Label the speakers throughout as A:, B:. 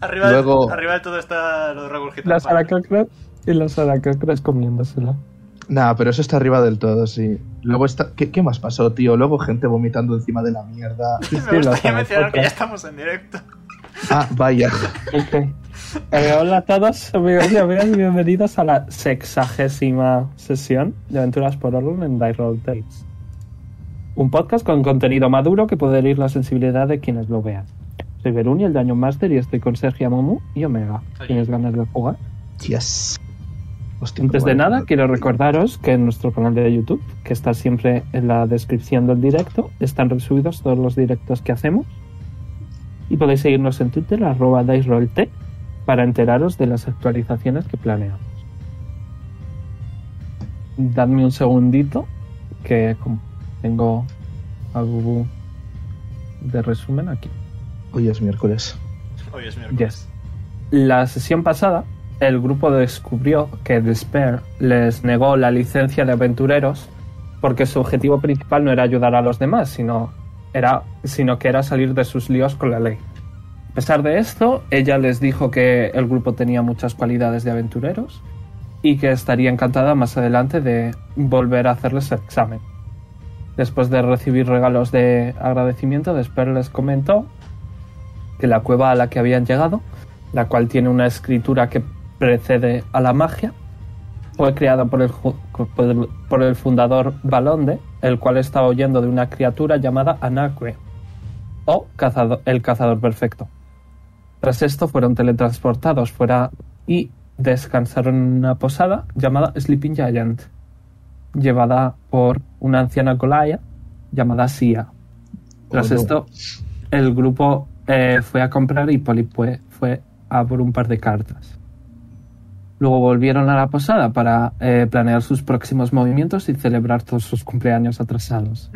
A: Arriba,
B: Luego-
A: arriba de todo está lo de Raúl Gitano.
C: Las aracocras y las aracocras comiéndosela.
B: Nah, pero eso está arriba del todo, sí. Luego está. ¿Qué, qué más pasó, tío? Luego gente vomitando encima de la mierda.
C: Sí,
A: Me
C: las
A: gustaría mencionar que ya
C: aracocras.
A: estamos en directo.
B: Ah, vaya.
C: Ok. Eh, hola a todos, amigos y amigas, y bienvenidos a la sexagésima sesión de Aventuras por Orlon en Die Roll Tales. Un podcast con contenido maduro que puede herir la sensibilidad de quienes lo vean. Soy Beruni, el Daño Master, y estoy con Sergio Momu y Omega.
A: Oye.
C: ¿Tienes ganas de jugar?
B: Yes. Hostia,
C: Antes
B: cómo
C: de
B: era.
C: nada, quiero recordaros que en nuestro canal de YouTube, que está siempre en la descripción del directo, están resubidos todos los directos que hacemos. Y podéis seguirnos en Twitter, arroba DiceRollT, para enteraros de las actualizaciones que planeamos. Dadme un segundito, que como tengo algo de resumen aquí.
B: Hoy es miércoles.
A: Hoy es miércoles.
C: Yes. La sesión pasada, el grupo descubrió que Despair les negó la licencia de aventureros porque su objetivo principal no era ayudar a los demás, sino, era, sino que era salir de sus líos con la ley. A pesar de esto, ella les dijo que el grupo tenía muchas cualidades de aventureros y que estaría encantada más adelante de volver a hacerles el examen. Después de recibir regalos de agradecimiento, Despair les comentó que la cueva a la que habían llegado, la cual tiene una escritura que precede a la magia, fue creada por el, ju- por el- por el fundador Balonde, el cual estaba huyendo de una criatura llamada Anacre, o cazado- el cazador perfecto. Tras esto fueron teletransportados fuera y descansaron en una posada llamada Sleeping Giant, llevada por una anciana Golaya llamada Sia. Tras
B: Oh, no.
C: esto, el grupo eh, fue a comprar y Polly fue, fue a por un par de cartas. Luego volvieron a la posada para eh, planear sus próximos movimientos y celebrar todos sus cumpleaños atrasados.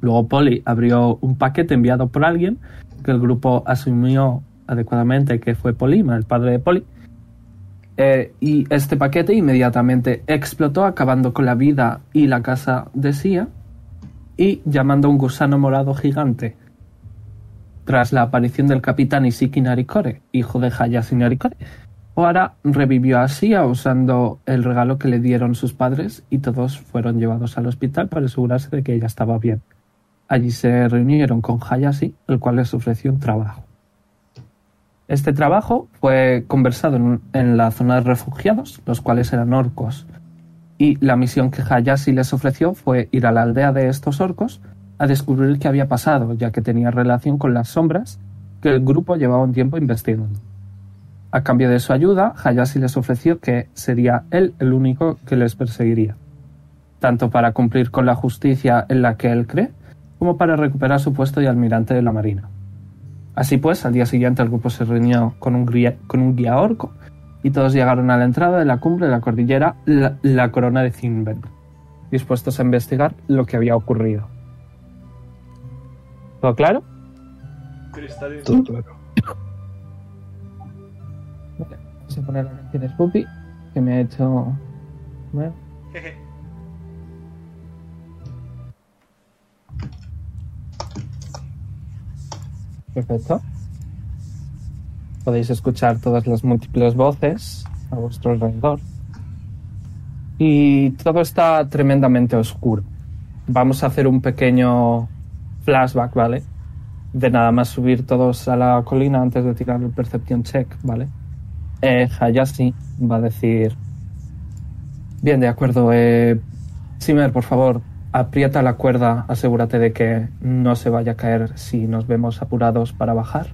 C: Luego Polly abrió un paquete enviado por alguien que el grupo asumió adecuadamente que fue Polima, el padre de Polly. Eh, y este paquete inmediatamente explotó, acabando con la vida y la casa de Sia y llamando a un gusano morado gigante. Tras la aparición del capitán Isiki Narikore, hijo de Hayashi Narikore, Oara revivió a Sia usando el regalo que le dieron sus padres y todos fueron llevados al hospital para asegurarse de que ella estaba bien. Allí se reunieron con Hayashi, el cual les ofreció un trabajo. Este trabajo fue conversado en, un- en la zona de refugiados, los cuales eran orcos, y la misión que Hayashi les ofreció fue ir a la aldea de estos orcos a descubrir qué había pasado, ya que tenía relación con las sombras que el grupo llevaba un tiempo investigando. A cambio de su ayuda, Hayashi les ofreció que sería él el único que les perseguiría, tanto para cumplir con la justicia en la que él cree, como para recuperar su puesto de almirante de la Marina. Así pues, al día siguiente el grupo se reunió con un guía, con un guía orco y todos llegaron a la entrada de la cumbre de la cordillera, la, la corona de Zinberg, dispuestos a investigar lo que había ocurrido. ¿Todo claro?
A: Cristalino.
C: ¿Mm?
B: Todo claro.
C: Vamos a poner la canción de Spoopy, que me ha hecho... Bueno,
A: Jeje.
C: perfecto. Podéis escuchar todas las múltiples voces a vuestro alrededor. Y todo está tremendamente oscuro. Vamos a hacer un pequeño flashback, ¿vale? De nada más subir todos a la colina antes de tirar el perception check, ¿vale? Eh, Hayashi va a decir... Bien, de acuerdo. Eh, Simmer, por favor, aprieta la cuerda. Asegúrate de que no se vaya a caer si nos vemos apurados para bajar.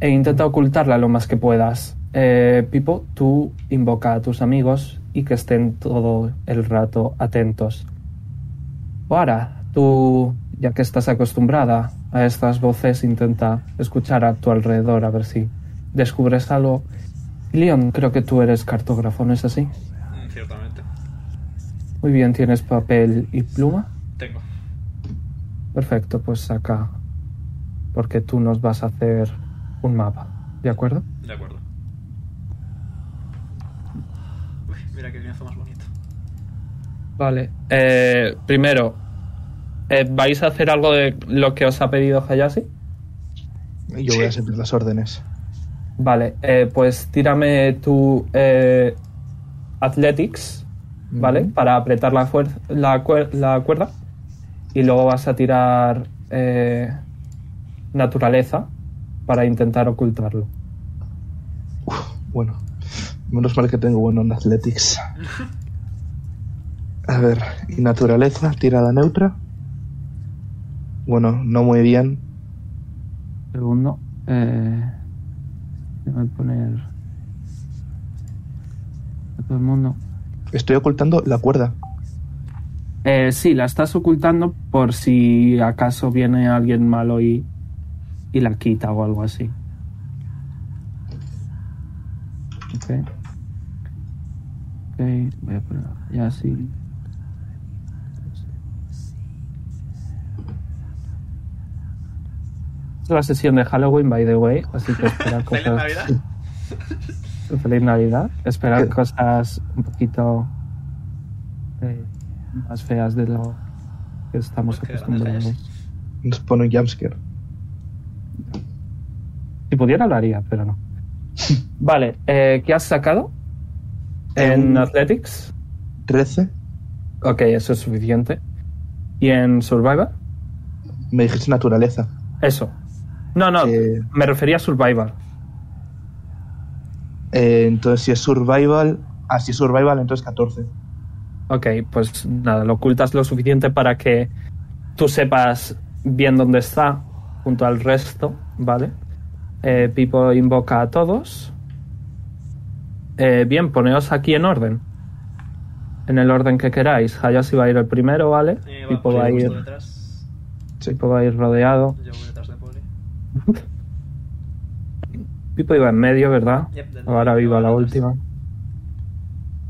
C: E intenta ocultarla lo más que puedas. Eh, Pipo, tú invoca a tus amigos y que estén todo el rato atentos. Oara, tú, ya que estás acostumbrada a estas voces, intenta escuchar a tu alrededor a ver si descubres algo. Leon, creo que tú eres cartógrafo, ¿no es así?
A: Mm, Ciertamente.
C: Muy bien, ¿tienes papel y pluma?
A: Tengo.
C: Perfecto, pues saca. Porque tú nos vas a hacer un mapa, ¿de acuerdo?
A: De acuerdo. Uy, mira que comienzo más bonito.
C: Vale. eh, primero, eh, ¿vais a hacer algo de lo que os ha pedido Hayashi?
B: Y yo voy a seguir las órdenes.
C: Vale, eh, pues tírame tu eh, Athletics, ¿vale?
B: Ujú.
C: Para apretar la, fuer- la, cuer- la cuerda. Y luego vas a tirar eh, Naturaleza para intentar ocultarlo.
B: Bueno, menos mal que tengo bueno en Athletics. A ver, y naturaleza, tirada neutra. Bueno, no muy bien.
C: Segundo. Eh, déjame poner. A todo el mundo.
B: Estoy ocultando la cuerda.
C: Eh, sí, la estás ocultando por si acaso viene alguien malo y, y la quita o algo así. Ok. Ok, voy a poner ya sí. Es la sesión de Halloween, by the way, así que espera cosas.
A: ¿Feliz Navidad?
C: Feliz Navidad. Esperar
B: ¿Qué?
C: cosas un poquito eh, más feas de lo que estamos
A: Qué grandes
C: acostumbrados.
A: reyes.
B: Nos pone un jumpscare.
C: Si pudiera hablaría, pero no. vale, eh, ¿qué has sacado? En
B: En-
C: Athletics.
B: 13.
C: Ok, eso es suficiente. ¿Y en Survivor?
B: Me dijiste naturaleza.
C: Eso. No, no,
B: Eh.
C: me refería a Survivor.
B: Eh, entonces, si es survival. Ah, si es survival, entonces 14.
C: Ok, pues nada, lo ocultas lo suficiente para que tú sepas bien dónde está junto al resto, ¿vale? Eh, Pipo invoca a todos. Eh, bien, poneos aquí en orden. En el orden que queráis. Hayashi va a ir el primero, ¿vale?
A: Eh, va,
C: Pipo, va a
A: Poli
C: ir,
A: justo detrás.
B: Sí.
C: Pipo va a ir rodeado.
A: Yo voy detrás de Poli.
C: Pipo iba en medio, ¿verdad?
A: Yep, del
C: Ahora
A: medio
C: viva la
A: al otro.
C: última.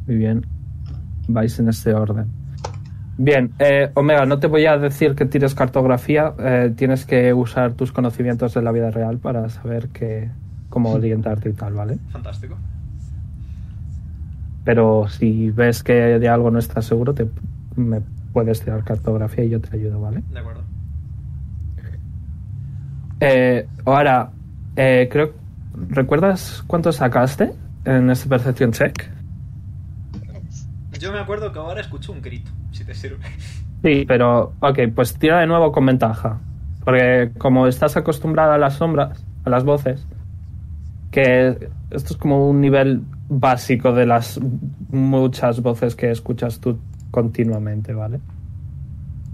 C: Muy bien. Vais en este orden. Bien, eh, Omega, no te voy a decir que tires cartografía. eh, tienes que usar tus conocimientos de la vida real para saber que, cómo orientarte y tal, ¿vale?
A: Fantástico.
C: Pero si ves que de algo no estás seguro, te, me puedes tirar cartografía y yo te ayudo, ¿vale?
A: De acuerdo.
C: Eh, ahora, eh, creo. ¿Recuerdas cuánto sacaste en este Perception Check?
A: Yo me acuerdo que ahora escucho un grito, si te sirve.
C: Sí, pero ok, pues tira de nuevo con ventaja. Porque como estás acostumbrada a las sombras, a las voces, que esto es como un nivel básico de las muchas voces que escuchas tú continuamente, ¿vale?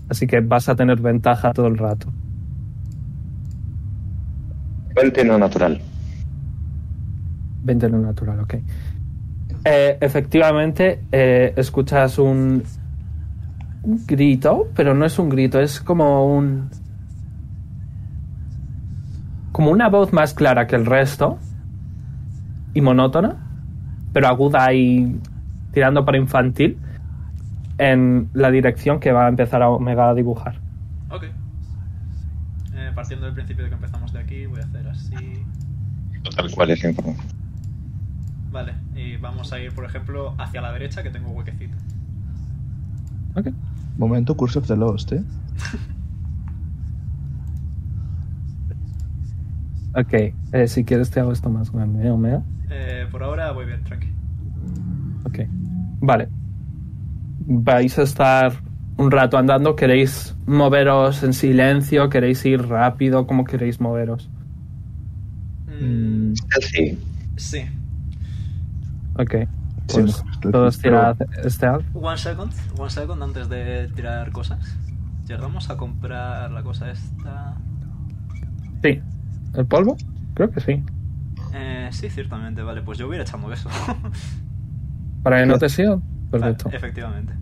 C: Así que vas a tener ventaja todo el rato.
D: 20 no natural.
C: 20 no natural, ok. Eh, efectivamente, eh, escuchas un, un grito, pero no es un grito, es como un. como una voz más clara que el resto y monótona, pero aguda y tirando para infantil en la dirección que va a empezar a Omega a dibujar.
A: Ok. Eh, partiendo del principio de que empezamos de aquí, voy a hacer así.
D: Tal cual es la información.
A: Vale, y vamos a ir, por ejemplo, hacia la derecha, que tengo huequecito.
C: Ok.
B: Momento, Curse of the Lost, ¿eh?
C: Ok, eh, si quieres te hago esto más grande, ¿eh, Omega.
A: Eh, por ahora voy bien, tranqui.
C: Ok. Vale. Vais a estar un rato andando. ¿Queréis moveros en silencio? ¿Queréis ir rápido? ¿Cómo queréis moveros?
A: Mm,
D: Sí.
A: sí.
C: Ok.
B: Sí,
C: Pues
B: no.
C: todos tirad este stealth.
A: One second, one second antes de tirar cosas. Llegamos a comprar la cosa esta.
C: Sí. ¿El polvo? Creo que sí.
A: Eh, sí, ciertamente, vale, pues yo hubiera echado eso.
C: Para que no te sigan. Perfecto.
A: Vale, efectivamente.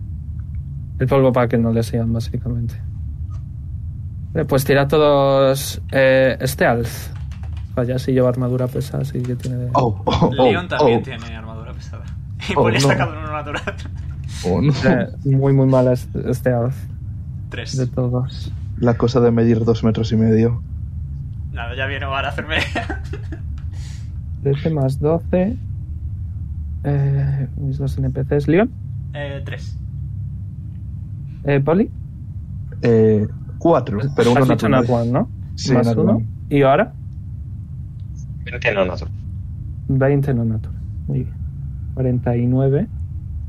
C: El polvo para que no le sigan, básicamente. Vale, Pues tirad todos eh, stealth. Vaya, si lleva armadura pesada, sí que tiene. de-
B: Oh, oh, oh,
A: Leon también
B: oh.
A: tiene armadura pesada. Y
B: Oh,
A: por eso
B: no.
A: acabo en uno natural.
B: Oh, no.
C: Eh, muy, muy mala este- stealth de
A: Tres.
C: todos.
B: La cosa de medir dos metros y medio.
A: Nada, ya viene ahora a hacerme.
C: 13 más 12. Eh, mis dos NPCs. Leon,
A: eh, tres.
C: eh, Poli.
B: Eh, cuatro, pero uno
C: Has dicho
B: natural.
C: nat one, ¿no?
B: Sí,
C: más
B: nat
C: uno.
B: one.
C: ¿Y ahora?
D: 20 no natural.
C: 20 no natural. Muy bien. 49.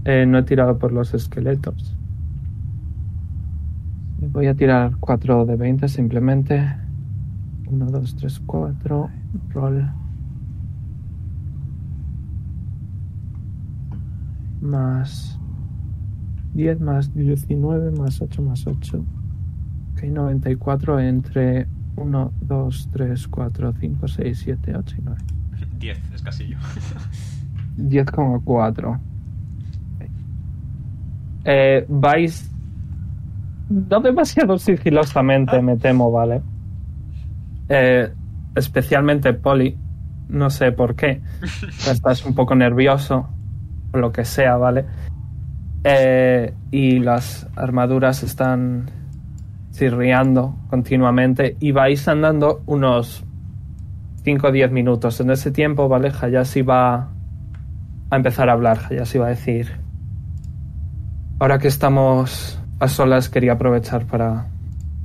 C: Eh, no he tirado por los esqueletos. Eh, Voy a tirar 4 de 20 simplemente. 1, 2, 3, 4. Roll. Más 10, más 19, más 8, más 8. Ok, 94 entre 1, 2, 3, 4, 5, 6, 7, 8 y 9.
A: 10, es casi yo.
C: 10,4. Eh, vais. No demasiado sigilosamente, me temo, ¿vale? Eh, especialmente Polly. No sé por qué. Estás un poco nervioso. O lo que sea, ¿vale? Eh, y las armaduras están chirriando continuamente. Y vais andando unos 5 o 10 minutos. En ese tiempo, ¿vale? Hayashi va a empezar a hablar. Hayashi va a decir: Ahora que estamos a solas, quería aprovechar para,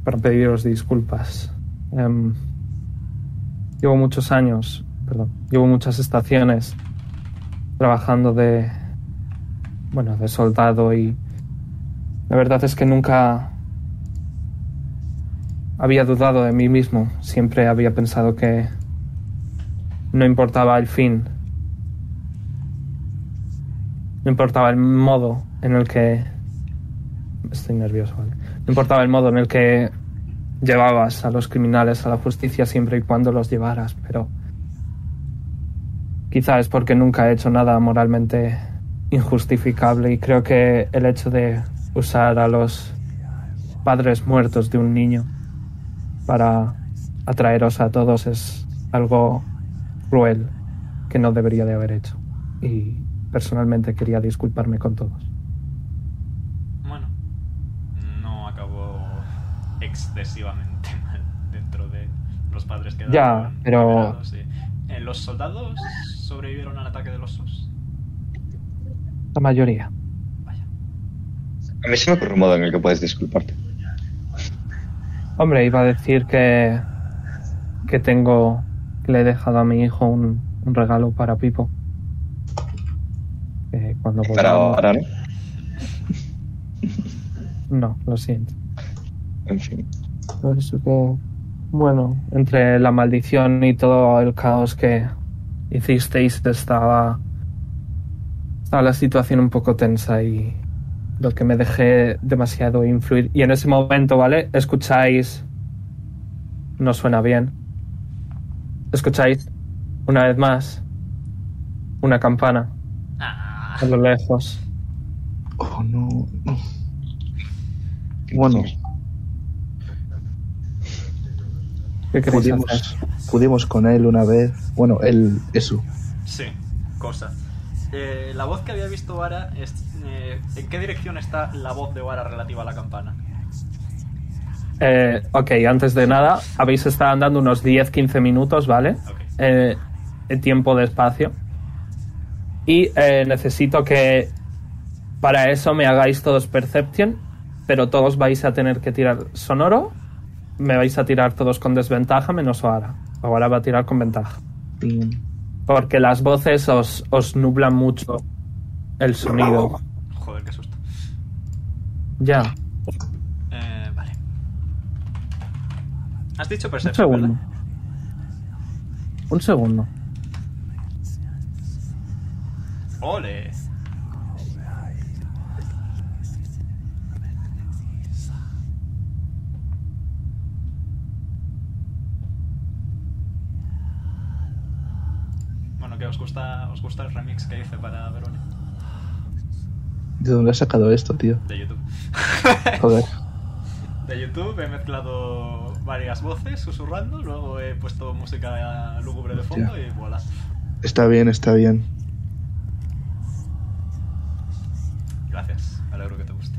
C: para pediros disculpas. Em, llevo muchos años, perdón, llevo muchas estaciones trabajando de. Bueno, de soldado y. La verdad es que nunca había dudado de mí mismo. Siempre había pensado que no importaba el fin, no importaba el modo en el que. Estoy nervioso, ¿vale? No importaba el modo en el que llevabas a los criminales a la justicia siempre y cuando los llevaras, pero. Quizá es porque nunca he hecho nada moralmente injustificable y creo que el hecho de usar a los padres muertos de un niño para atraeros a todos es algo cruel que no debería de haber hecho. Y personalmente quería disculparme con todos.
A: Bueno, no acabó excesivamente mal dentro de los padres que
C: Ya,
A: daban
C: pero-
A: liberados, sí. Eh, ¿Los soldados sobrevivieron al ataque de los osos?
C: La mayoría.
A: Vaya.
D: A mí se me ocurre un modo en el que puedes disculparte.
C: Hombre, iba a decir que. que tengo. que le he dejado a mi hijo un, un regalo para Pipo. Eh, cuando
D: Para
C: volvamos-
D: ahora, ¿no?
C: No, lo siento.
D: En fin.
C: Por eso que, bueno, entre la maldición y todo el caos que hicisteis estaba, estaba la situación un poco tensa y lo que me dejé demasiado influir. Y en ese momento, ¿vale? Escucháis... No suena bien. Escucháis una vez más una campana
A: Ah,
C: a lo lejos.
B: Oh, no. Bueno,
C: ¿Qué queréis hacer?
B: pudimos, pudimos con él una vez. Bueno, él, eso.
A: sí, cosa. Eh, la voz que había visto Vara, es, eh, ¿en qué dirección está la voz de Vara relativa a la campana?
C: Eh, ok, antes de nada, habéis estado andando unos 10-15 minutos, ¿vale?
A: Ok.
C: Eh, eh, tiempo de espacio. Y eh, necesito que para eso me hagáis todos Perception, pero todos vais a tener que tirar sonoro. Me vais a tirar todos con desventaja, menos Ahora Ahora va a tirar con ventaja. Porque las voces os, os nublan mucho el sonido.
A: Joder, qué susto.
C: Ya,
A: Eh, vale. Has dicho
C: un
A: Perception,
C: segundo.
A: ¿verdad?
C: Un segundo.
A: ¡Ole! Bueno, que os gusta, os gusta el remix que hice para Verónica
B: ¿De dónde has sacado esto, tío?
A: de YouTube.
B: Joder.
A: de YouTube he mezclado varias voces susurrando, luego he puesto música lúgubre de fondo
B: Hostia.
A: y voilà.
B: Está bien, está bien.
A: Gracias, me alegro que te guste.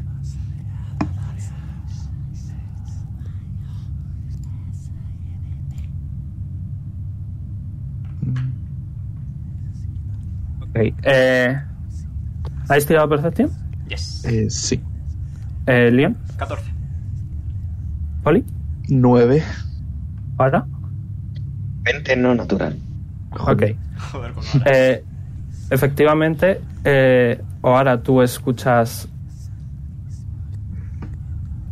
C: Ok. Eh, ¿Habéis tirado Percepción?
A: Yes.
B: Eh, sí.
C: Eh, Liam,
A: 14.
C: Poli,
B: Nueve.
C: ahora.
D: 20 no natural.
C: Ok.
A: Joder, pues con Oara.
C: Eh, efectivamente, eh, ahora tú escuchas.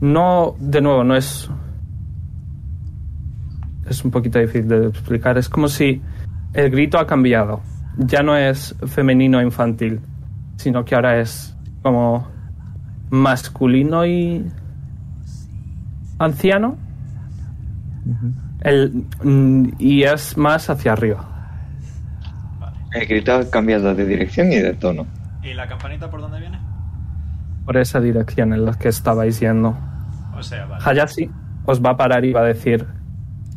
C: No, de nuevo, no es. Es un poquito difícil de explicar. Es como si el grito ha cambiado. Ya no es femenino e infantil, sino que ahora es como masculino y anciano. El- mm, y es más hacia arriba.
D: El grito ha cambiado de dirección y de tono.
A: ¿Y la campanita por dónde viene?
C: por esa dirección en la que estabais yendo.
A: O sea, vale.
C: Hayashi os va a parar y va a decir,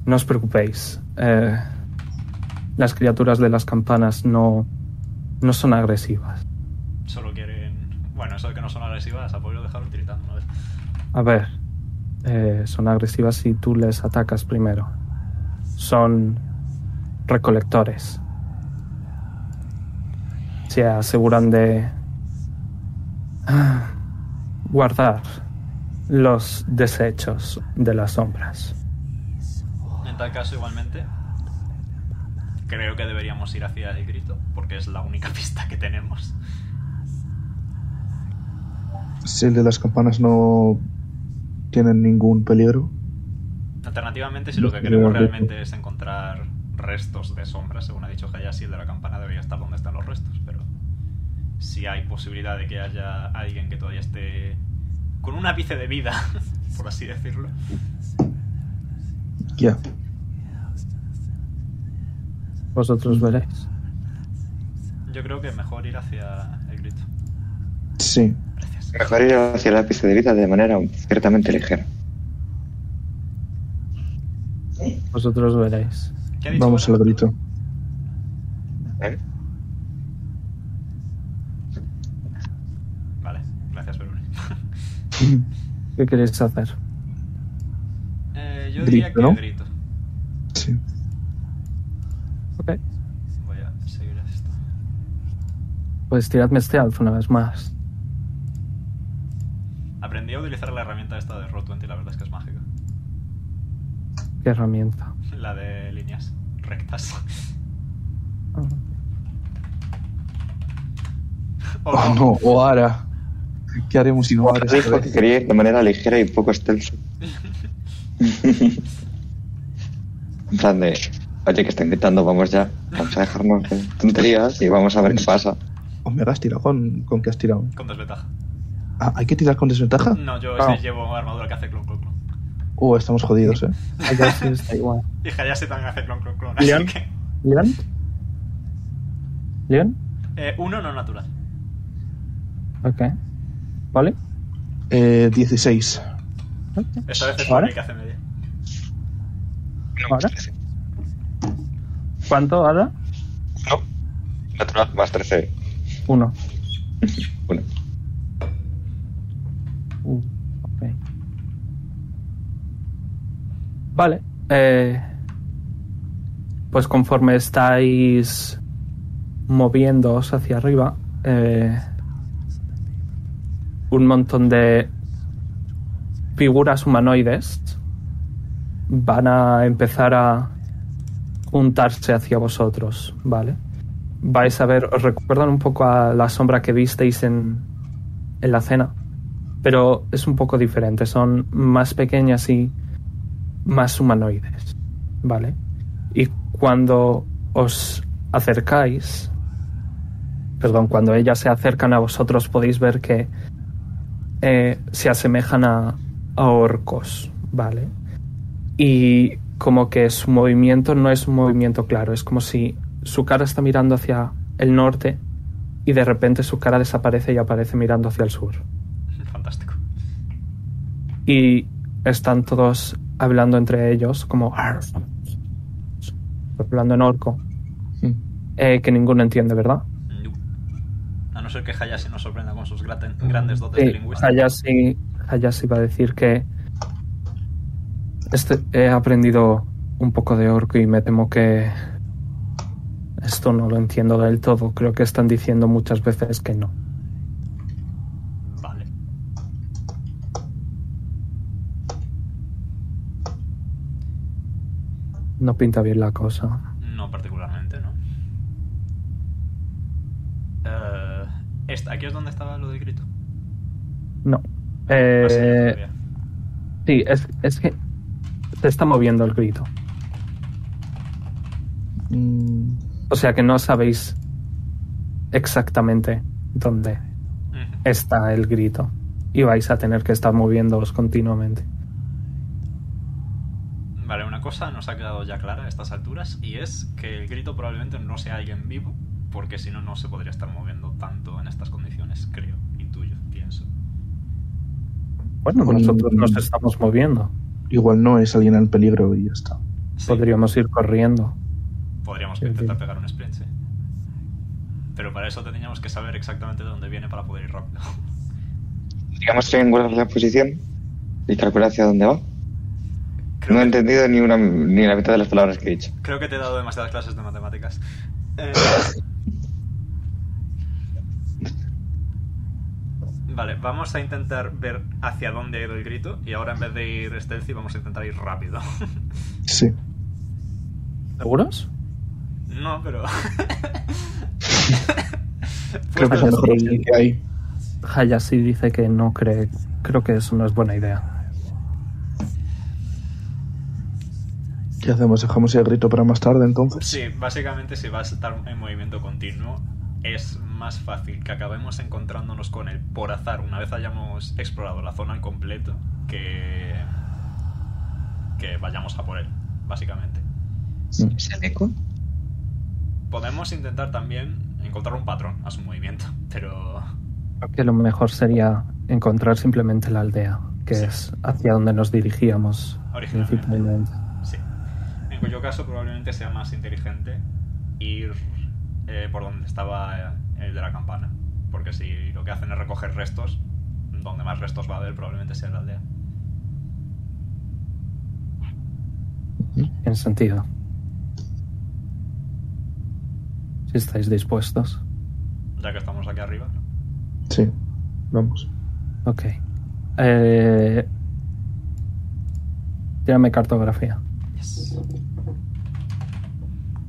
C: no os preocupéis, eh, las criaturas de las campanas no, no son agresivas.
A: Solo quieren. Bueno, eso de que no son agresivas, ha podido dejarlo tiritando una vez.
C: A ver, eh, son agresivas si tú les atacas primero. Son recolectores. Se aseguran de ah, guardar los desechos de las sombras.
A: En tal caso, igualmente, creo que deberíamos ir hacia el grito, porque es la única pista que tenemos.
B: Si el de las campanas no tienen ningún peligro.
A: Alternativamente, si lo que
B: Yo
A: queremos
B: creo que-
A: realmente es encontrar restos de sombras, según ha dicho Hayashi, el de la campana debería estar donde están los restos, pero si hay posibilidad de que haya alguien que todavía esté con un ápice de vida, por así decirlo,
B: Ya.
C: Vosotros veréis.
A: yo creo que mejor ir hacia el grito.
B: Sí.
A: Gracias.
D: Mejor ir hacia el ápice de vida de manera ciertamente ligera.
C: Vosotros veréis.
A: ¿Qué ha dicho
B: Vamos al
A: Bala?
B: grito.
D: ¿eh?
A: Vale, gracias, Verone.
C: ¿Qué queréis hacer?
A: Eh, yo
B: Grito,
A: diría que
B: ¿no?
A: grito.
B: Sí.
C: Ok.
A: Voy a seguir esto.
C: Pues tiradme este alfa una vez más.
A: Aprendí a utilizar la herramienta esta de Roll20 y la verdad es que es mágica.
C: ¿Qué herramienta?
A: La de líneas rectas.
C: Ah,
A: O
B: Oh no, Oara. ¿Qué haremos sin Oara? esta
D: Dijo que
B: vez?
D: quería ir de manera ligera y poco stealth. en plan de, oye, que están gritando, vamos ya. Vamos a dejarnos de tonterías y vamos a ver qué pasa.
B: Oh, me has tirado con, con qué has tirado.
A: Con desventaja.
B: Ah, ¿Hay que tirar con desventaja?
A: No, yo
B: Ah.
A: sí llevo armadura que hace clon clon clon.
B: Oh, estamos jodidos, eh.
C: ya sí está igual.
A: Y Hayashi "Ah, también hace clon clon clon.
C: Leon.
A: Así que.
C: ¿Leon? ¿Leon?
A: Eh, uno no natural.
C: Ok. ¿Vale?
B: Eh, 16.
C: Ok.
A: Esta vez es
C: ¿Ahora?
A: el que hace media.
C: ¿Ahora? ¿Cuánto ahora?
D: No, natural más 13.
C: Uno.
D: Bueno,
C: Uh, ok. Vale. eh, pues conforme estáis moviéndoos hacia arriba, eh, un montón de figuras humanoides van a empezar a juntarse hacia vosotros, ¿vale? Vais a ver, os recuerdan un poco a la sombra que visteis en, en la cena pero es un poco diferente. Son más pequeñas y más humanoides, ¿vale? Y cuando os acercáis, perdón, cuando ellas se acercan a vosotros podéis ver que eh, se asemejan a, a orcos, ¿vale? Y como que su movimiento no es un movimiento claro, es como si su cara está mirando hacia el norte y de repente su cara desaparece y aparece mirando hacia el sur
A: Fantástico.
C: y están todos hablando entre ellos como "Arf", hablando en orco
B: Mm.
C: eh, que ninguno entiende verdad
A: No. A no ser que Hayashi nos sorprenda con sus graten- grandes dotes de
C: Sí,
A: lingüística.
C: Hayashi, Hayashi va a decir que este, he aprendido un poco de orco y me temo que esto no lo entiendo del todo creo que están diciendo muchas veces que no
A: Vale.
C: no pinta bien la cosa
A: No particularmente, ¿no? Eh, Esta- aquí es donde estaba lo del grito.
C: No.
A: Ah, sí, ya
C: Eh,
A: sabía.
C: sí, es, es que se está moviendo el grito.
B: Mm,
C: O sea que no sabéis exactamente dónde
A: Ujú.
C: está el grito. Y vais a tener que estar moviéndoos continuamente.
A: Vale, una cosa nos ha quedado ya clara a estas alturas y es que el grito probablemente no sea alguien vivo, porque si no, no se podría estar moviendo tanto en estas condiciones, creo, intuyo, pienso.
C: Bueno,
B: Mm.
C: nosotros nos estamos moviendo.
B: igual no es alguien en peligro y ya está.
A: Sí,
C: Podríamos ir corriendo.
A: Podríamos
B: Sí,
A: intentar
B: sí.
A: pegar un sprint, sí. Pero para eso tendríamos que saber exactamente de dónde viene para poder ir rápido.
D: Digamos triangular la posición y calcular hacia dónde va.
A: Creo,
D: No he
A: que,
D: entendido ni, una, ni la mitad de las palabras que he dicho.
A: creo que te he dado demasiadas clases de matemáticas. Eh, Vale, vamos a intentar ver hacia dónde ha ido el grito y ahora en vez de ir stealthy vamos a intentar ir rápido.
B: Sí.
C: ¿Seguros?
A: No, pero.
B: Creo que es la mejor opción que hay.
C: Hayashi dice que no cree. Creo que eso no es buena idea.
B: ¿Qué hacemos? ¿Dejamos el grito para más tarde entonces?
A: Sí, básicamente si vas a estar en movimiento continuo, es más fácil que acabemos encontrándonos con él por azar, una vez hayamos explorado la zona al completo, que. que vayamos a por él, básicamente.
B: Mm.
D: ¿Es el eco?
A: Podemos intentar también encontrar un patrón a su movimiento, pero.
C: Creo que lo mejor sería encontrar simplemente la aldea, que
A: Sí.
C: es hacia donde nos dirigíamos
A: Originalmente.
C: principalmente.
A: Sí. En cuyo caso probablemente sea más inteligente ir eh, por donde estaba eh, el de la campana. Porque si lo que hacen es recoger restos, donde más restos va a haber probablemente sea en la aldea.
C: En sentido. Si estáis dispuestos.
A: Ya que estamos aquí arriba. ¿no?
B: Sí. Vamos.
C: Ok. Eh, tírame cartografía.
A: Yes.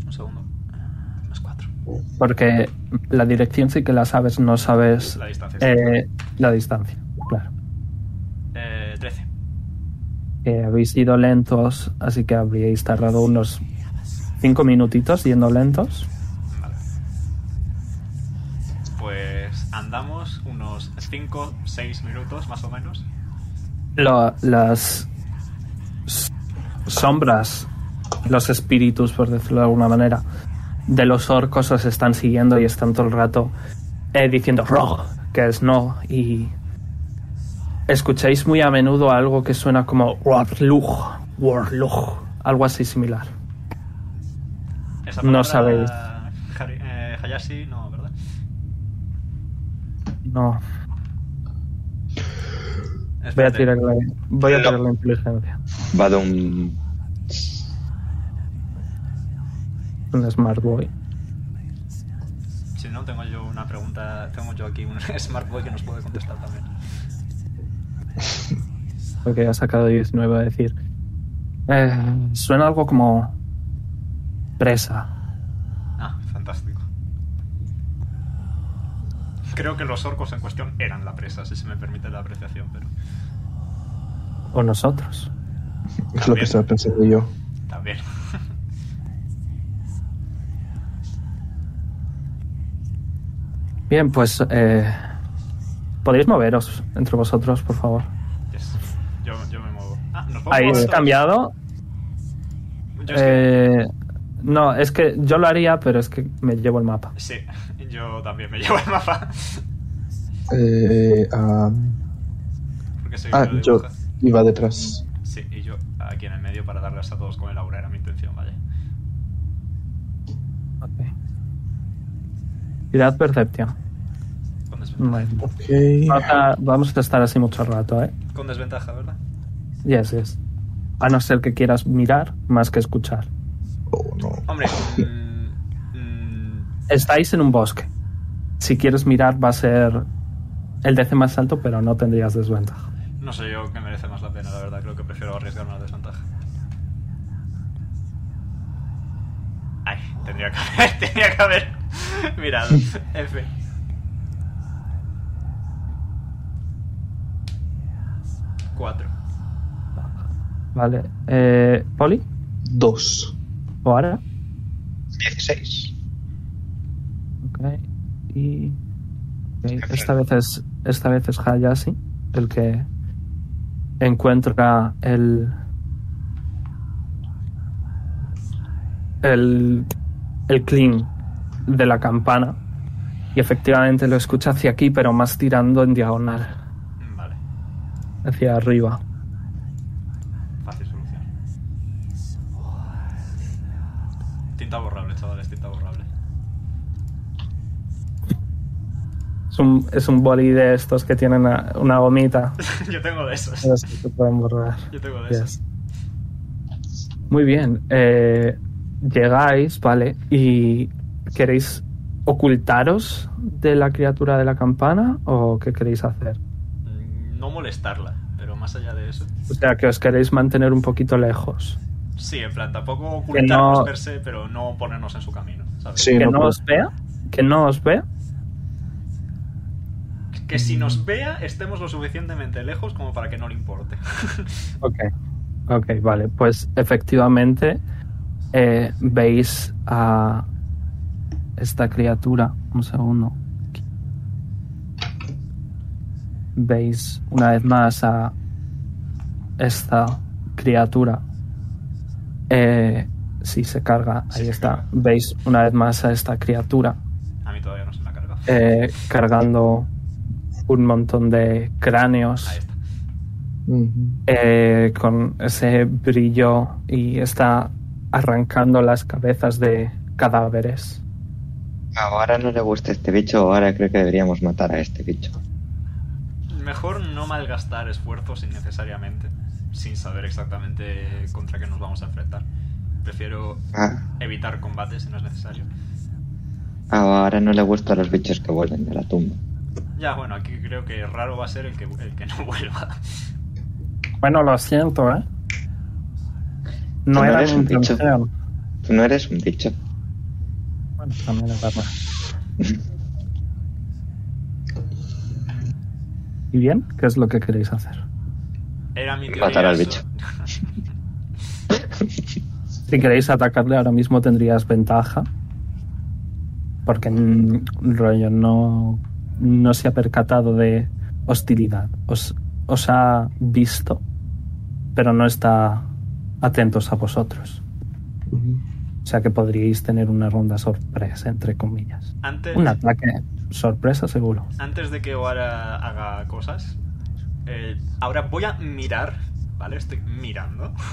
A: Un segundo. Ah, Más cuatro.
C: Porque la dirección sí que la sabes, no sabes
A: La distancia. es
C: eh, la distancia. Claro.
A: Eh, 13.
C: Eh, habéis ido lentos, así que habríais tardado unos cinco minutitos yendo lentos.
A: Vale. Pues andamos unos 5, 6 minutos más o menos.
C: Lo- las s- sombras, los espíritus, por decirlo de alguna manera, de los orcos os están siguiendo y están todo el rato eh, diciendo "Rog", que es no, y escucháis muy a menudo algo que suena como warluj, warluj, algo así similar.
A: Esa
C: No
A: palabra,
C: sabéis.
A: Hari- eh, Hayashi, no, ¿verdad?
C: No, voy a
A: Espérate.
C: tirarle, voy a
D: No.
C: tirarle inteligencia.
D: Badum.
C: Un smart boy.
A: Si no, tengo yo una pregunta. Tengo yo aquí un Smart Boy que nos puede contestar también.
C: Porque ha sacado 19 a decir. Eh, suena algo como presa.
A: Ah, fantástico. Creo que los orcos en cuestión eran la presa, si se me permite la apreciación, pero
C: O nosotros.
B: Es lo que estaba pensando yo.
A: también.
C: Bien, pues eh, podéis moveros entre vosotros, por favor.
A: Yes. Yo, yo me muevo. Ah, nos podemos mover
C: ¿Habéis
A: todos?
C: cambiado?
A: Yo es que-
C: Eh, no, es que yo lo haría, pero es que me llevo el mapa.
A: Sí, yo también me llevo el mapa.
B: Eh, am,
A: Porque soy
B: ah,
A: el que lo
B: yo
A: dibuja.
B: iba detrás.
A: Sí, y yo aquí en el medio para darles a todos con el aura, era mi intención, vaya.
C: Ok. Tirad Perception.
A: Con desventaja.
C: Vale.
B: Ok.
C: Vamos a- Vamos a estar así mucho rato, ¿eh?
A: Con desventaja, ¿verdad?
C: Yes, yes. A no ser que quieras mirar más que escuchar.
B: Oh, no.
A: Hombre, mm, mm,
C: Estáis en un bosque. Si quieres mirar, va a ser el DC más alto, pero no tendrías desventaja.
A: no sé yo que merece más la pena, la verdad. Creo que prefiero arriesgar una desventaja. Ay, tendría que haber, tendría que haber mirado. F. Cuatro.
C: Vale. Eh, ¿Poli?
B: Dos.
C: ¿O ahora?
E: 16.
C: Ok. Y. ok, Esta vez es. Esta vez es Hayashi el que encuentra el. El. El clean de la campana. Y efectivamente lo escucha hacia aquí, pero más tirando en diagonal,
A: Vale.
C: hacia arriba.
A: Fácil solución. Tinta borrable, chavales, tinta borrable.
C: Es un, es un boli de estos que tienen una, una gomita.
A: Yo tengo de esos.
C: Los que se pueden borrar.
A: Yo tengo de esos.
C: Eh, Yes. Muy bien. eh, llegáis, ¿vale? ¿Y queréis ocultaros de la criatura de la campana o qué queréis hacer?
A: Mm, No molestarla, pero más allá de eso.
C: O sea, que os queréis mantener un poquito lejos.
A: Sí, en plan, tampoco ocultarnos
C: no-
A: per se, pero no ponernos en su camino, ¿sabes?
B: Sí.
C: ¿Que
B: no
C: no
B: puedo.
C: os vea? ¿Que no os vea?
A: Que si nos vea, estemos lo suficientemente lejos como para que no le importe.
C: Ok. Ok, vale. Pues efectivamente eh, veis a esta criatura. Un segundo. Veis una vez más a esta criatura. Eh, si se carga,
A: Sí,
C: ahí
A: se
C: está.
A: carga.
C: Veis una vez más a esta criatura
A: A mí todavía no se me ha cargado.
C: eh, cargando un montón de cráneos
A: Ahí está.
B: Ujú.
C: eh, con ese brillo y está arrancando las cabezas de cadáveres.
D: Ah, Ahora no le gusta este bicho, ahora creo que deberíamos matar a este bicho.
A: Mejor no malgastar esfuerzos innecesariamente, sin saber exactamente contra qué nos vamos a enfrentar. Prefiero
D: Ah,
A: evitar combates si no es necesario.
D: ah, ahora no le gustan los bichos que vuelven de la tumba.
A: Ya, bueno, aquí creo que raro va a ser el que, el que no vuelva.
C: Bueno, lo siento, ¿eh? No
D: No
C: era
D: eres
C: mi
D: un bicho.
C: intención.
D: Tú no eres un bicho.
C: Bueno, también es verdad. ¿Y bien? ¿Qué es lo que queréis hacer?
A: Era mi teoría.
D: Matar al
A: eso.
C: Si queréis atacarle ahora mismo tendrías ventaja. Porque mm, rollo no, no se ha percatado de hostilidad. Os, os ha visto, pero no está atentos a vosotros. O sea que podríais tener una ronda sorpresa, entre comillas.
A: Antes,
C: Un ataque sorpresa, seguro.
A: antes de que Oara haga cosas, eh, ahora voy a mirar, ¿vale? Estoy mirando.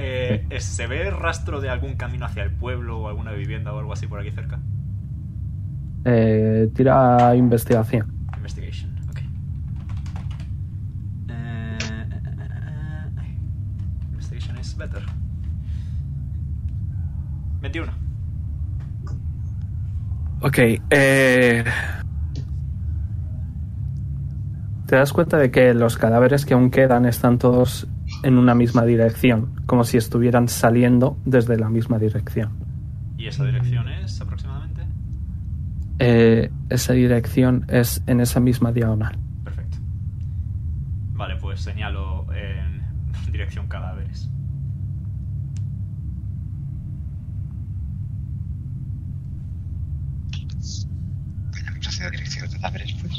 A: Eh, eh, ¿Se ve rastro de algún camino hacia el pueblo o alguna vivienda o algo así por aquí cerca?
C: Eh, tira investigación.
A: Investigation, ok. Eh, ay. investigation is better. 21.
C: Ok, eh... Te das cuenta de que los cadáveres que aún quedan están todos en una misma dirección, como si estuvieran saliendo desde la misma dirección.
A: ¿Y esa dirección es aproximadamente?
C: Eh, esa dirección es en esa misma diagonal.
A: Perfecto. Vale, pues señalo en dirección cadáveres.
E: Vayamos hacia dirección de cadáveres, pues.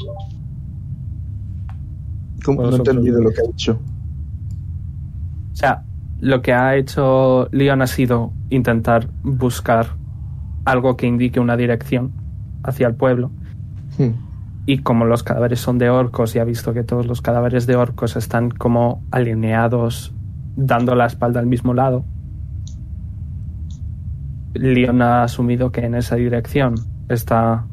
B: ¿Cómo? No he
C: Vosotros
B: entendido lo
C: mismos.
B: que ha dicho.
C: O sea, lo que ha hecho Leon ha sido intentar buscar algo que indique una dirección hacia el pueblo,
B: Hmm.
C: Y como los cadáveres son de orcos y ha visto que todos los cadáveres de orcos están como alineados dando la espalda al mismo lado, Leon ha asumido que en esa dirección está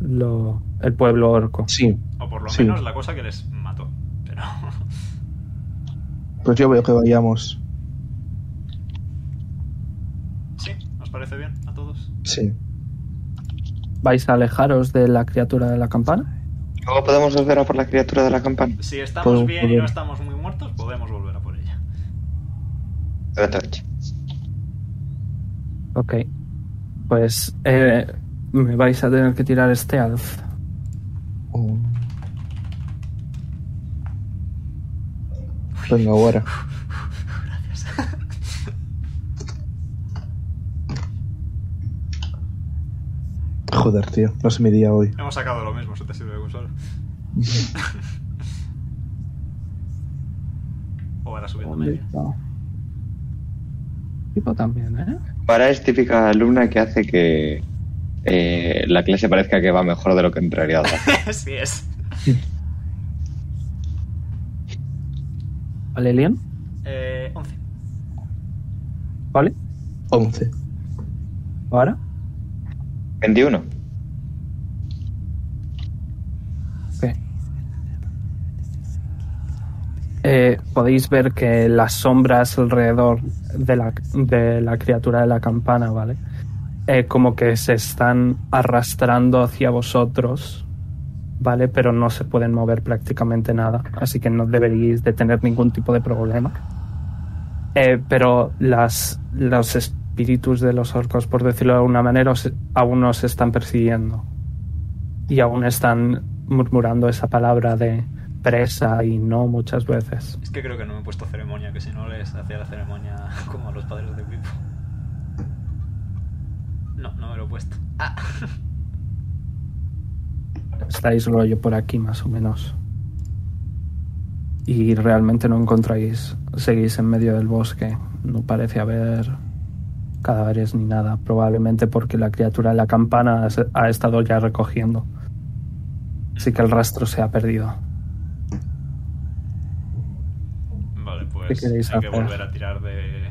C: lo- el pueblo orco.
B: Sí,
A: O por lo
B: Sí.
A: menos la cosa que les mató. Pero.
B: pues yo veo que vayamos.
A: sí, ¿nos parece bien a todos?
B: Sí.
C: ¿Vais a alejaros de la criatura de la campana?
D: Luego podemos volver a por la criatura de la campana.
A: Si estamos
B: Podemos
A: bien y
B: volver.
A: no estamos muy muertos, podemos volver a por ella.
D: De la torcha.
C: Ok. Pues eh, me vais a tener que tirar stealth.
B: Oh. Venga, ahora.
A: Gracias.
B: Joder, tío. No se mi día hoy.
A: Hemos sacado lo mismo, eso te sirve de consuelo. o ahora subiendo media.
C: Bonito. Tipo también, ¿eh?
D: Vara es típica alumna que hace que eh, la clase parezca que va mejor de lo que en realidad va.
A: sí es.
C: ¿Vale, Elian?
A: Eh, 11.
C: ¿Vale?
B: 11.
C: ¿Ahora?
D: 21.
C: Ok. Eh, podéis ver que las sombras alrededor de la, de la criatura de la campana, ¿vale? Eh, como que se están arrastrando hacia vosotros, ¿vale? Pero no se pueden mover prácticamente nada, así que no deberíais de tener ningún tipo de problema. Eh, pero las, los espíritus de los orcos, por decirlo de alguna manera, os- aún nos están persiguiendo y aún están murmurando esa palabra de presa y no muchas veces.
A: Es que creo que no me he puesto ceremonia, que si no les hacía la ceremonia como a los padres de Pipo. No, no me lo he puesto. Ah.
C: Estáis rollo por aquí más o menos. Y realmente no encontráis, seguís en medio del bosque, no parece haber cadáveres ni nada, probablemente porque la criatura de la campana se- ha estado ya recogiendo. Así que el rastro se ha perdido.
A: Vale,
C: ¿Qué
A: pues hay
C: queréis
A: que
C: hacer?
A: volver a tirar de,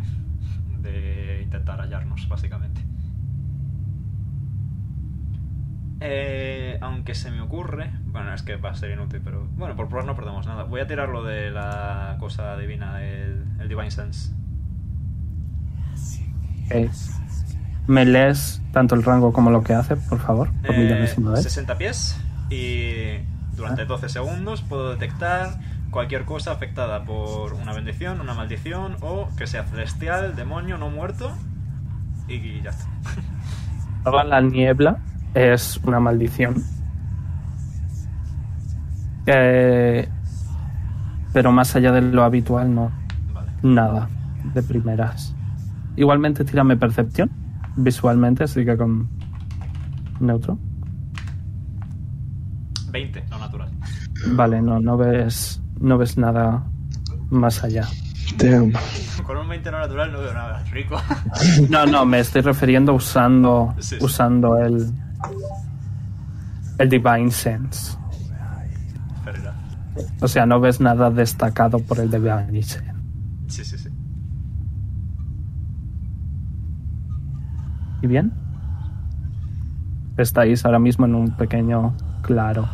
A: de intentar hallarnos, básicamente. Eh, aunque se me ocurre, bueno, es que va a ser inútil, pero bueno, por probar no perdemos nada. Voy a tirar lo de la cosa divina, el, el Divine Sense.
C: Ok. ¿Me lees tanto el rango como lo que hace, por favor? Por
A: Eh,
C: millonésima vez.
A: 60 pies y
C: Ah.
A: durante 12 segundos puedo detectar cualquier cosa afectada por una bendición, una maldición o que sea celestial, demonio, no muerto y ya está.
C: Toda la niebla es una maldición. Eh, pero más allá de lo habitual, no.
A: Vale.
C: Nada de primeras. Igualmente, tírame percepción. Visualmente, así que con neutro.
A: 20, no natural.
C: Vale, no, no ves, no ves nada más allá.
B: Damn.
A: Con un 20 no natural no veo nada, rico.
C: No, no, me estoy refiriendo usando,
A: Sí, sí.
C: usando el, el Divine Sense.
A: Ferreira.
C: O sea, no ves nada destacado por el Divine Sense.
A: Sí, sí, sí.
C: ¿Y bien? Estáis ahora mismo en un pequeño claro.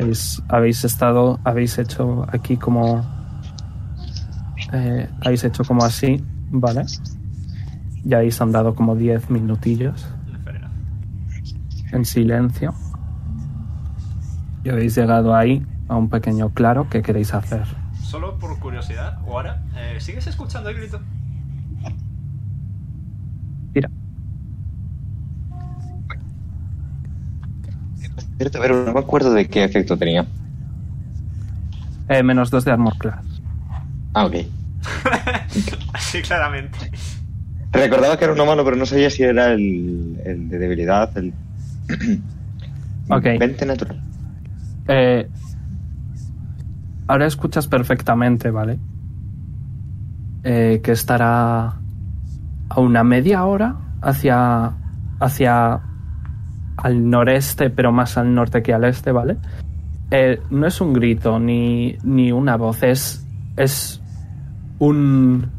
C: Habéis, habéis estado, habéis hecho aquí como... eh, habéis hecho como así, ¿vale? Y habéis andado como 10 minutillos
A: Ferreira.
C: en silencio. Y habéis llegado ahí a un pequeño claro que queréis hacer.
A: Solo por curiosidad, ahora, ¿sigues escuchando el grito?
C: Mira,
D: Cierto, pero no me acuerdo de qué efecto tenía.
C: eh, menos dos de armor class.
D: Ah, ok.
A: Así claramente.
D: Recordaba que era uno malo, pero no sabía si era el, el de debilidad, el
C: Ok.
D: 20 natural.
C: Eh, ahora escuchas perfectamente, ¿vale? Eh, que estará a una media hora hacia, hacia al noreste, pero más al norte que al este, ¿vale? Eh, no es un grito ni, ni una voz, es, es un...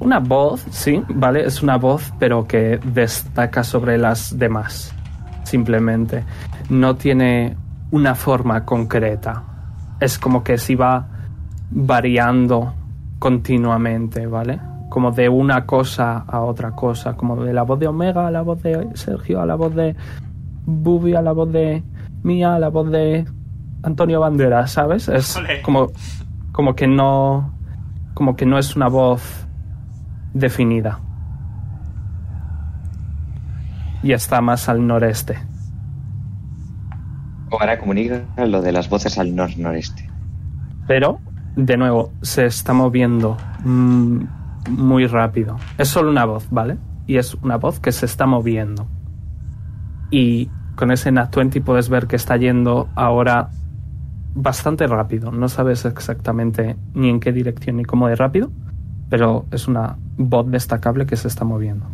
C: Una voz, sí, ¿vale? Es una voz, pero que destaca sobre las demás simplemente. No tiene una forma concreta. Es como que si va variando continuamente, ¿vale? Como de una cosa a otra cosa, como de la voz de Omega a la voz de Sergio, a la voz de Bubi, a la voz de Mía, a la voz de Antonio Bandera, ¿sabes? Es
A: Ole.
C: como, como que no. como que no es una voz definida. Y está más al noreste.
D: Ahora comunica lo de las voces al nor-noreste.
C: Pero, de nuevo, se está moviendo mm, muy rápido. Es solo una voz, ¿vale? Y es una voz que se está moviendo. Y con ese Nat 20 puedes ver que está yendo ahora bastante rápido. No sabes exactamente ni en qué dirección ni cómo de rápido, pero es una voz destacable que se está moviendo.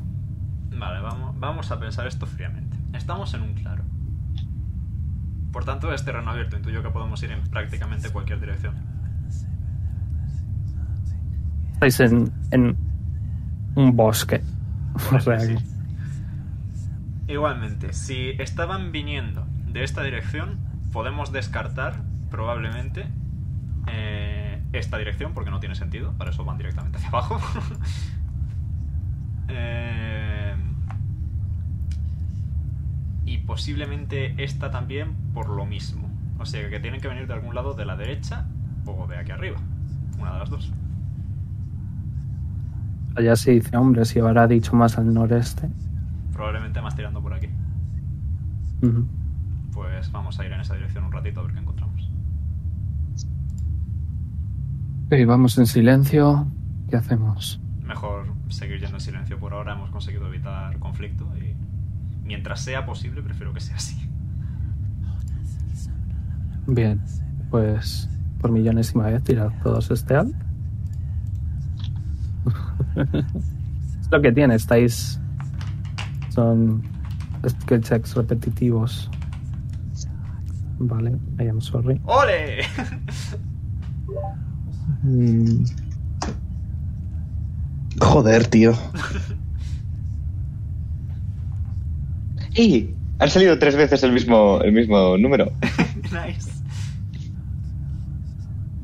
A: Vale, vamos, vamos a pensar esto fríamente. Estamos en un claro. Por tanto, es terreno abierto. Intuyo que podemos ir en prácticamente cualquier dirección.
C: Estáis en, en un bosque. O sea que-
A: Igualmente, si estaban viniendo de esta dirección, podemos descartar probablemente eh, esta dirección, porque no tiene sentido, para eso van directamente hacia abajo. Eh, y posiblemente esta también por lo mismo. O sea que tienen que venir de algún lado de la derecha o de aquí arriba. Una de las dos.
C: allá se dice, hombre, si habrá dicho más al noreste.
A: Probablemente más tirando por aquí.
C: Ujú.
A: Pues vamos a ir en esa dirección un ratito a ver qué encontramos.
C: Ok, vamos en silencio. ¿Qué hacemos?
A: Mejor seguir yendo en silencio por ahora, hemos conseguido evitar conflicto y mientras sea posible prefiero que sea así.
C: Bien, pues por millonésima vez tirar todos este al. es lo que tiene, estáis. Son skill checks repetitivos. Vale, I am sorry.
A: ¡Ole!
B: Mm. Joder, tío.
D: ¡Y! Han salido tres veces el mismo, el mismo número.
A: nice.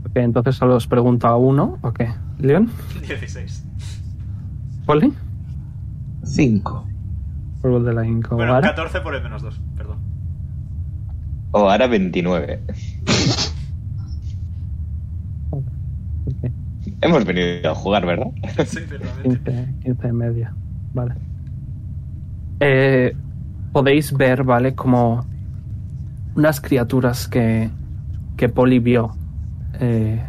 C: Ok, entonces solo os pregunto a uno. Ok, Leon,
A: 16.
C: Poli,
B: Cinco.
C: por de la Inco,
A: Bueno,
C: ¿vale?
A: 14 por el menos 2, perdón.
D: O ahora 29.
C: Ok.
D: Hemos venido a jugar, ¿verdad?
A: Sí, ciertamente.
C: 15, 15 y media, vale. Eh, podéis ver, ¿vale? Como unas criaturas que, que Poli vio. Eh,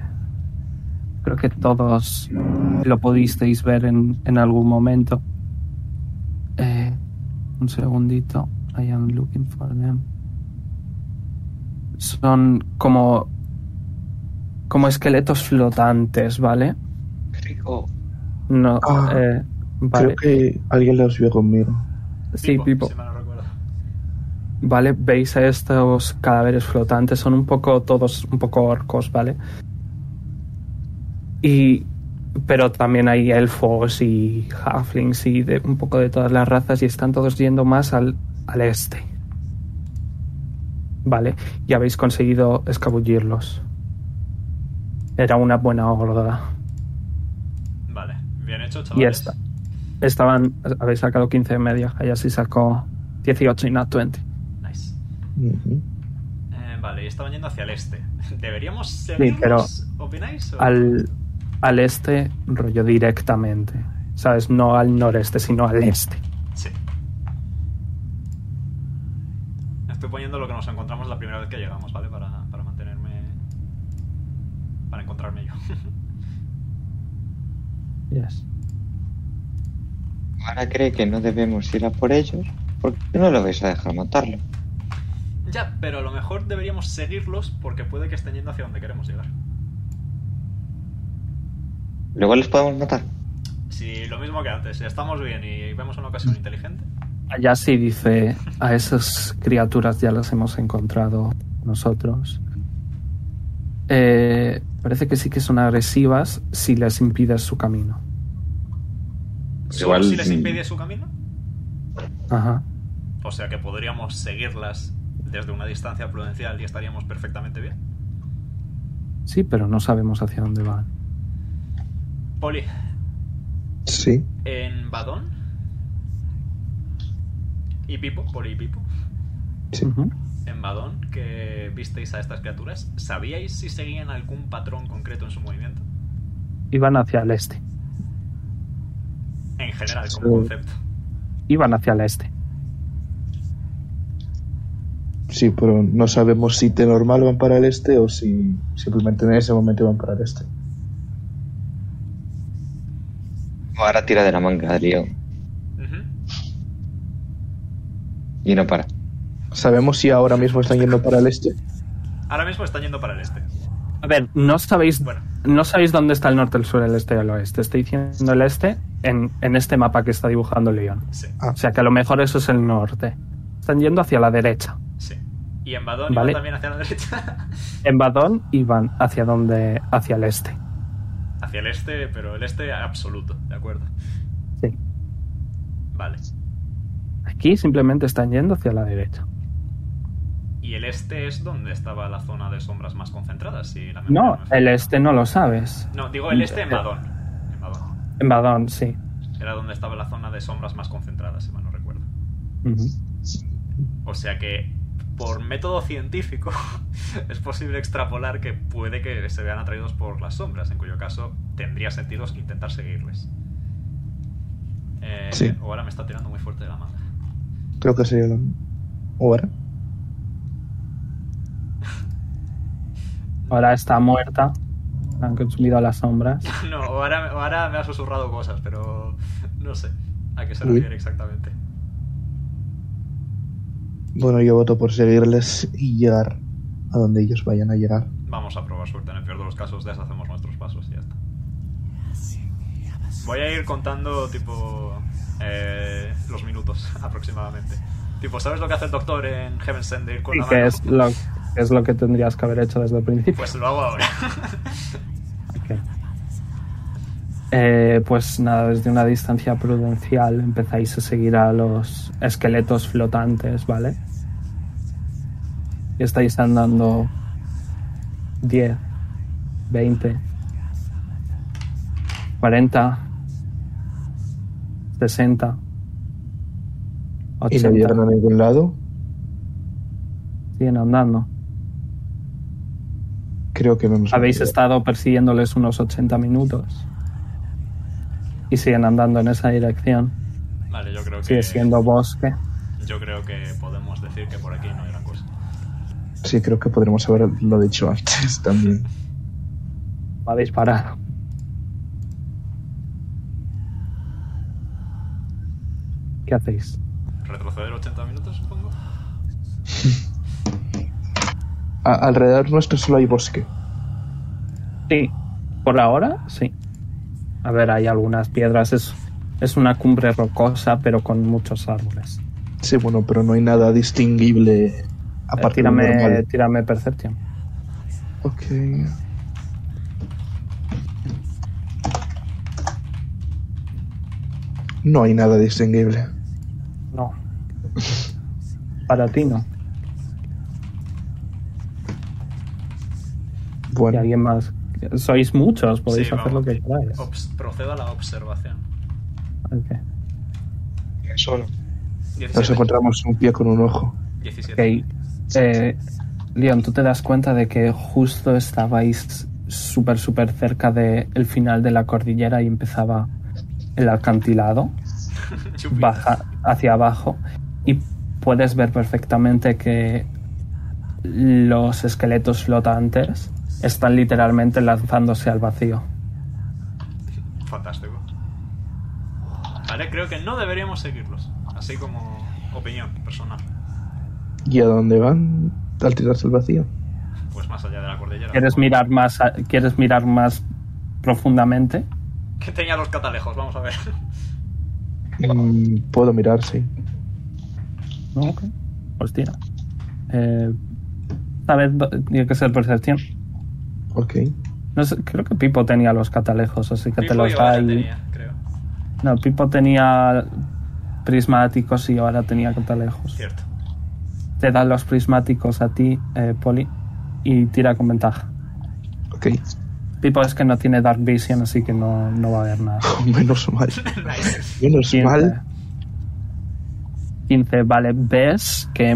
C: creo que todos lo pudisteis ver en, en algún momento. Eh, un segundito. I am looking for them. Son como, como esqueletos flotantes, ¿vale? No,
B: Ah,
C: eh,
B: Creo
C: vale.
B: que alguien los vio conmigo.
C: Sí, Pipo.
A: Si mal no recuerdo.
C: Vale, veis a estos cadáveres flotantes, son un poco, todos un poco orcos, ¿vale? Y. Pero también hay elfos y halflings y de, un poco de todas las razas y están todos yendo más al, al este. Vale, y habéis conseguido escabullirlos. Era una buena horda.
A: Vale, bien hecho,
C: Y
A: chavales.
C: esta. Estaban. Habéis sacado 15 de media, allá sí sacó 18 y not 20.
A: Nice.
B: Ujú.
A: Eh, vale, y estaban yendo hacia el este. ¿Deberíamos
C: Sí, pero
A: seguirlos? ¿Opináis? o-
C: al, al este, rollo directamente. ¿Sabes? No al noreste, sino al este.
A: Sí. Estoy poniendo lo que nos encontramos la primera vez que llegamos, ¿vale? Para, para mantenerme. Para encontrarme yo.
C: Yes.
D: Ahora cree que no debemos ir a por ellos. ¿Por qué no lo vais a dejar matarlo?
A: ya, pero a lo mejor deberíamos seguirlos porque puede que estén yendo hacia donde queremos llegar.
D: Luego les podemos matar.
A: Si lo mismo que antes, si estamos bien y vemos una ocasión inteligente.
C: Allá sí dice, a esas criaturas ya las hemos encontrado nosotros. Eh, parece que sí que son agresivas si les impides su camino.
A: ¿Solo
D: Igual,
A: si les
D: mm.
A: impide su camino?
C: Ajá.
A: O sea que podríamos seguirlas desde una distancia prudencial y estaríamos perfectamente bien.
C: Sí, pero no sabemos hacia dónde van.
A: Poli,
B: Sí.
A: en Badón. Y Pipo, Poli y Pipo.
B: Sí.
C: Ujú.
A: en Badón que visteis a estas criaturas, ¿sabíais si seguían algún patrón concreto en su movimiento?
C: Iban hacia el este.
A: En general,
C: Sí.
A: como concepto.
C: Iban hacia el este.
B: Sí, pero no sabemos si T normal van para el este o si simplemente en ese momento van para el este.
D: Ahora tira de la manga, lío.
A: Ujú.
D: Y no para.
B: ¿Sabemos si ahora mismo están yendo para el este?
A: Ahora mismo están yendo para el este.
C: A ver, no sabéis,
A: Bueno.
C: no sabéis dónde está el norte, el sur, el este o el oeste. Estoy diciendo el este en, en este mapa que está dibujando León.
A: Sí,
B: Ah.
C: O sea que a lo mejor eso es el norte. Están yendo hacia la derecha.
A: sí. Y en Badón iban
C: Vale.
A: también hacia la derecha.
C: En Badón y van hacia donde, hacia el este.
A: hacia el este, pero el este absoluto, ¿de acuerdo?
C: Sí.
A: Vale.
C: Aquí simplemente están yendo hacia la derecha.
A: Y el este es donde estaba la zona de sombras más concentradas, si la memoria
C: No,
A: me falla.
C: el este no lo sabes.
A: No, digo el este en
C: Eh.
A: Badón. En Badón.
C: En Badón, sí.
A: Era donde estaba la zona de sombras más concentradas, si mal no recuerdo.
C: Ujú.
A: O sea que, por método científico, es posible extrapolar que puede que se vean atraídos por las sombras, en cuyo caso tendría sentido intentar seguirles. Eh,
B: Sí.
A: O ahora me está tirando muy fuerte de la manga.
B: Creo que sería lo... ¿O ahora?
C: Ahora está muerta. Han consumido las sombras.
A: No, o ahora, o ahora me ha susurrado cosas, pero no sé a qué se
B: Uy.
A: refiere exactamente.
B: Bueno, yo voto por seguirles y llegar a donde ellos vayan a llegar.
A: Vamos a probar suerte. En el peor de los casos, deshacemos nuestros pasos y ya está. Voy a ir contando, tipo, eh, los minutos aproximadamente. Tipo, ¿sabes lo que hace el doctor en Heaven Send de ir con
C: Y
A: Pues la
C: que
A: mano?
C: es lo, que es lo que tendrías que haber hecho desde el principio.
A: Pues lo hago ahora.
C: Ok. Eh, pues nada, desde una distancia prudencial empezáis a seguir a los esqueletos flotantes, ¿vale? Y estáis andando 10, 20, 40, 60,
B: ¿Y no
C: 80,
B: llegan a ningún lado?
C: siguen andando.
B: Creo que no nos...
C: Habéis estado persiguiéndoles unos 80 minutos y siguen andando en esa dirección.
A: Vale, yo creo que.
C: Sigue siendo bosque.
A: Yo creo que podemos decir que por aquí no hay gran cosa.
B: Sí, creo que podremos haberlo dicho antes también.
C: Va a disparar. ¿Qué hacéis?
A: Retroceder 80 minutos, supongo.
B: A- alrededor nuestro solo hay bosque.
C: Sí. Por ahora, sí. A ver, hay algunas piedras. Es, es una cumbre rocosa, pero con muchos árboles.
B: Sí, bueno, pero no hay nada distinguible
C: Eh,
B: aparte de
C: tírame,
B: normal.
C: tírame Perception.
B: Ok. No hay nada distinguible.
C: No. Para ti no. Y
B: Bueno,
C: alguien más. Sois muchos, podéis
A: Sí,
C: hacer
A: vamos.
C: lo que queráis.
A: Obs- procedo a la observación.
C: Ok.
F: Solo.
A: 17,
B: nos encontramos un pie con un ojo.
A: 17.
C: Ok. Eh, Leon, tú te das cuenta de que justo estabais súper, súper cerca del final de la cordillera y empezaba el alcantilado
A: Chupi.
C: baja hacia abajo y puedes ver perfectamente que los esqueletos flotantes están literalmente lanzándose al vacío.
A: Fantástico. Vale, creo que no deberíamos seguirlos. Así como opinión personal.
B: ¿Y a dónde van? Al tirarse al vacío.
A: Pues más allá de la cordillera.
C: ¿Quieres mirar más, a- ¿quieres mirar más profundamente?
A: Que tenía los catalejos, vamos a ver.
B: Mm, puedo mirar, sí.
C: No, ok. Pues tira. Eh, a ver, do- tiene que ser percepción.
B: Ok.
C: No sé, creo que Pipo tenía los catalejos, así que
A: Pipo
C: te
A: y
C: los da
A: Vaya
C: y...
A: tenía, creo.
C: No, Pipo tenía prismáticos y ahora tenía catalejos.
A: Cierto.
C: Te dan los prismáticos a ti, eh, Poli, y tira con ventaja.
B: Ok.
C: Pipo es que no tiene Dark Vision, así que no, no va a ver nada.
B: Menos mal.
A: Nice.
B: Menos mal.
C: 15, vale. Ves que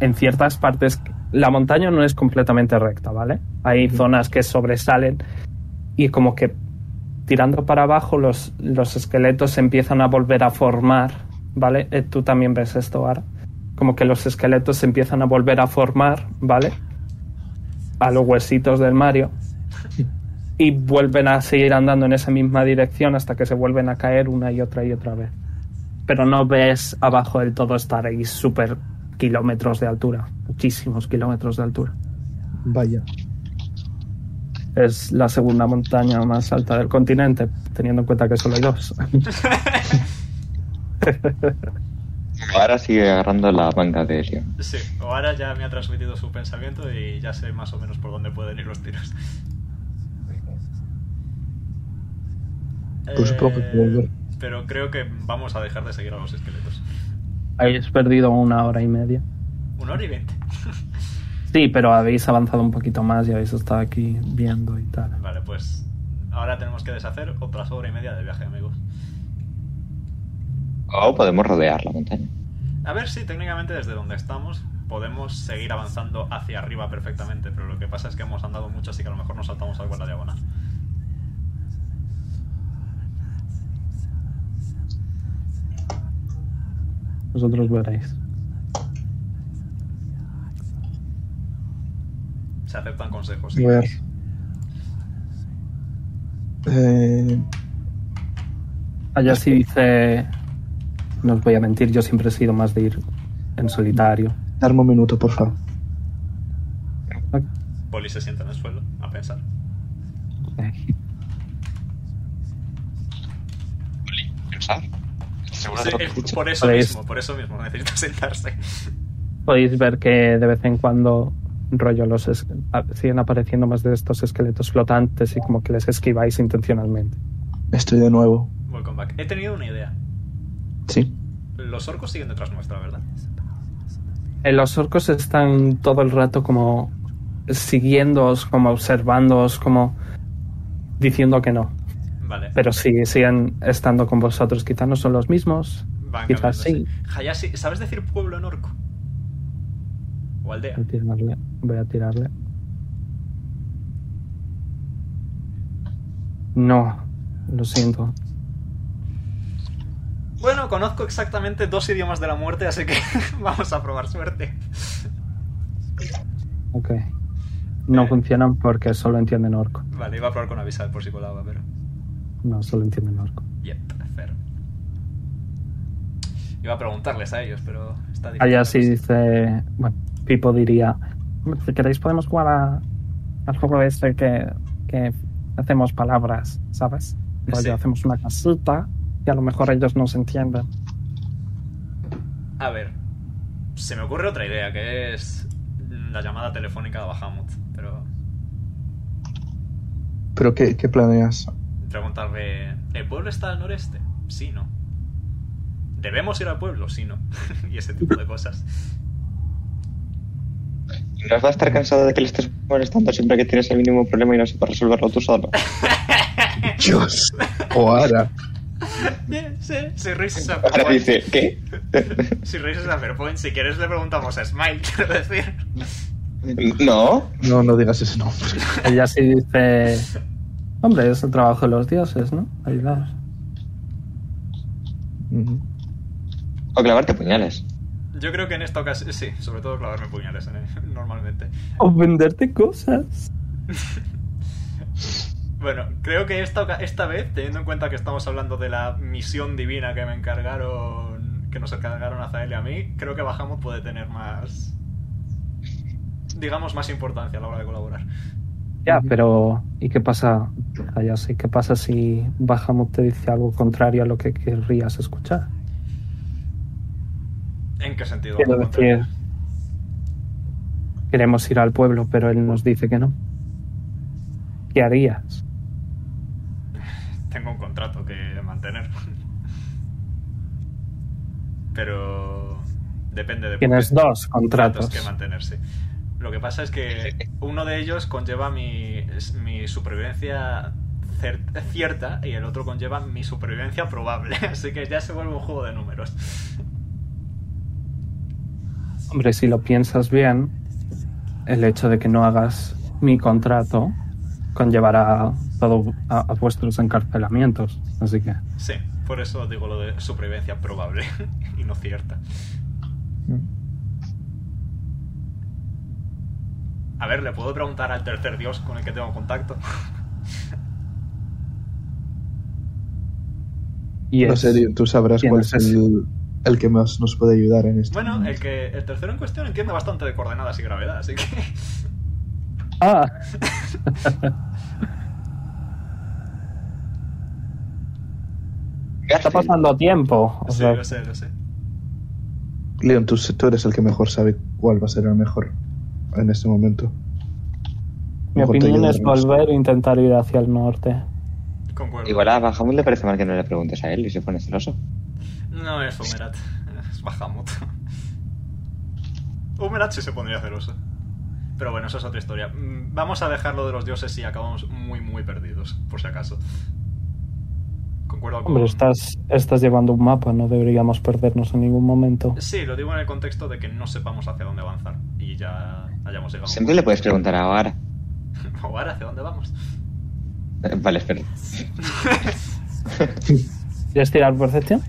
C: en ciertas partes la montaña no es completamente recta, ¿vale? Hay zonas que sobresalen y como que tirando para abajo los, los esqueletos se empiezan a volver a formar, ¿vale? Eh, Tú también ves esto ahora. como que los esqueletos se empiezan a volver a formar, ¿vale? A los huesitos del Mario. Y vuelven a seguir andando en esa misma dirección hasta que se vuelven a caer una y otra y otra vez. Pero no ves abajo del todo estar ahí súper kilómetros de altura, muchísimos kilómetros de altura.
B: Vaya.
C: Es la segunda montaña más alta del continente, teniendo en cuenta que solo hay dos.
D: Ahora sigue agarrando la manga de Helio.
A: Sí, o ahora ya me ha transmitido su pensamiento y ya sé más o menos por dónde pueden ir los tiros.
B: Pues
A: Eh,
B: poco que volver.
A: Pero creo que vamos a dejar de seguir a los esqueletos.
C: Habéis perdido una hora y media.
A: Una hora y veinte.
C: Sí, pero habéis avanzado un poquito más y habéis estado aquí viendo y tal.
A: Vale, pues ahora tenemos que deshacer otra hora y media de viaje, amigos.
D: O podemos rodear la montaña.
A: A ver si técnicamente desde donde estamos podemos seguir avanzando hacia arriba perfectamente, pero lo que pasa es que hemos andado mucho, así que a lo mejor nos saltamos algo en la diagonal.
C: Vosotros veréis.
A: Se aceptan consejos.
B: A ver. Eh,
C: Allá sí dice... No os voy a mentir, yo siempre he sido más de ir en solitario.
B: darme un minuto, por favor.
A: Poli se sienta en el suelo a pensar.
D: ¿Pensar? ¿Estás seguro
A: Sí,
D: de lo que
A: eh,
D: has dicho?
A: por eso
C: Podéis-
A: mismo, por eso mismo, necesita sentarse.
C: Podéis ver que de vez en cuando rollo los es- a- siguen apareciendo más de estos esqueletos flotantes y como que les esquiváis intencionalmente.
B: Estoy de nuevo.
A: Welcome back. He tenido una idea.
B: Sí.
A: Los orcos siguen detrás nuestra, ¿verdad?
C: Eh, los orcos están todo el rato como siguiéndoos, como observándoos, como diciendo que no.
A: Vale.
C: Pero sí, siguen estando con vosotros. Quizás no son los mismos.
A: Van
C: quizás
A: cambiando, Hayashi, ¿sabes decir pueblo en orco? O aldea.
C: Voy a tirarle. Voy a tirarle. No, lo siento.
A: Bueno, conozco exactamente dos idiomas de la muerte, así que vamos a probar suerte.
C: Ok. No
A: Eh.
C: funcionan porque solo entienden orco.
A: Vale, iba a probar con avisar por si colaba, pero.
C: No, solo entienden orco.
A: Yep, fair. Iba a preguntarles a ellos, pero está difícil.
C: Allá Ah, sí dice. Bueno, Pipo diría: Si queréis, podemos jugar a- al juego este que, que hacemos palabras, ¿sabes? Rollo,
A: Sí.
C: hacemos una casita y a lo mejor ellos no se entienden.
A: A ver, se me ocurre otra idea, que es la llamada telefónica de Bahamut, pero
B: ¿Pero qué, qué planeas?
A: preguntarle, ¿el pueblo está al noreste? Sí, no. ¿Debemos ir al pueblo? Sí, no. y ese tipo de cosas.
D: ¿No vas a estar cansado de que le estés molestando siempre que tienes el mínimo problema y no sepas resolverlo tú solo?
B: Dios. O ahora.
A: Bien, sí, si Reese es
D: Ahora
A: Afterpoint,
D: dice, ¿qué?
A: si Reese es Afterpoint, si quieres le preguntamos a Smile, quiero decir.
D: ¿No?
B: No, no digas ese nombre.
C: Ella sí dice: Hombre, es el trabajo de los dioses, ¿no? Ayudaos.
B: Ujú.
D: O clavarte puñales.
A: Yo creo que en esta ocasión, sí, sobre todo clavarme puñales en el- normalmente.
C: O venderte cosas.
A: Bueno, creo que esta, oca- esta vez, teniendo en cuenta que estamos hablando de la misión divina que me encargaron, que nos encargaron a Zael y a mí, creo que Bahamut puede tener más, digamos, más importancia a la hora de colaborar.
C: Ya, pero ¿y qué pasa? Ah, Ya sé, ¿qué pasa si Bahamut te dice algo contrario a lo que querrías escuchar?
A: ¿En qué sentido?
C: Quiero decir, queremos ir al pueblo, pero él nos dice que no. ¿Qué harías?
A: Tengo un contrato que mantener. Pero depende de...
C: Tienes
A: por qué.
C: dos contratos.
A: que mantenerse. Lo que pasa es que uno de ellos conlleva mi, es- mi supervivencia cer- cierta y el otro conlleva mi supervivencia probable. Así que ya se vuelve un juego de números.
C: Hombre, si lo piensas bien, el hecho de que no hagas mi contrato conllevará todo a, a vuestros encarcelamientos. Así que
A: Sí, por eso digo lo de supervivencia probable y no cierta. A ver, ¿le puedo preguntar al tercer dios con el que tengo contacto?
C: Y
B: No
C: es-
B: sé, Dio, tú sabrás
C: ¿Quién
B: cuál
C: es
B: es el, el que más nos puede ayudar en esto.
C: Mm.
A: Bueno, el que el tercero en cuestión entiende bastante de coordenadas y gravedad, así que
C: Ah, está pasando tiempo. O
A: sí,
C: sea,
A: lo sé, lo sé.
B: Leon, tú, tú eres el que mejor sabe cuál va a ser el mejor en este momento.
C: mi
B: Mejor te
C: opinión es
B: ayudaremos.
C: volver e intentar ir hacia el norte.
A: Concuerdo.
D: Igual a Bahamut le parece mal que no le preguntes a él y se pone celoso.
A: No es Humerat, es Bahamut. Humerat sí se pondría celoso. Pero bueno, eso es otra historia. Mm, Vamos a dejarlo de los dioses y acabamos muy, muy perdidos, por si acaso. Concuerdo con...
C: Hombre, estás, estás llevando un mapa, no deberíamos perdernos en ningún momento.
A: Sí, lo digo en el contexto de que no sepamos hacia dónde avanzar y ya hayamos llegado.
D: Siempre le puedes preguntar ahora.
A: Ahora, ¿hacia dónde vamos?
D: Eh, Vale, espera.
C: ¿Quieres tirar percepción?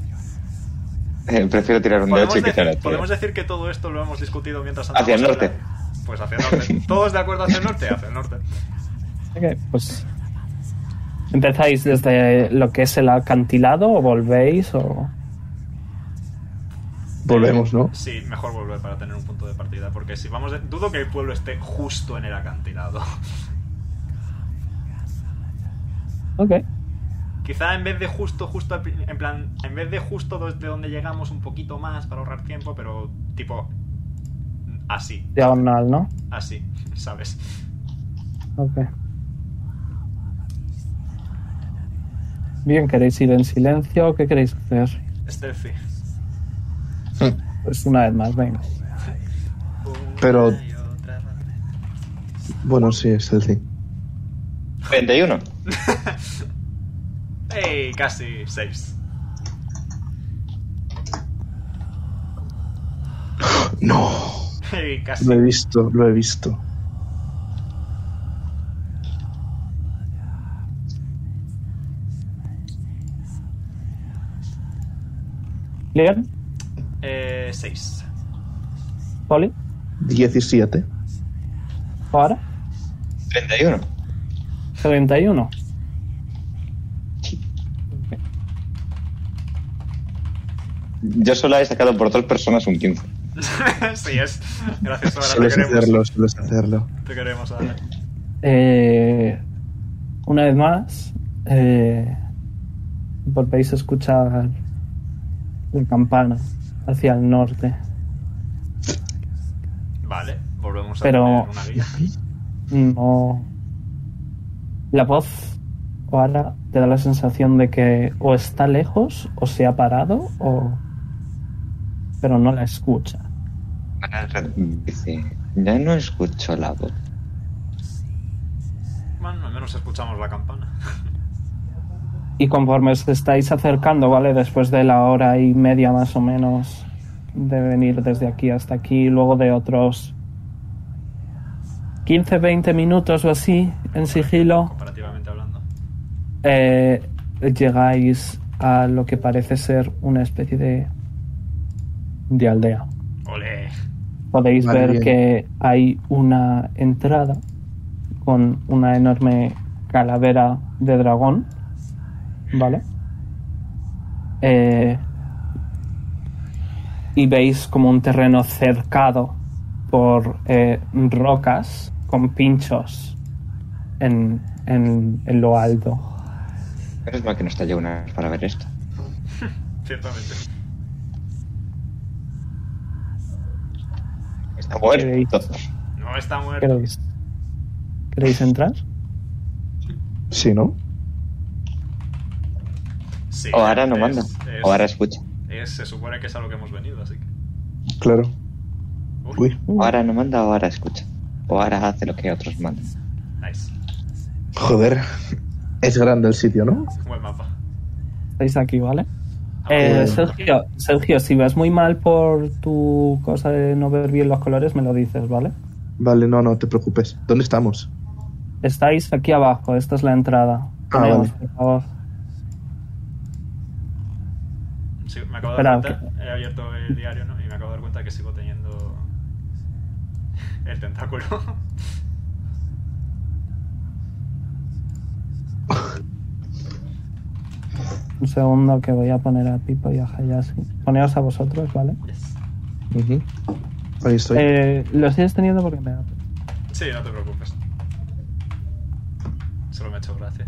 D: Eh, prefiero tirar un de
A: Podemos,
D: 8 y que
A: decir,
D: sea la
A: podemos
D: tía.
A: decir que todo esto lo hemos discutido mientras
D: Hacia el
A: andamos en
D: norte.
A: la- Pues hacia el norte. ¿Todos de acuerdo hacia el norte? Hacia el norte.
C: Ok, pues. ¿Empezáis desde lo que es el acantilado o volvéis o.?
B: Volvemos, ¿no?
A: Sí, mejor volver para tener un punto de partida, porque si vamos... de- Dudo que el pueblo esté justo en el acantilado.
C: Ok.
A: Quizá en vez de justo, justo, al pri- en plan, en vez de justo desde donde llegamos un poquito más para ahorrar tiempo, pero tipo... Así,
C: Diagonal, ¿no?
A: así, ¿sabes?
C: Ok. Bien, ¿queréis ir en silencio o qué queréis hacer?
A: Stealthy.
C: Pues una vez más, venga.
B: Pero-
A: Una y otra vez.
B: Bueno, sí, es el sí.
D: 21.
A: ¡Ey! Casi 6.
B: No,
A: ¡Ey! Casi.
B: lo he visto, lo he visto.
C: ¿Leon?
A: Eh, 6.
C: ¿Poli?
B: 17.
C: ¿Ahora?
D: 31.
C: 71.
D: Yo solo he sacado por dos personas un 15.
A: sí es. Gracias, Sara. Te
B: Sueles
A: queremos.
B: hacerlo, sueles hacerlo.
A: Te queremos, Sara.
C: Eh, una vez más, eh, volvéis a escuchar la campana hacia el norte.
A: Vale, volvemos a
C: Pero-
A: tener una guía.
C: No. La voz ahora te da la sensación de que o está lejos o se ha parado o. Pero no la escucha.
D: Dice, ya no escucho la voz.
A: Bueno, al menos escuchamos la campana.
C: Y conforme os estáis acercando, ¿vale? Después de la hora y media más o menos de venir desde aquí hasta aquí, luego de otros 15, 20 minutos o así en sigilo,
A: Comparativamente hablando.
C: eh, llegáis a lo que parece ser una especie de, de aldea.
A: Ole.
C: Podéis
B: Vale,
C: ver
B: bien.
C: que hay una entrada con una enorme calavera de dragón. ¿Vale? Eh, y veis como un terreno cercado por eh, rocas con pinchos en, en- en lo alto.
D: Pero es mal que no está Jonas para ver esto.
A: Ciertamente.
D: Está muerto.
A: No está muerto.
C: ¿Queréis, ¿queréis entrar?
B: Sí, ¿no?
A: Sí.
D: O ahora no manda.
A: es-
D: O ahora escucha.
A: es- se supone que es a lo que hemos venido, así que.
B: Claro.
A: Uy,
B: Uy,
D: O ahora no manda o ahora escucha. O ahora hace lo que otros mandan.
A: Nice.
B: joder. Es grande el sitio, ¿no?
A: Buen mapa.
C: Estáis aquí, ¿vale?
A: Ah,
C: Eh,
A: bueno.
C: Sergio, Sergio, si vas muy mal por tu cosa de no ver bien los colores, me lo dices, ¿vale?
B: Vale, no, no te preocupes. ¿Dónde estamos?
C: Estáis aquí abajo, esta es la entrada.
B: Ah,
C: Poneos,
B: vale.
C: por favor.
A: Sí, me acabo de
C: Espera,
A: dar cuenta. He abierto el diario, ¿no? Y me acabo de dar cuenta que sigo teniendo. el tentáculo.
C: Un segundo que voy a poner a Pipo y a Hayashi. Poneos a vosotros, ¿vale?
A: Yes.
B: Ujú. Ahí estoy.
C: Eh, lo sigues teniendo porque me da.
A: Sí, no te preocupes. Solo me ha hecho gracia.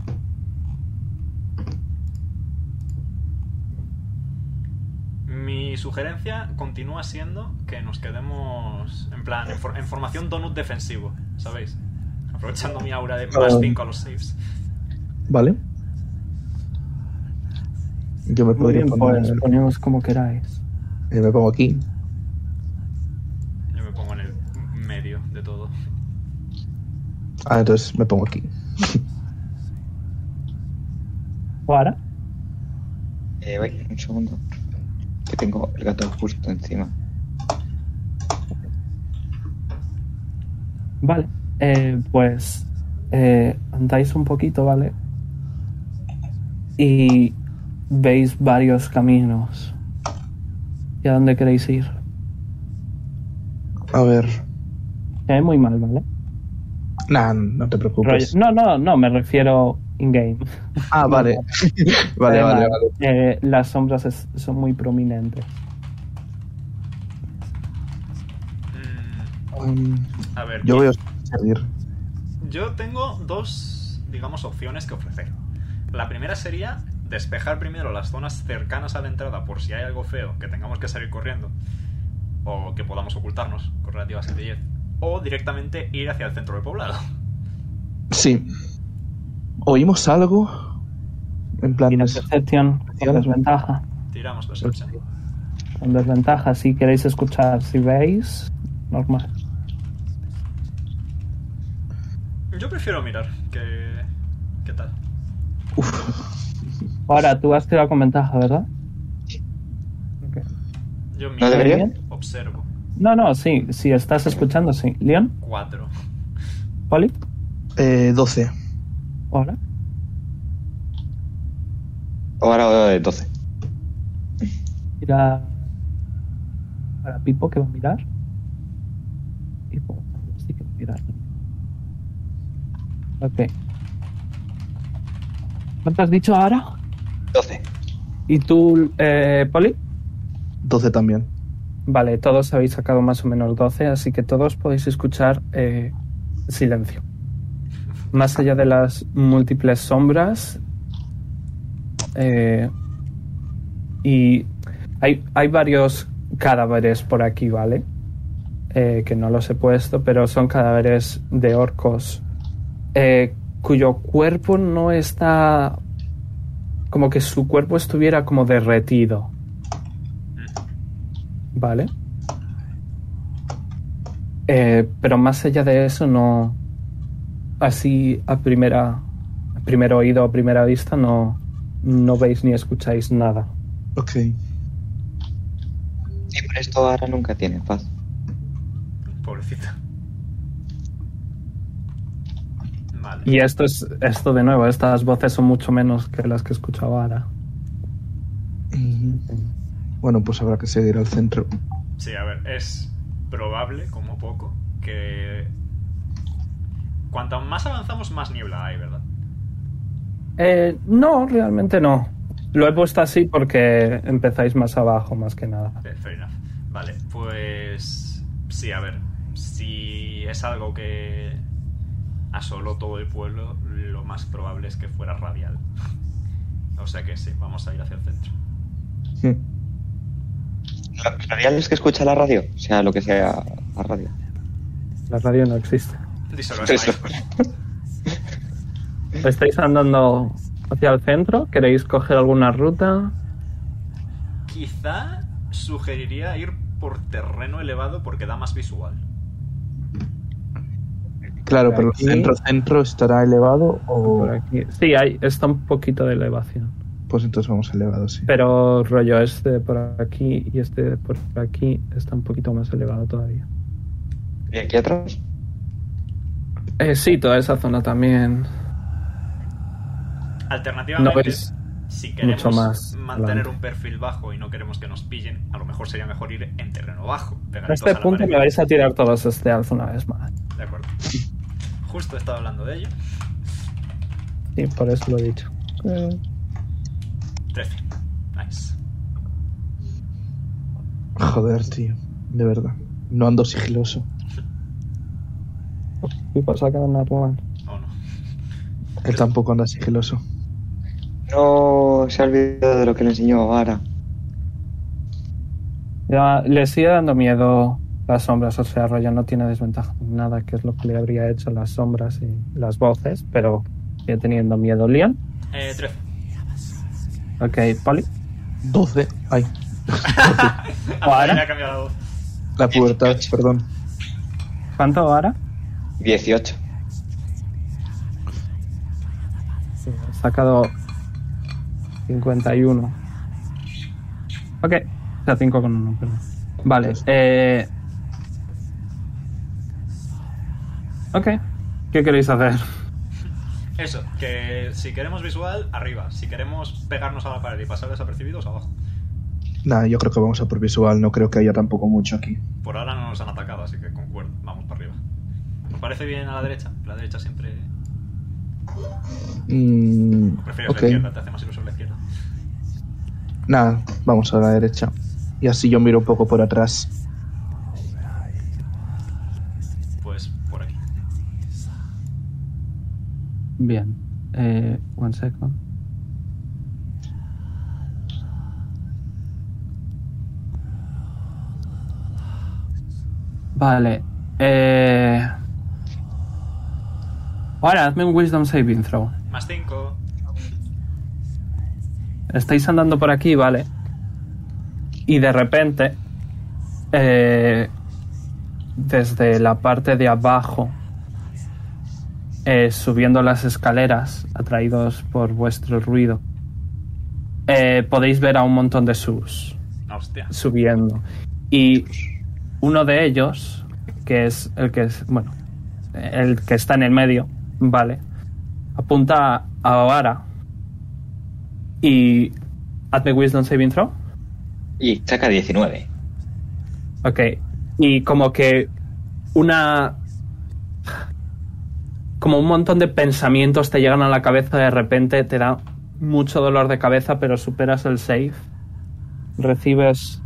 A: Mi sugerencia continúa siendo que nos quedemos en plan, en, for- en formación donut defensivo, ¿sabéis? Aprovechando mi aura de más
B: Ah.
A: 5 a los saves.
B: Vale. Yo me
C: Muy
B: podría
C: bien,
B: poner.
C: pues ponemos como queráis.
B: eh, me pongo aquí.
A: Yo me pongo en el medio de todo.
B: Ah, entonces me pongo aquí.
C: ¿O ahora?
D: Eh, voy, un segundo. Que tengo el gato justo encima.
C: Vale, eh, pues eh, andáis un poquito, ¿vale? Y veis varios caminos. ¿Y a dónde queréis ir?
B: A ver.
C: Se ve Eh, muy mal, ¿vale?
B: Nah, no te preocupes.
C: Rollo- No, no, no, me refiero in-game.
B: Ah, vale. vale, vale,
C: Además,
B: vale.
C: eh, las sombras es- son muy prominentes.
A: Mm,
B: Um,
A: a ver,
B: yo
A: ¿quién-
B: voy a servir.
A: Yo tengo dos, digamos, opciones que ofrecer. La primera sería despejar primero las zonas cercanas a la entrada por si hay algo feo que tengamos que salir corriendo o que podamos ocultarnos con relativa sencillez. O directamente ir hacia el centro del poblado.
B: Sí. ¿Oímos algo? En plan,
C: Tira
B: es-
C: Percepción con desventaja.
A: Tiramos percepción.
C: Con desventaja, si queréis escuchar, si veis, normal.
A: Yo prefiero mirar que... ¿Qué tal?
C: Ahora, tú has tirado con ventaja, ¿verdad?
A: Yo miro,
D: ¿No debería?
C: bien?
A: observo.
C: No, no, sí, si estás escuchando, sí. Leon,
A: Cuatro.
C: Poli,
B: eh, 12.
C: hola.
D: Ahora eh, 12.
C: Mira para Pipo que va a mirar. Pipo, sí que va a mirar. Ok. ¿Cuánto has dicho ahora?
D: 12.
C: ¿Y tú, eh, Poli?
B: 12 también.
C: Vale, todos habéis sacado más o menos 12, así que todos podéis escuchar eh, silencio. Más allá de las múltiples sombras. eh, y hay, hay varios cadáveres por aquí, ¿vale? Eh, que no los he puesto, pero son cadáveres de orcos. eh, cuyo cuerpo no está. Como que su cuerpo estuviera como derretido. Vale. Eh, pero más allá de eso, no. Así a primera. a primer oído a primera vista, no. No veis ni escucháis nada.
B: Ok.
D: Sí, pero esto ahora nunca tiene paz.
A: Pobrecita. Vale.
C: Y esto es. Esto de nuevo, estas voces son mucho menos que las que escuchaba ahora.
B: Ujú. Bueno, pues habrá que seguir al centro.
A: Sí, a ver, es probable, como poco, que. Cuanto más avanzamos, más niebla hay, ¿verdad?
C: Eh, no, realmente no. Lo he puesto así porque empezáis más abajo, más que nada.
A: Eh, Fair enough. Vale, pues. Sí, a ver. Si es algo que asoló todo el pueblo, lo más probable es que fuera radial. O sea que sí, vamos a ir hacia el centro.
B: Hmm.
D: Lo, lo real es que escucha la radio. O sea, lo que sea la radio.
C: La radio no existe.
A: Díselo a
D: Eso.
A: Smite.
C: ¿Estáis andando hacia el centro? ¿Queréis coger alguna ruta?
A: Quizá sugeriría ir por terreno elevado porque da más visual.
B: Claro,
C: Por
B: pero el
C: aquí.
B: centro, centro estará elevado o.
C: Por aquí. Sí, hay, está un poquito de elevación.
B: Pues entonces vamos elevado, sí.
C: Pero rollo, este de por aquí y este de por aquí está un poquito más elevado todavía.
D: ¿Y aquí atrás?
C: Eh, sí, toda esa zona también.
A: Alternativamente.
C: No veis,
A: si queremos
C: Mucho más
A: mantener
C: adelante.
A: un perfil bajo y no queremos que nos pillen, a lo mejor sería mejor ir en terreno bajo.
C: A
A: pegaditos
C: este
A: a la
C: punto
A: pared.
C: me vais a tirar todos este alfa una vez más.
A: De acuerdo. Justo estaba hablando de ello.
C: Sí, por eso lo he dicho.
A: 13. Nice.
B: Joder, tío. De verdad. No ando sigiloso.
C: Y por sacar una pluma.
A: ¿O no?
B: Él tampoco anda sigiloso.
D: No se ha olvidado de lo que le enseñó ahora.
C: Ya, le sigue dando miedo las sombras, o sea, Rollo no tiene desventaja en nada, que es lo que le habría hecho las sombras y las voces, pero sigue teniendo miedo Leon.
A: Eh, 13.
C: Ok, Poli.
B: 12. Ay,
A: Ahora
C: Ahora.
A: ya ha cambiado la voz.
B: la pubertad, perdón.
C: ¿Cuánto ahora?
D: 18.
C: Sí, he sacado 51. Ok, o sea, 5 con 1, perdón. Vale, eh... Ok, ¿qué queréis hacer?
A: Eso, que si queremos visual, arriba. Si queremos pegarnos a la pared y pasar desapercibidos, abajo.
B: Nada, yo creo que vamos a por visual. No creo que haya tampoco mucho aquí.
A: Por ahora no nos han atacado, así que concuerdo. Vamos para arriba. ¿Nos parece bien a la derecha? La derecha siempre...
B: Mm,
A: o prefieres
B: ok.
A: la izquierda, te hace más ilusión la izquierda.
B: Nada, vamos a la derecha. Y así yo miro un poco por atrás.
A: Pues por aquí.
G: Bien. Eh, one second. Vale. Eh... Ahora, hazme un Wisdom Saving Throw.
A: Más 5.
C: Estáis andando por aquí, vale. Y de repente, eh, desde la parte de abajo, eh, subiendo las escaleras, atraídos por vuestro ruido, eh, podéis ver a un montón de sus
A: Ah, Hostia.
C: subiendo. Y uno de ellos, que es el que es, bueno, el que está en el medio, vale, apunta a Vara y hazme Wisdom Saving Throw.
D: Y saca 19.
C: Ok. Y como que una. Como un montón de pensamientos te llegan a la cabeza de repente, te da mucho dolor de cabeza, pero superas el save. Recibes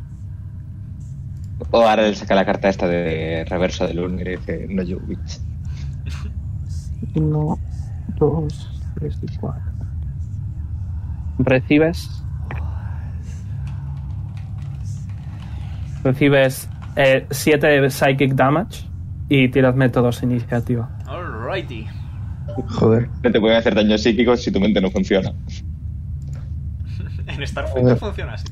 D: O ahora le saca la carta esta de reverso del Lungre que no yo bitch.
C: 1, 2, 3 y 4. Recibes. Recibes 7 de psychic damage y tiradme todos iniciativa.
A: Alrighty.
B: Joder.
D: No te pueden hacer daño psíquico si tu mente no funciona.
A: En Starfield no funciona así.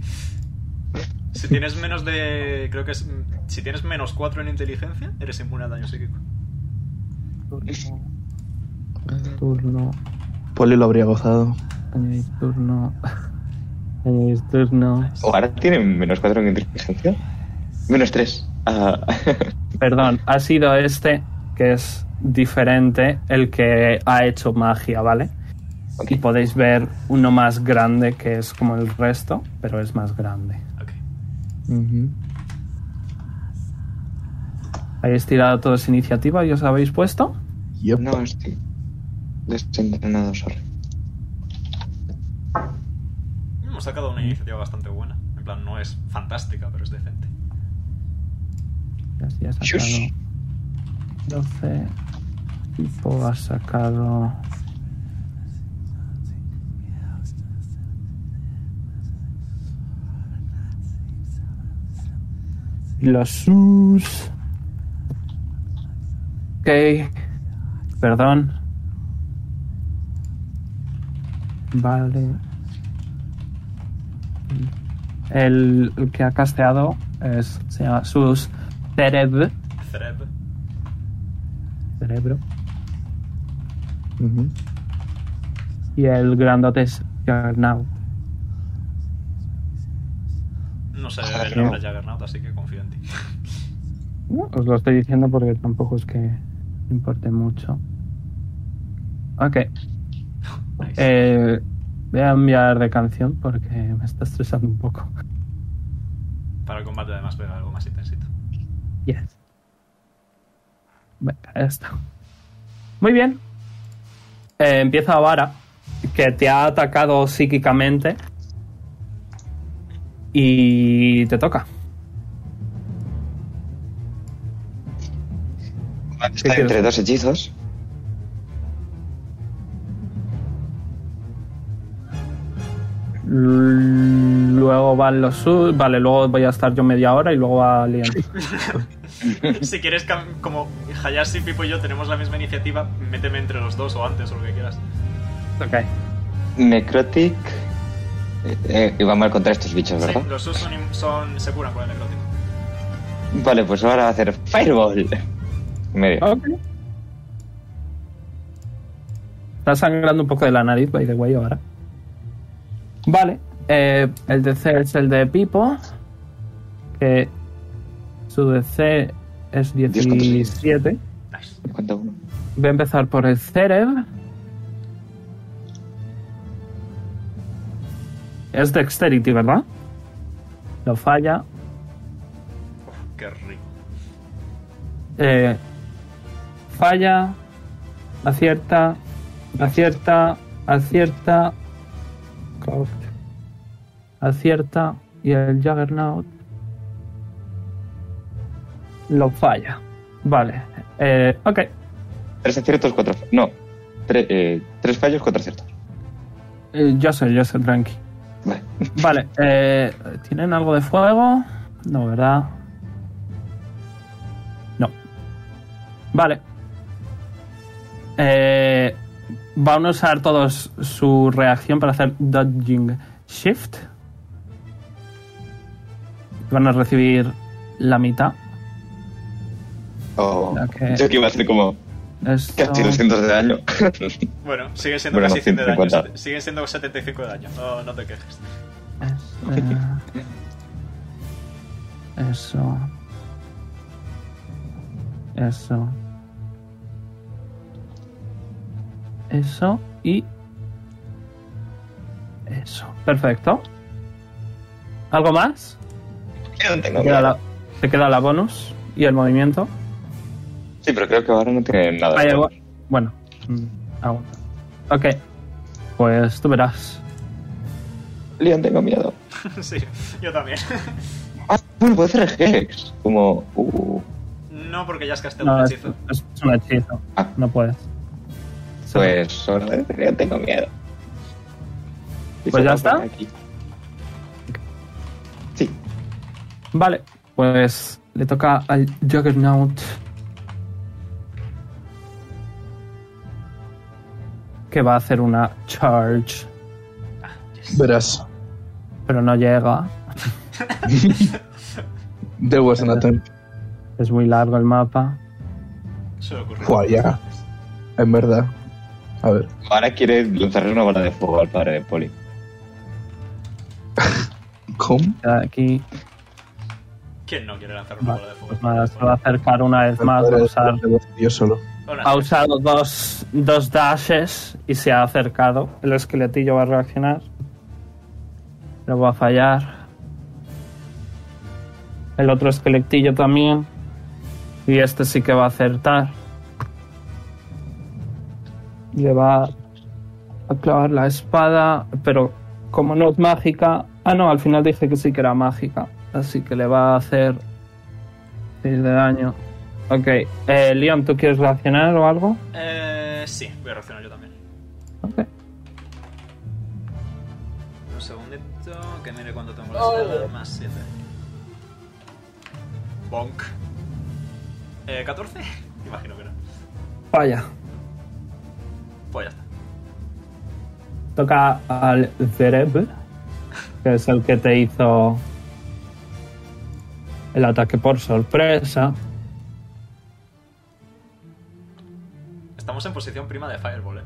A: Si tienes menos de. Creo que es. Si tienes menos 4 en inteligencia, eres inmune al daño psíquico.
C: Turno. Turno.
B: Poli lo habría gozado.
C: Añadir turno. Añadir turno.
D: O ahora tienen menos 4 en inteligencia. Menos Ah. 3.
C: Perdón, ha sido este que es diferente el que ha hecho magia, ¿vale? Y podéis ver uno más grande que es como el resto, pero es más grande.
A: Ok.
C: ¿Habéis tirado todos iniciativa y os habéis puesto?
B: Yep.
D: No, estoy desentrenado, sorry.
A: Hemos sacado una iniciativa bastante buena. En plan, no es fantástica, pero es decente.
C: Ya ha sacado
D: Shush.
C: 12. Tipo ha sacado. Y La sus. Ok. Perdón. Vale. El, el que ha casteado es, se llama Sus Cereb.
A: Zreb.
C: Cerebro.
B: Ujú.
C: Y el grandote es Juggernaut.
A: No sé
D: Joder,
A: el
D: no.
A: nombre de Juggernaut, así que confío en ti.
C: No, os lo estoy diciendo porque tampoco es que importe mucho. Ok.
A: Nice.
C: eh,
G: Voy a enviar de canción porque me está estresando un poco.
A: Para el combate además pero algo más intensito.
G: Yes. Venga, ya está. Muy bien.
C: Eh, empieza Vara, que te ha atacado psíquicamente. Y te toca.
D: Está
B: ¿Qué
D: entre
B: quieres?
D: dos hechizos.
C: L- Luego van los sub. Vale, luego voy a estar yo media hora y luego va Liam.
A: si quieres, cam- como Hayashi, Pipo y yo tenemos la misma iniciativa, méteme entre los dos o antes o lo que quieras.
C: ok.
D: Necrotic. Eh, eh, y va mal contra estos bichos,
A: Sí,
D: ¿verdad?
A: los sus son, im- son- se curan con el necrótico.
D: Vale, pues ahora va a hacer Fireball. Medio.
C: Ok. Está sangrando un poco de la nariz, by the way, ahora. Vale. eh, el DC es el de Pipo. Que su DC es
D: Dios, ¿cuántos tienes?
C: 17.
A: Nice.
D: ¿Cuánto uno?
C: Voy a empezar por el Cereb. Es Dexterity, ¿verdad? Lo falla.
A: Qué rico.
C: Eh, falla. Acierta. Acierta. Acierta. Cock. Acierta. Y el Juggernaut. Lo falla. Vale. Eh, ok.
D: Tres aciertos, cuatro. No. Tre- eh, tres fallos, cuatro aciertos.
C: Eh, yo sé, yo sé, tranqui.
D: Vale.
C: Vale, eh, ¿tienen algo de fuego? No, ¿verdad? No. Vale. Eh, van a usar todos su reacción para hacer dodging shift. Van a recibir la mitad.
D: Oh,
C: Ok.
D: Yo que iba a hacer como
C: Esto-
D: casi 200 de daño.
A: Bueno, sigue siendo
D: Bueno,
A: casi 100 de daño.
D: 150.
A: sete- Siguen siendo 75 de daño. No, no te quejes.
C: Este- Eso. Eso. Eso y... Eso. Perfecto. ¿Algo más?
D: Yo no tengo
C: Te queda
D: miedo.
C: la, te queda la bonus y el movimiento.
D: Sí, pero creo que ahora no tiene nada.
C: Vaya, bu- bueno. mm, aguanta. Ok. Pues tú verás.
D: Leon, tengo miedo.
A: sí, yo también.
D: Ah, bueno, puedo hacer Hex. Como. Uh,
A: no porque ya has casteado
C: No,
A: un
C: es,
A: hechizo.
C: es un hechizo.
D: Ah.
C: No puedes.
D: pues ahora Leon, tengo miedo. Y
C: Pues ya
D: se
C: está.
D: pone aquí. Sí.
C: Vale, pues le toca al Juggernaut. Que va a hacer una charge,
B: Verás.
C: pero no llega.
B: There was an attempt.
C: Es muy largo el mapa.
A: Suele ocurrir.
B: Buah, ya. En verdad. A ver.
D: Ahora quiere lanzarle una bola de fuego al padre de Poli.
B: ¿Cómo?
C: Queda Aquí,
A: ¿Quién no quiere lanzar una bola de fuego?
C: pues nada, se va a acercar una vez más. Va a usar,
B: Yo solo.
A: Bueno,
C: ha usado dos, dos dashes y se ha acercado. El esqueletillo va a reaccionar. Lo va a fallar. El otro esqueletillo también. Y este sí que va a acertar. Le va a clavar la espada, pero como no es mágica. Ah, no, al final dije que sí que era mágica. Así que le va a hacer 6 de daño. Ok, eh, Leon, ¿tú quieres reaccionar o algo?
A: eh, sí, voy a reaccionar yo también.
C: Ok.
A: Un segundito, que mire cuánto tengo la espada. Más 7. Bonk. Eh, ¿14? Imagino que no.
C: Vaya.
A: Pues ya está.
C: Toca al Zereb, que es el que te hizo el ataque por sorpresa.
A: Estamos en posición prima de Fireball, eh.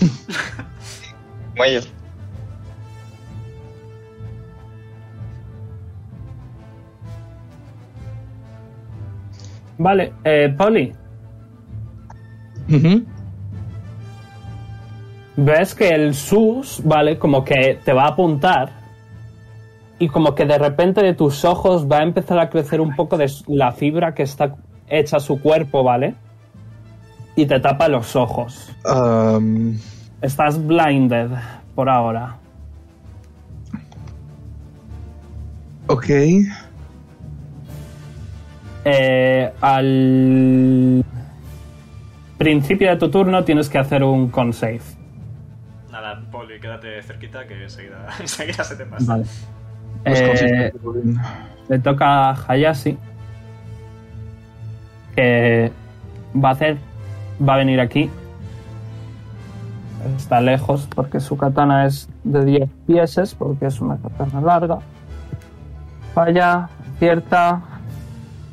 D: Bueno,
C: Vale, eh, Poli, ves que el sus, ¿vale? Como que te va a apuntar. Y como que de repente de tus ojos va a empezar a crecer un poco de s- la fibra que está hecha su cuerpo, ¿vale? Y te tapa los ojos.
B: Am,
C: Estás blinded por ahora.
B: ok.
C: Eh, al principio de tu turno tienes que hacer un con save.
A: Nada, Poli, quédate cerquita que enseguida, enseguida se te pasa.
C: Vale.
B: Pues
C: Eh,
B: consiste-
C: le toca a Hayashi. Que Eh, va a hacer. Va a venir aquí. Está lejos porque su katana es de 10 pieses, porque es una katana larga. Falla, cierta,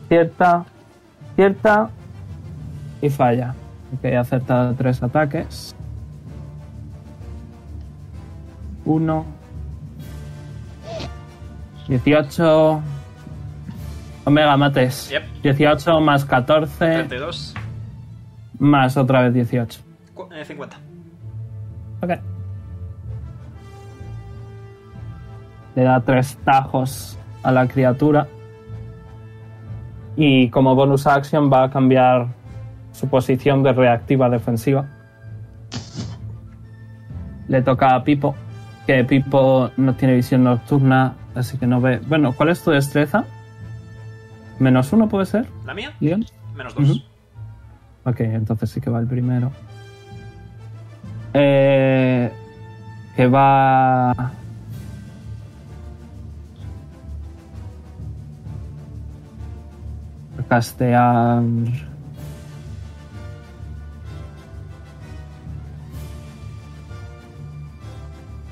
C: cierta, cierta y falla. Ok, ha acertado tres ataques. Uno, 18. Omega mates.
A: Yep.
C: 18 más 14
A: 32,
C: más otra vez 18.
A: cu- eh, 50.
C: Ok. Le da tres tajos a la criatura. Y como bonus action va a cambiar su posición de reactiva defensiva. Le toca a Pipo. Que Pipo no tiene visión nocturna, así que no ve. Bueno, ¿cuál es tu destreza? Menos uno puede ser,
A: ¿La mía?
C: Leon.
A: Menos 2.
C: Ujú. Ok, entonces sí que va el primero. Eh, que va... A castear...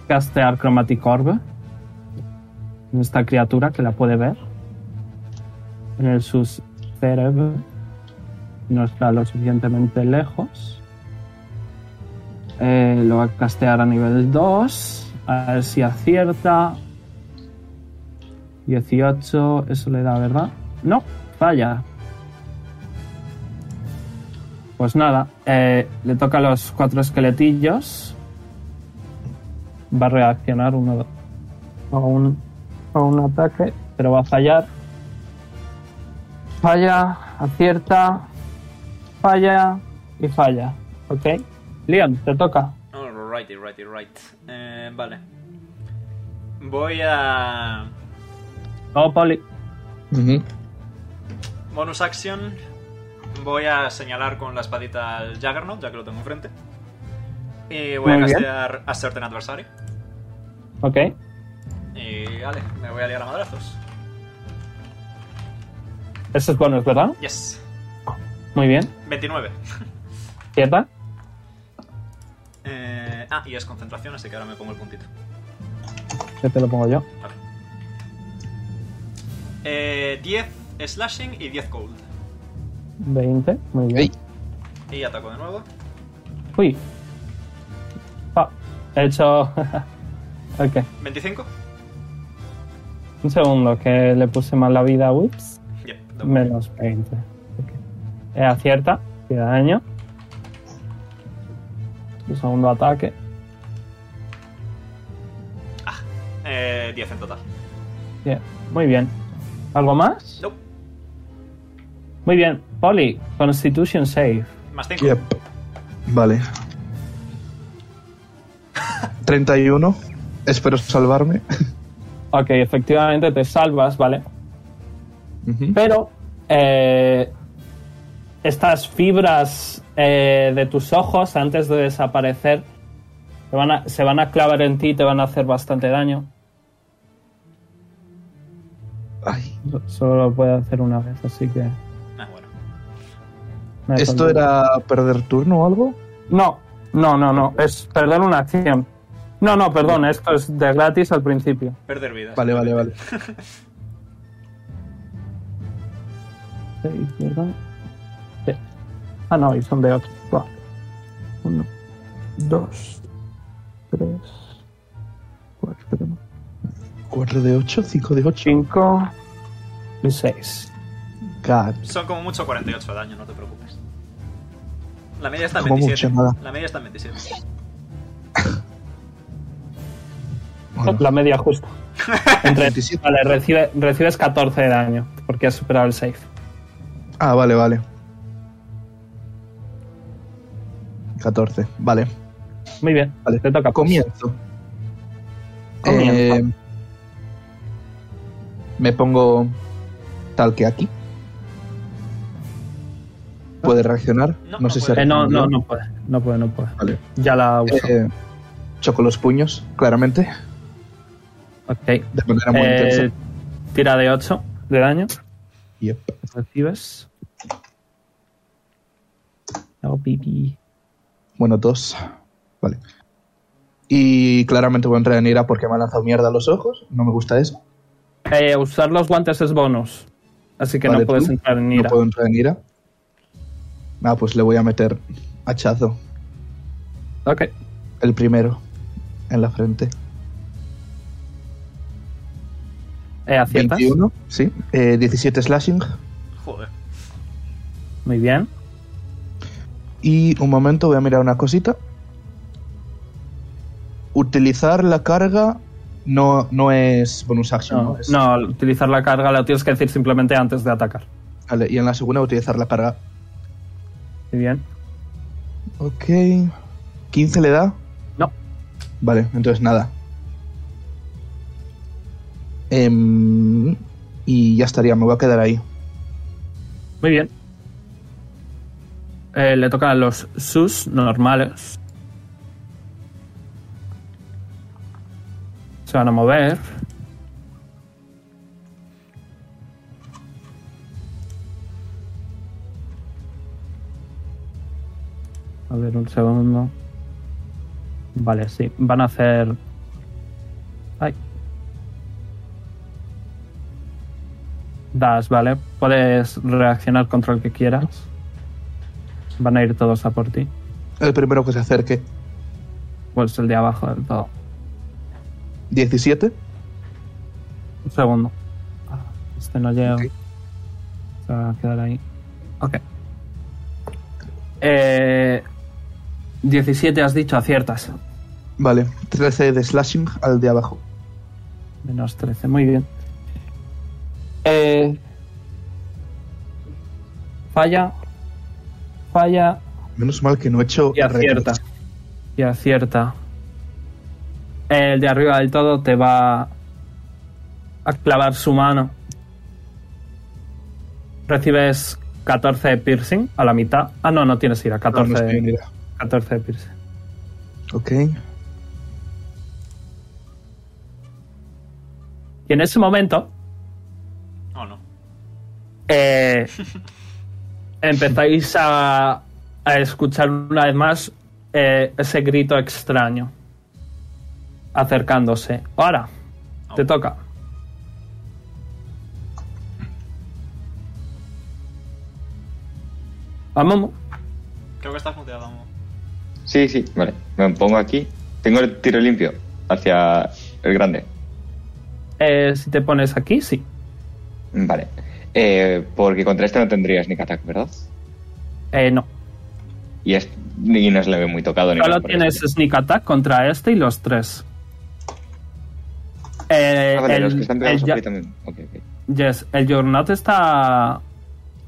C: Castear Chromatic Orb. En esta criatura que la puede ver. En el sus cerebro no está lo suficientemente lejos. Eh, lo va a castear a nivel 2. A ver si acierta. 18, eso le da, ¿verdad? No, falla. Pues nada, eh, le toca a los cuatro esqueletillos. Va a reaccionar uno a un, a un ataque, pero va a fallar. Falla, acierta, falla y falla. ¿Ok? Leon, te toca.
A: Alrighty, righty, right. Eh, vale. Voy a.
C: Oh, Poli.
B: Ujú.
A: Bonus action. Voy a señalar con la espadita al Juggernaut, ya que lo tengo enfrente. Y voy a
C: Muy bien.
A: castear a Certain Adversary.
C: Ok.
A: Y vale, me voy a liar a madrazos.
C: Eso es bonus, ¿verdad?
A: Yes.
C: Muy bien.
A: 29.
C: ¿Cierta?
A: Eh, ah, y es concentración, así que ahora me pongo el puntito.
C: Yo te lo pongo yo.
A: Vale. Eh, 10 slashing y 10 cold.
C: 20. Muy bien.
A: Y ataco de nuevo.
C: Uy. Ah, he hecho... ok.
A: 25.
C: Un segundo, que le puse mal la vida a Whips.
A: Yep, doble.
C: Menos 20. Ok. Eh, acierta. Y da daño. Tu segundo ataque.
A: Eh, 10 en total.
C: Bien. Muy bien. ¿Algo más?
A: Nope.
C: Muy bien. Poli, Constitution Save.
A: Más 5.
B: Yep. Vale. 31. Espero salvarme.
C: Ok, efectivamente te salvas, ¿vale?
B: Ujú.
C: Pero eh, estas fibras eh, de tus ojos, antes de desaparecer, te van a- se van a clavar en ti y te van a hacer bastante daño.
B: Ay.
C: So- Solo lo puede hacer una vez, así que...
A: Ah, bueno.
C: no hay
B: ¿Esto
C: problema.
B: era perder turno o algo?
C: No, no, no, no. Es perder una acción. No, no, perdón, esto es de gratis al principio.
A: Perder vidas.
B: Vale, vale, vale.
C: Seis, ¿verdad? Sí. Ah, no, y son de otro. Va. Uno, dos, tres, cuatro,
B: 4 de 8, 5 de 8.
C: cinco y seis.
B: God.
A: Son como mucho 48 de daño, no te preocupes. La media está en
B: Como
A: 27.
B: mucho, nada.
A: La media está en 27.
B: Bueno.
C: La media justa. Entre-
B: 27.
C: vale, recibe- recibes 14 de daño porque has superado el safe.
B: Ah, vale, vale. 14, vale.
C: Muy bien,
B: Vale.
C: te toca. pues.
B: Comienzo.
C: Comienza.
B: Eh, me pongo tal que aquí. ¿Puede reaccionar?
A: No,
B: No,
A: no
B: sé si
A: puede.
C: Eh, no,
B: reaccionará.
C: no, no puede. No puede, no puede.
B: Vale.
C: Ya la uso.
B: Eh, choco los puños, claramente.
C: ok.
B: De manera muy
C: Eh,
B: intensa.
C: tira de 8 de daño.
B: Yep.
C: Recibes. Oh, baby.
B: Bueno, dos. Vale. Y claramente voy a entrar en ira porque me ha lanzado mierda a los ojos. No me gusta eso.
C: Eh, usar los guantes es bonus. Así que
B: Vale,
C: no puedes
B: tú.
C: entrar en
B: No
C: ira.
B: puedo entrar en ira. Ah, pues le voy a meter hachazo.
C: ok.
B: El primero. En la frente.
C: Eh, aciertas.
B: 21. Sí. Eh, 17 slashing.
A: Joder.
C: Muy bien.
B: Y un momento, voy a mirar una cosita. Utilizar la carga no, no es bonus action.
C: No,
B: Es-
C: no, al utilizar la carga la tienes que decir simplemente antes de atacar.
B: Vale, y en la segunda utilizar la carga.
C: Muy bien.
B: Ok. ¿15 le da?
C: No.
B: Vale, entonces nada. Em, y ya estaría, me voy a quedar ahí.
C: Muy bien. Eh, le tocan los sus normales. Se van a mover. A ver, un segundo. Vale, sí. Van a hacer... Ay. Das, vale. Puedes reaccionar contra el que quieras. Van a ir todos a por ti.
B: El primero que se acerque.
C: Pues el de abajo del todo.
B: 17.
C: Un segundo. Ah, Este no llega.
B: Ok.
C: Se va a quedar ahí. Ok. Eh, 17 has dicho, aciertas.
B: Vale, 13 de slashing al de abajo.
C: Menos 13, muy bien. Eh, falla. Falla.
B: Menos mal que no he hecho.
C: Y acierta.
B: retos.
C: Y acierta. El de arriba del todo te va a clavar su mano. Recibes 14 de piercing a la mitad. Ah, no, no tienes ira.
B: No, no
C: 14,
B: estoy en
C: de,
B: ira.
C: 14 de piercing.
B: Ok.
C: Y en ese momento
A: Oh, no.
C: eh, empezáis a, a escuchar una vez más eh, ese grito extraño acercándose. Ahora,
A: Oh,
C: te toca. Vamos.
A: Creo que estás muteado, amo.
D: Sí, sí, vale. Me pongo aquí. Tengo el tiro limpio hacia el grande.
C: Eh, si te pones aquí, sí.
D: Vale. Eh, porque contra este no tendría sneak attack, ¿verdad?
C: Eh, no.
D: Y, es, y no se le ve muy tocado. ni nada
C: Solo
D: por este.
C: tienes
D: el estilo.
C: sneak attack contra este y los tres. Eh,
D: Ah, vale,
C: el-
D: los que están pegados
C: el ya-
D: aquí también. Ok, ok.
C: Yes, el Jornat está.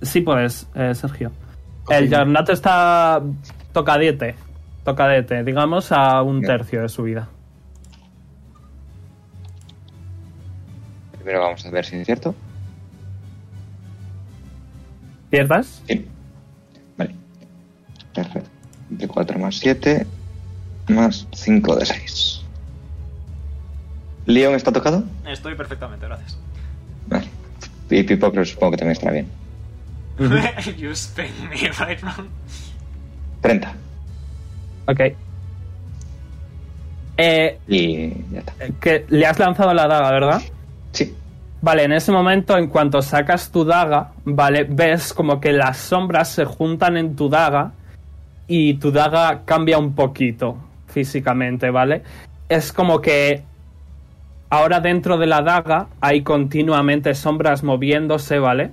C: Sí puedes, eh, Sergio. El
B: Ok.
C: Jornat está tocadete. Tocadete, digamos a un
D: Bien.
C: tercio de su vida.
D: Primero vamos a ver si es cierto.
C: ¿Pierdas?
D: Sí. Vale. Perfecto. De 4 más 7 más 5 de 6. ¿Leon está tocado?
A: Estoy perfectamente, gracias.
D: Vale. Y Pipo, pero supongo que también estará bien.
A: you spin me right round.
D: 30.
C: Ok. Eh,
D: Y ya está.
C: que le has lanzado la daga, ¿verdad?
D: Sí.
C: Vale, en ese momento, en cuanto sacas tu daga, ¿vale? Ves como que las sombras se juntan en tu daga y tu daga cambia un poquito físicamente, ¿vale? Es como que ahora dentro de la daga hay continuamente sombras moviéndose, ¿vale?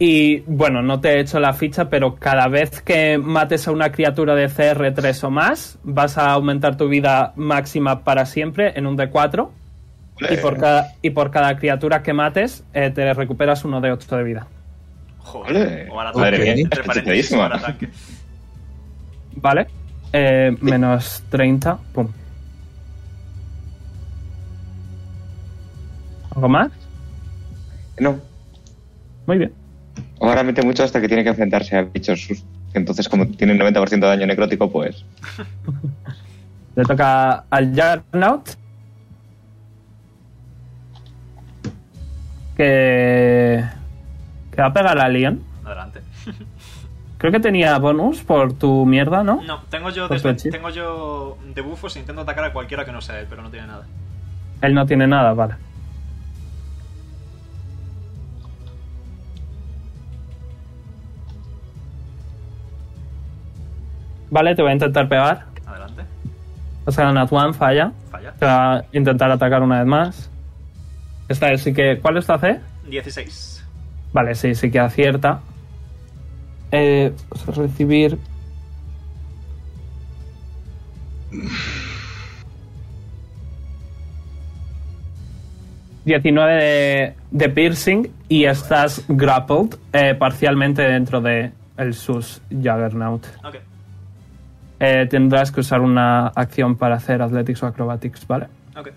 C: Y bueno, no te he hecho la ficha, pero cada vez que mates a una criatura de CR3 o más, vas a aumentar tu vida máxima para siempre en un D4. Y por cada, y por cada criatura que mates, eh, te recuperas uno de 8 de vida.
A: Joder.
D: Vale.
A: O al
D: Madre
A: ataque.
D: mía,
A: entre
D: qué
A: paréntesis, o al
D: chistadísima.
A: ataque.
C: ¿Vale? Eh, menos 30. Pum. ¿Algo más?
D: No,
C: Muy bien.
D: ahora mete mucho hasta que tiene que enfrentarse a bichos sus- Entonces, como tiene un 90% de daño necrótico, pues.
C: Le toca al Jarnaut. Que. Que va a pegar al Leon.
A: Adelante.
C: Creo que tenía bonus por tu mierda, ¿no?
A: No, tengo yo,
C: Pues
A: desven-
C: Pechi.
A: tengo yo debufos e intento atacar a cualquiera que no sea él, pero no tiene nada.
C: Él no tiene nada, vale. Vale, te voy a intentar pegar.
A: Adelante.
C: O sea, Nat One falla.
A: Falla.
C: Te va a intentar atacar una vez más. Esta es sí que. ¿Cuál es tu AC?
A: 16.
C: Vale, sí, sí que acierta. Eh, vas a recibir. ...19 de, de piercing y estás grappled eh, parcialmente dentro de el sus Juggernaut.
A: Ok.
C: Eh, tendrás que usar una acción para hacer Athletics o Acrobatics, ¿vale?
A: Ok.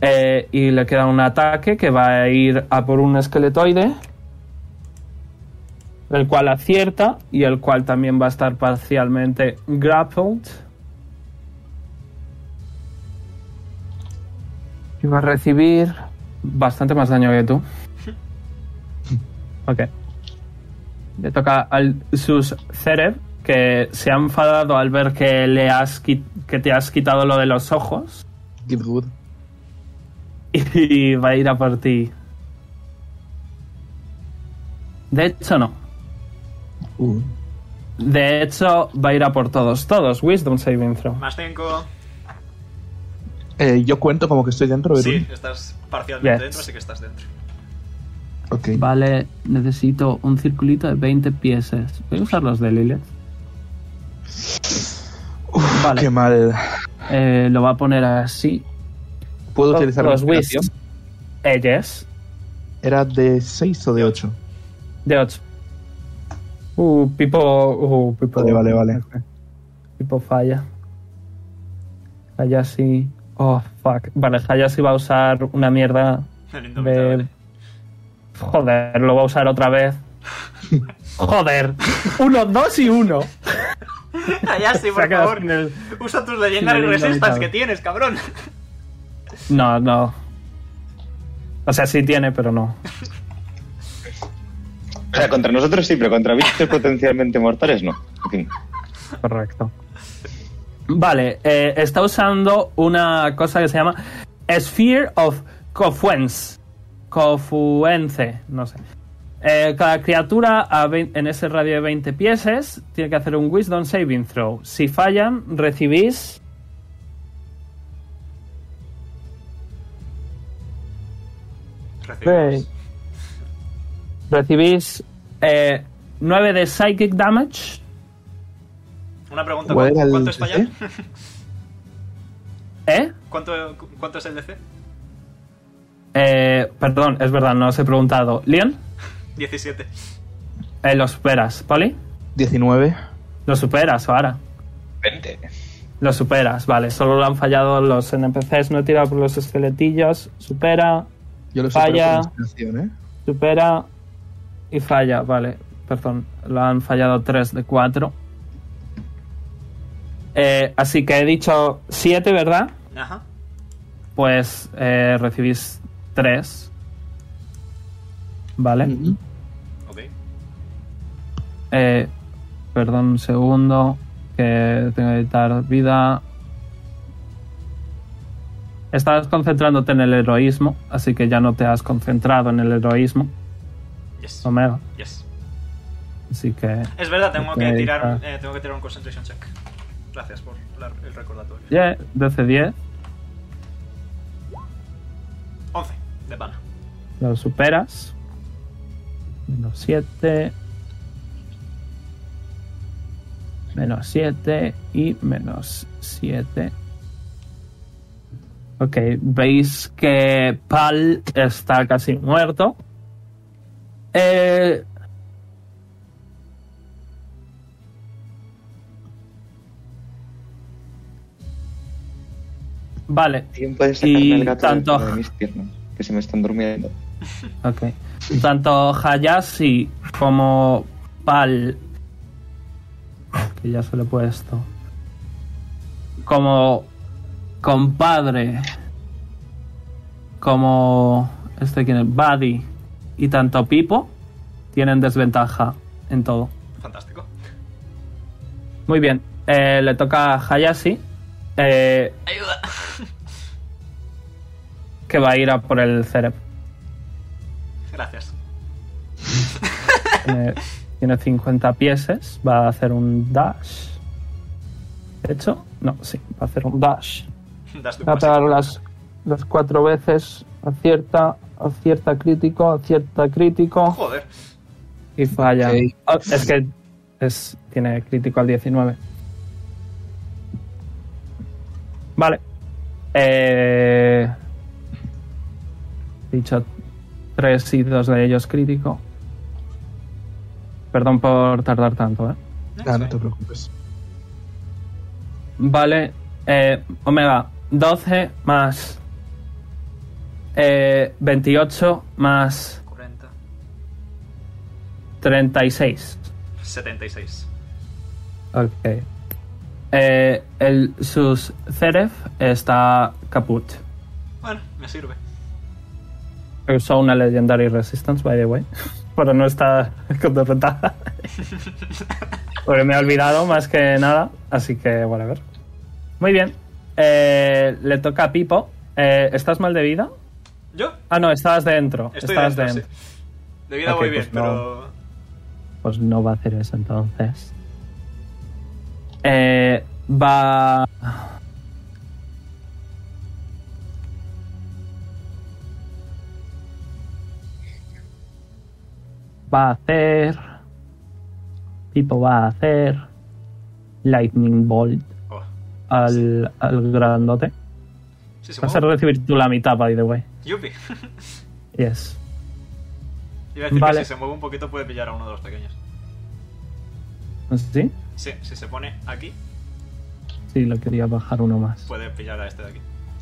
C: Eh, y le queda un ataque que va a ir a por un esqueletoide. El cual acierta y el cual también va a estar parcialmente grappled. Y va a recibir bastante más daño que tú. Ok. Le toca al sus Cereb, que se ha enfadado al ver que, le has qui- que te has quitado lo de los ojos.
B: Get good.
C: Y va a ir a por ti. De hecho, no.
B: Uh,
C: De hecho, va a ir a por todos. Todos. Wisdom saving throw.
A: Más 5.
B: eh, yo cuento como que estoy dentro, ¿verdad?
A: Sí, estás parcialmente
C: Yes.
A: dentro, así que estás dentro.
B: Ok.
G: Vale, necesito un circulito de 20 piezas. Voy a usar los de Lilith.
B: Uf,
G: vale.
B: Qué mal.
G: Eh, lo va a poner así.
B: ¿Puedo
C: Los-
B: utilizar
C: los
B: la
C: wisps.
B: inspiración?
C: Eh, yes.
B: ¿Era de 6 o de 8?
C: De 8. Uh, Pipo. Uh, Pipo.
B: Vale, vale, vale.
C: Pipo falla. Hayashi. Oh, fuck. Vale, Hayashi va a usar una mierda.
A: El
C: de...
A: indomitable.
C: Joder, lo voy a usar otra vez. Joder. Uno, dos y uno.
A: Ah, ya sí,
C: Se ha
A: por
C: quedado
A: favor.
C: sin el-
A: Usa tus
C: sin
A: legendary
C: el
A: resistance
C: indomitable.
A: que tienes, cabrón.
C: No, no. O sea, sí tiene, pero no.
D: O sea, contra nosotros sí, pero contra bichos potencialmente mortales no. En fin.
C: Correcto. Vale, eh, está usando una cosa que se llama Sphere of Cofuence. Cofuence, no sé. Eh, cada criatura a vein- en ese radio de 20 piezas tiene que hacer un Wisdom Saving Throw. Si fallan, recibís.
A: Recibimos.
C: Recibís eh, 9 de Psychic Damage.
A: Una pregunta,
B: ¿Cuál
A: ¿cuánto,
B: era el
A: cuánto es fallar?
B: DC?
C: ¿Eh?
A: ¿Cuánto, cu- ¿Cuánto es el DC?
C: Eh, perdón, es verdad, no os he preguntado. ¿Leon?
A: 17.
C: Eh, lo superas, ¿Poli?
B: 19.
C: Lo superas ahora.
D: 20.
C: Lo superas, vale. Solo lo han fallado los NPCs, no he tirado por los esqueletillos. Supera,
B: Yo lo sé.
C: Vaya.
B: ¿eh?
C: supera y falla, vale. Perdón, lo han fallado 3 de 4. Eh, así que he dicho 7, ¿verdad?
A: Ajá.
C: Pues eh, recibís 3. Vale.
B: Ujú.
A: Ok.
C: Eh, perdón un segundo, que tengo que editar vida. Estabas concentrándote en el heroísmo, así que ya no te has concentrado en el heroísmo,
A: Yes.
C: Omega.
A: Yes.
C: Así que,
A: Es verdad, tengo que
C: Ok,
A: tirar,
C: está.
A: eh, tengo que tirar un concentration check. Gracias por la- el recordatorio.
C: yeah, 10
A: 11 de pana.
C: lo superas. Menos 7. Menos 7 y menos 7. Ok, veis que Pal está casi muerto. Eh, Vale,
D: ¿Alguien puede
C: Y
D: sacarme al gato de-
C: tanto-
D: de mis piernas? Que se me están durmiendo.
C: Ok. Tanto Hayashi como Pal. Que ya se lo he puesto. Como compadre. Como. Este quien es. Buddy. Y tanto Pipo. Tienen desventaja en todo.
A: Fantástico.
C: Muy bien. eh, le toca a Hayashi. eh,
A: ¡Ayuda!
C: que va a ir a por el Cereb.
A: Gracias.
C: Tiene, tiene 50 pieses. Va a hacer un dash. ¿De hecho? No, sí. Va a hacer un dash.
A: Das tu
C: Va a
A: pase.
C: pegar las, las cuatro veces. Acierta, acierta crítico, acierta crítico.
A: Joder.
C: Y falla.
B: Ok.
C: Oh, es que es, tiene crítico al 19. Vale. Eh, he dicho tres y dos de ellos crítico. Perdón por tardar tanto, ¿eh?
B: Ah, no te preocupes.
C: Vale. eh, omega, 12 más eh, 28 más
A: 40.
C: 36.
A: 76.
C: Ok. Eh, el, sus Ceref está caput.
A: Bueno, me sirve.
C: Usó una Legendary Resistance, by the way. Pero no está con desventaja. Porque me he olvidado más que nada. Así que, bueno, a ver. Muy bien. Eh, le toca a Pipo. Eh, ¿Estás mal de vida?
A: ¿Yo?
C: Ah, no, estabas dentro.
A: Estoy
C: estabas
A: dentro,
C: dentro.
A: sí. De vida
C: Ok,
A: voy bien,
C: pues
A: pero...
C: Pues no va a hacer eso entonces. Eh, va. Va a hacer. Pipo va a hacer. Lightning Bolt
A: Oh.
C: al, al grandote.
A: Sí, se
C: Vas a
A: mueve.
C: recibir tú la mitad, by the way.
A: Yupi.
C: Yes.
A: Iba a decir
C: Vale.
A: que si se mueve un poquito puede pillar a uno de los pequeños.
C: ¿Sí?
A: Sí, si se pone aquí,
C: Sí, lo quería bajar uno más.
A: puede pillar a este de aquí.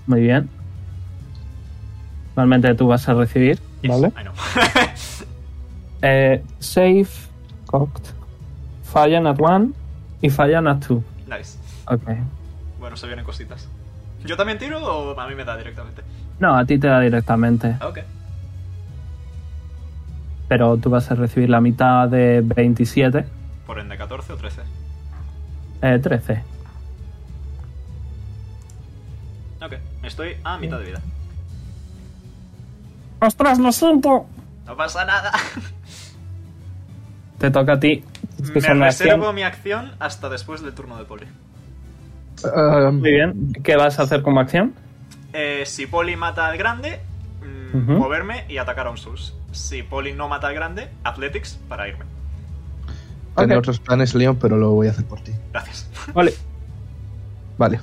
C: Muy bien. Normalmente tú vas a recibir,
A: Yes,
C: ¿vale?
A: I know.
C: Eh, save, cocked. Fallan at one y fallan at two.
A: nice.
C: Ok.
A: Bueno, se vienen cositas. ¿Yo también tiro o a mí me da directamente?
C: No, a ti te da directamente,
A: Ah, ok.
C: pero tú vas a recibir la mitad de 27,
A: Por ende, 14 o 13.
C: eh, 13.
A: Ok, estoy a mitad de vida.
C: ¡Ostras, lo siento!
A: No pasa nada.
C: Te toca a ti. Es que
A: Me
C: son las
A: reservo
C: 100.
A: mi acción hasta después del turno de Poli.
B: Ah,
C: Muy bien. ¿Qué vas a hacer como acción?
A: Eh, si Poli mata al grande, mm,
C: Ujú.
A: moverme y atacar a un sus. Si Poli no mata al grande, Athletics para irme.
B: Tenía
C: Ok.
B: otros planes, Leon, pero lo voy a hacer por ti.
A: Gracias.
C: Vale.
B: Vale.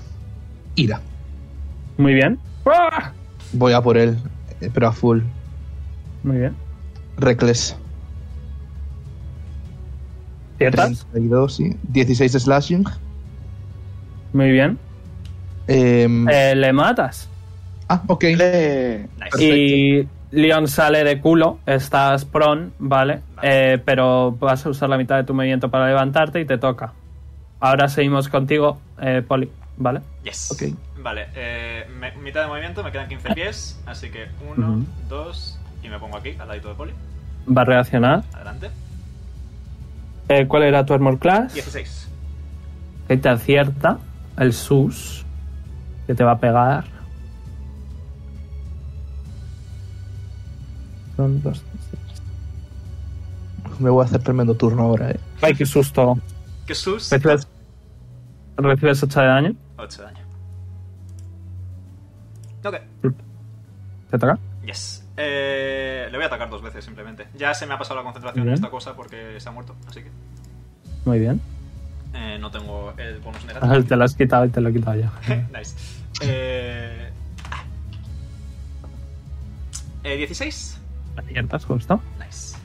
B: Ira.
C: Muy bien. ¡Ah!
B: Voy a por él, eh, pero a full.
C: Muy bien.
B: Reckless.
C: ¿Ciertas?
B: 32, sí. 16 slashing.
C: Muy bien.
B: Em,
C: Eh, le matas.
B: ah, ok.
D: ¡Ole!
A: Nice.
C: Y Leon sale de culo, estás prone, ¿vale?
A: Vale.
C: Eh, pero vas a usar la mitad de tu movimiento para levantarte y te toca. Ahora seguimos contigo, eh, Poli, ¿vale?
A: Yes.
B: Ok.
A: Vale, eh, me- mitad de movimiento, me quedan 15 pies, así que 1,
C: Ujú.
A: 2 y me pongo aquí, al ladito de Poli.
C: Va a reaccionar.
A: Adelante.
C: Eh, ¿Cuál era tu armor class?
A: 16.
C: Que te acierta el sus que te va a pegar. Son dos.
B: Me voy a hacer tremendo turno ahora, eh.
C: Ay, qué susto.
A: Que sus.
C: Recibes, recibes 8 de daño.
A: 8 daño. Ok,
C: ¿Te toca?
A: Yes. Eh, le voy a atacar dos veces simplemente. Ya se me ha pasado la concentración en
C: Bien.
A: esta cosa porque se ha muerto, así que
C: Muy bien.
A: eh, no tengo el bonus negativo.
C: Ah, Te lo has quitado y te lo he quitado yo.
A: nice. Eh, eh, 16.
C: ¿Aciertas justo?
A: Nice.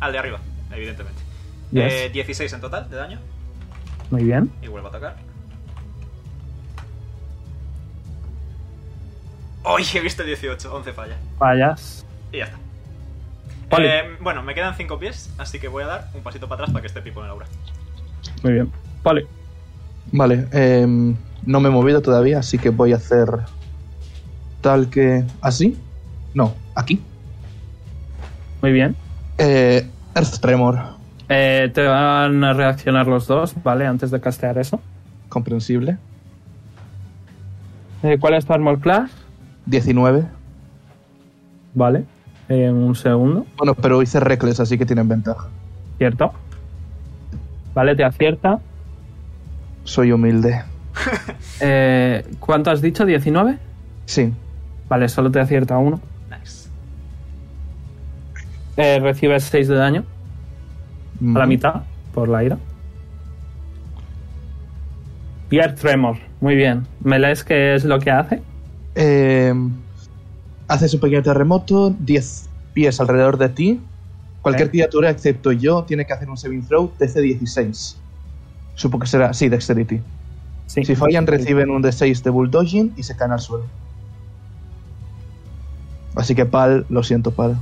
A: Al de arriba, evidentemente.
C: Yes.
A: Eh, 16 en total de daño.
C: Muy bien.
A: Y vuelvo a atacar. ¡Uy! He visto el 18, 11 falla.
C: Fallas.
A: Y ya está.
C: Vale.
A: Eh, bueno, me quedan 5 pies, así que voy a dar un pasito para atrás para que esté Pipo en el aura.
C: Muy bien. Vale.
B: Vale, em, no me he movido todavía, así que voy a hacer tal que así. No, aquí.
C: Muy bien.
B: Eh, Earth Tremor,
C: Eh, te van a reaccionar los dos, ¿vale? Antes de castear eso.
B: comprensible.
C: Eh, ¿Cuál es tu armor class?
B: 19.
C: Vale. Eh, un segundo.
B: Bueno, pero hice Reckless, así que tienen ventaja.
C: ¿Cierto? Vale, te acierta.
B: Soy humilde.
C: Eh, ¿Cuánto has dicho? ¿19?
B: Sí,
C: Vale, solo te acierta uno.
A: Nice.
C: Eh, recibes 6 de daño a la
B: Mm,
C: mitad por la ira. Y Earth Tremor. Muy bien. ¿Me lees qué es lo que hace?
B: Eh, haces un pequeño terremoto, 10 pies alrededor de ti. Cualquier
C: Ok.
B: criatura, excepto yo, tiene que hacer un saving throw DC 16. Supongo que será, sí, Dexterity.
C: Sí.
B: Si fallan, reciben un D6 de bulldogging y se caen al suelo. Así que Pal, lo siento, Pal.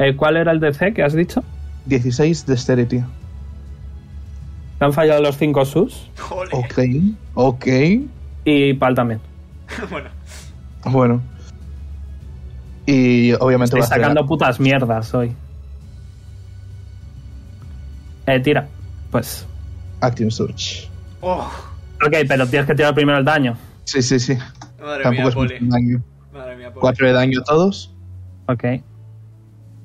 C: Eh, ¿Cuál era el DC que has dicho?
B: 16 Dexterity.
C: Te han fallado los 5 sus
A: Jole.
B: Ok, ok.
C: y Pal también.
A: bueno,
B: Bueno. Y obviamente
C: Estoy
B: va a hacer-
C: sacando putas mierdas hoy. Eh, tira. Pues.
B: Action Surge.
A: Oh,
C: Ok, pero tienes que tirar primero el daño.
B: Sí, sí, sí.
A: madre
B: Tampoco es
A: mía, Poli.
B: mucho daño.
A: Madre mía, Poli.
B: 4 de daño a todos.
C: Ok.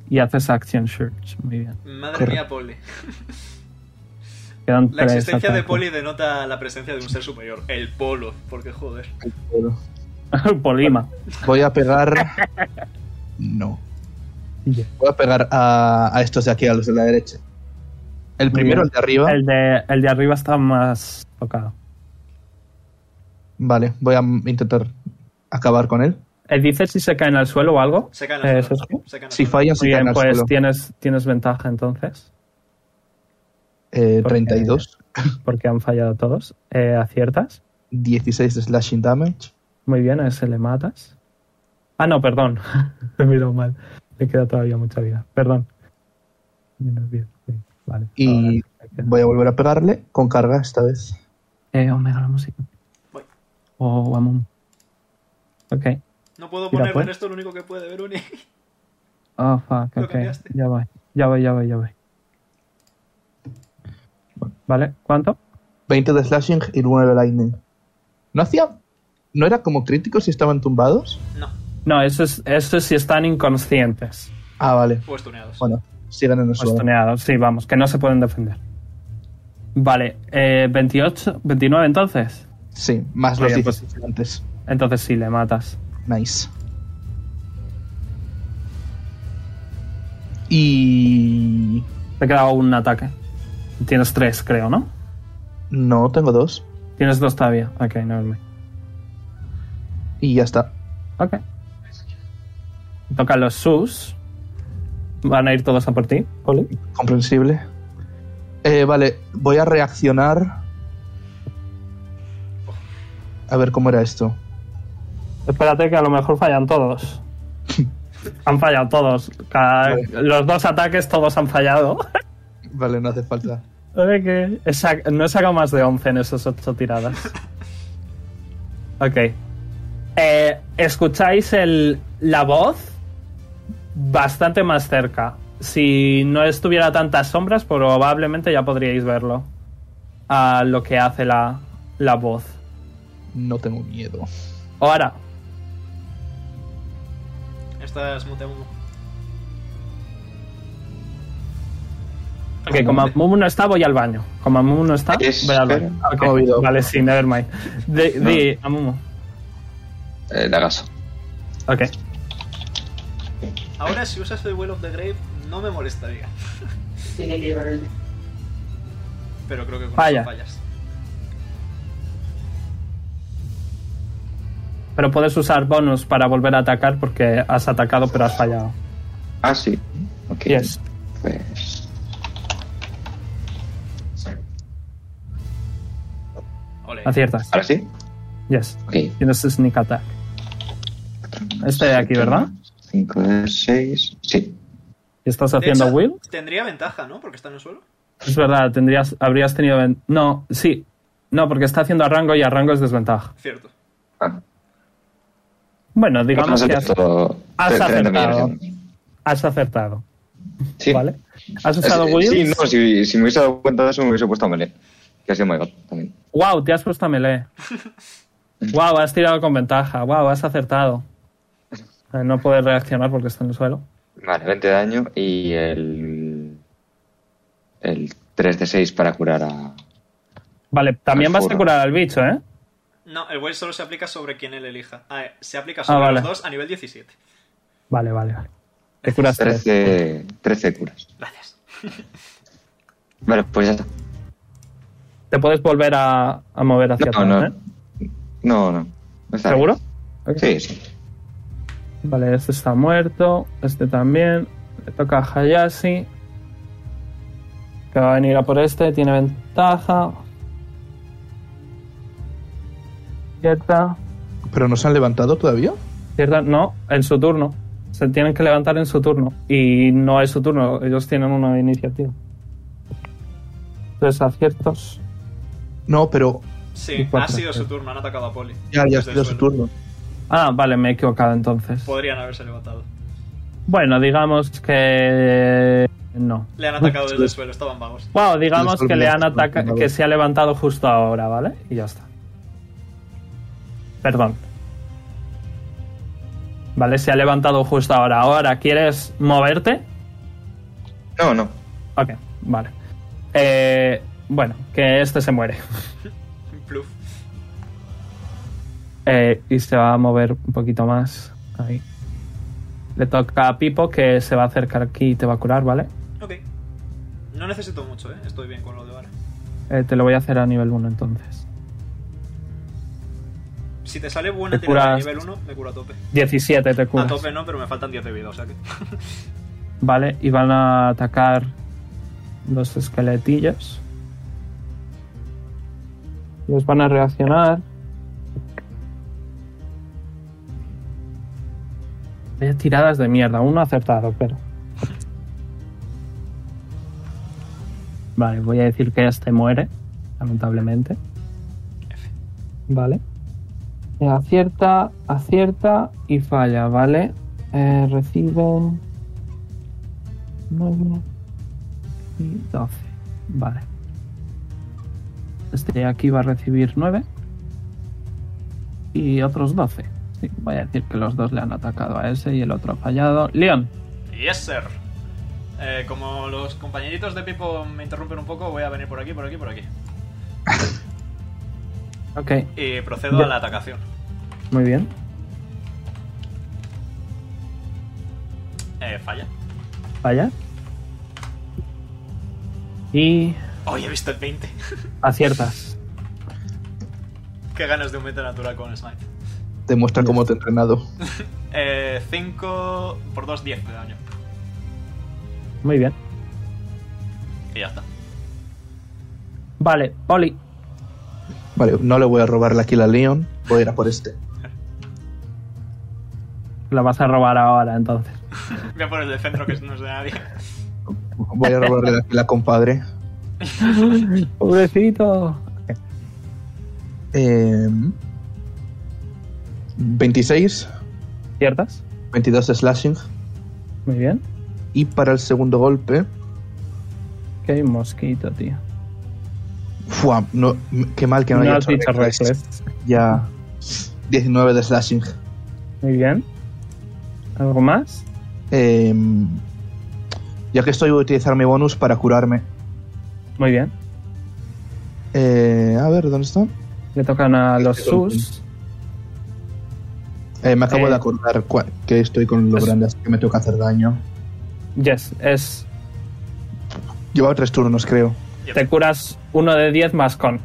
C: Y haces Action Search. Muy bien.
A: Madre
B: Corre.
A: mía, Poli.
C: Quedan
A: La
C: tres
A: existencia de
C: ataques.
A: Poli denota la presencia de un ser superior. El polo, porque joder.
C: Polima.
B: Voy a pegar. No. Voy a pegar a, a estos de aquí, a los de la derecha. El primero,
C: bien.
B: el de arriba.
C: El de, el de arriba está más tocado.
B: Vale, voy a intentar acabar con él.
C: Eh, ¿Dices si se caen al suelo o algo?
A: Se caen
C: Eh,
A: al suelo.
C: Sergio.
A: Se caen al
B: Si
A: suelo.
B: fallan, se
C: Muy
B: caen
C: bien,
B: al
C: pues
B: suelo.
C: tienes, tienes ventaja entonces,
B: Eh,
C: porque-
B: 32,
C: porque han fallado todos. Eh, aciertas.
B: 16 de slashing damage.
C: Muy bien, a ese le matas. Ah, no, perdón. Me he mirado mal. Le queda todavía mucha vida. Perdón. Menos 10. sí, Vale.
B: Y
C: Ahora sí.
B: voy a volver a pegarle con carga esta vez.
C: Eh, Omega la música.
A: Voy.
C: Oh, Amon. Ok.
A: No puedo
C: Mira,
A: poner
C: pues.
A: en esto lo único que puede, Veruni.
C: Oh, fuck.
A: Lo
C: Ok.
A: cambiaste.
C: Ya voy. Ya voy, ya voy, ya voy. Vale, ¿cuánto?
B: 20 de slashing y 9 de lightning. ¿No hacía.? ¿No era como crítico si estaban tumbados?
A: No,
C: No, eso es, eso es si están inconscientes.
B: Ah, vale.
A: pues tuneados.
B: Bueno, sigan en el
C: Pues
B: suelo.
C: tuneados, sí, vamos, que no se pueden defender. Vale, eh, 28, 29 entonces.
B: Sí, más
C: Muy
B: los
C: bien, pues.
B: 16 antes.
C: Entonces sí, le matas.
B: Nice. Y...
C: Te queda un ataque. Tienes tres, creo, ¿no?
B: No, tengo dos.
C: Tienes dos todavía. Ok, enorme.
B: Y ya está.
C: Ok. Tocan los sus. Van a ir todos a por ti, Oli.
B: Comprensible. Eh, vale, voy a reaccionar. A ver cómo era esto.
C: Espérate que a lo mejor fallan todos. han fallado todos. Cada-
B: Vale.
C: los dos ataques todos han fallado.
B: Vale, no hace falta.
C: Joder, que he sac- no he sacado más de 11 en esos 8 tiradas. ok. Eh, Escucháis el, la voz bastante más cerca. Si no estuviera tantas sombras, probablemente ya podríais verlo. A lo que hace la, la voz.
B: No tengo miedo.
C: Ahora,
A: Esta es Mutemu. Ah,
C: ok, como Amumu no está, voy al baño. Como Amumu no está,
D: Es-
C: voy al baño.
B: espera.
C: Ok,
B: Movido.
C: Vale, sí, nevermind. Di, di, Amumu.
D: Eh, Lagaso.
C: Ok.
A: Ahora, si usas el Well of the Grave, no me molestaría.
H: Tiene que llevar el.
A: Pero creo que con
C: Falla.
A: eso fallas.
C: Pero puedes usar bonus para volver a atacar porque has atacado pero has fallado.
D: Ah, sí. Ok.
C: Yes.
D: Pues.
A: Ole.
C: Aciertas.
D: ¿Ahora sí?
C: Yes.
D: Ok.
C: Tienes sneak attack. Este de aquí, ¿verdad?
D: 5 de 6. Sí.
C: ¿Y estás
A: De
C: haciendo
A: hecho,
C: will?
A: Tendría ventaja, ¿no? Porque está en el suelo.
C: Es verdad, tendrías, habrías tenido... ven- No, sí. No, porque está haciendo a rango y a rango es desventaja.
A: Cierto.
D: Ah,
C: Bueno, digamos
D: pues
C: que
D: no has
C: has,
D: acertado.
C: has
D: Tre- treinta
C: acertado.
D: millones.
C: has acertado.
D: Sí.
C: ¿Vale? ¿Has
D: Es-
C: usado will?
D: Sí, no, si, si me hubiese dado cuenta de eso me hubiese puesto a melee. Que ha sido my god también.
C: Wow, te has puesto a melee. wow, has tirado con ventaja. Wow, has acertado. Eh, No puedes reaccionar porque está en el suelo.
D: Vale, 20 de daño y el. El 3 de 6 para curar a.
C: Vale, también vas a
D: Mejora.
C: curar al bicho, ¿eh?
A: No, el Well solo se aplica sobre quien él elija. Ah, eh, se aplica sobre
C: vale.
A: los dos a nivel 17.
C: Vale, vale, vale. Te curas tres.
D: 13, 13 curas.
A: Gracias.
D: Vale, pues ya está.
C: Te puedes volver a, a mover hacia
D: No,
C: atrás,
D: no.
C: ¿eh?
D: No, no. No está
C: ¿Seguro?
D: bien. Sí, sí.
C: Vale, este está muerto. Este también. Le toca a Hayashi. Que va a venir a por este. Tiene ventaja. Cierta.
B: ¿Pero no se han levantado todavía?
C: Cierta. No, en su turno. Se tienen que levantar en su turno. Y no es su turno. Ellos tienen una iniciativa. Tres aciertos.
B: No, pero
A: Sí,
C: Y cuatro,
A: ha sido su
C: creo.
A: turno, han atacado a Poli.
B: ya, ya ha
A: Desde
B: sido
A: el
B: su
A: suelo.
B: turno.
C: Ah, vale, me he equivocado entonces.
A: Podrían haberse levantado.
C: Bueno, digamos que. No.
A: Le han atacado desde
C: pues-
A: el suelo, estaban vagos.
C: Wow, digamos
B: Les
C: que le han
B: olvidaste,
C: atacado,
B: por
C: que
B: favor.
C: se ha levantado justo ahora, ¿vale? Y ya está. Perdón. Vale, se ha levantado justo ahora. Ahora, ¿quieres moverte?
D: No, no.
C: Ok, vale. Eh, bueno, que este se muere.
A: Pluf.
C: Eh, y se va a mover un poquito más. Ahí. Le toca a Pipo que se va a acercar aquí y te va a curar, ¿vale?
A: Ok. No necesito mucho, ¿eh? Estoy bien con lo de ahora.
C: Eh, te lo voy a hacer a nivel 1 entonces.
A: Si te sale buena
C: Te
A: tirada de
C: curas-
A: nivel 1, me curo a tope.
C: 17 te
A: A
C: curas.
A: tope no, pero me faltan 10 de vida, o sea que.
C: Vale, y van a atacar los esqueletillos. Los van a reaccionar. Vaya tiradas de mierda, uno acertado, pero. Vale, voy a decir que este muere, lamentablemente. Vale. Eh, Acierta, acierta y falla, ¿vale? Eh, reciben 9 y 12. Vale. Este de aquí va a recibir 9 y otros 12. Sí, voy a decir que los dos le han atacado a ese y el otro ha fallado. León,
A: Yes, sir. Eh, como los compañeritos de Pipo me interrumpen un poco, voy a venir por aquí, por aquí, por aquí.
C: ok,
A: Y procedo
C: Ya.
A: a la atacación.
C: muy bien.
A: Eh, falla.
C: Falla. Y
A: Hoy he visto el 20.
C: aciertas.
A: Qué ganas de un 20 natural con Smite.
B: Demuestra cómo te he entrenado.
A: Eh, 5 por 2, 10 de daño.
C: Muy bien.
A: Y ya está.
C: Vale, Oli.
B: Vale, no le voy a robar la kill a Leon. Voy a ir a por este.
C: La vas a robar ahora entonces.
A: Voy a por el del centro que no es de nadie.
B: Voy a robarle la kill a compadre.
C: Pobrecito.
B: Eh, 26,
C: ¿Aciertas?
B: 22 de slashing.
C: Muy bien.
B: Y para el segundo golpe.
C: Qué mosquito, tío.
B: Fua, no, m- qué mal que no,
C: No
B: haya
C: has dicho
B: reckless.
C: reckless.
B: Ya. 19 de slashing.
C: Muy bien. ¿Algo más?
B: Eh, ya que estoy, voy a utilizar mi bonus para curarme.
C: Muy bien.
B: Eh, a ver, ¿dónde está?
C: Le tocan a los
B: Este golpe.
C: sus.
B: Eh, me acabo
C: Eh.
B: de acordar cua- que estoy con lo
C: Es-
B: grande, así que me toca hacer daño.
C: Yes, es.
B: Llevaba tres turnos, creo.
C: Te curas uno de 10 más con.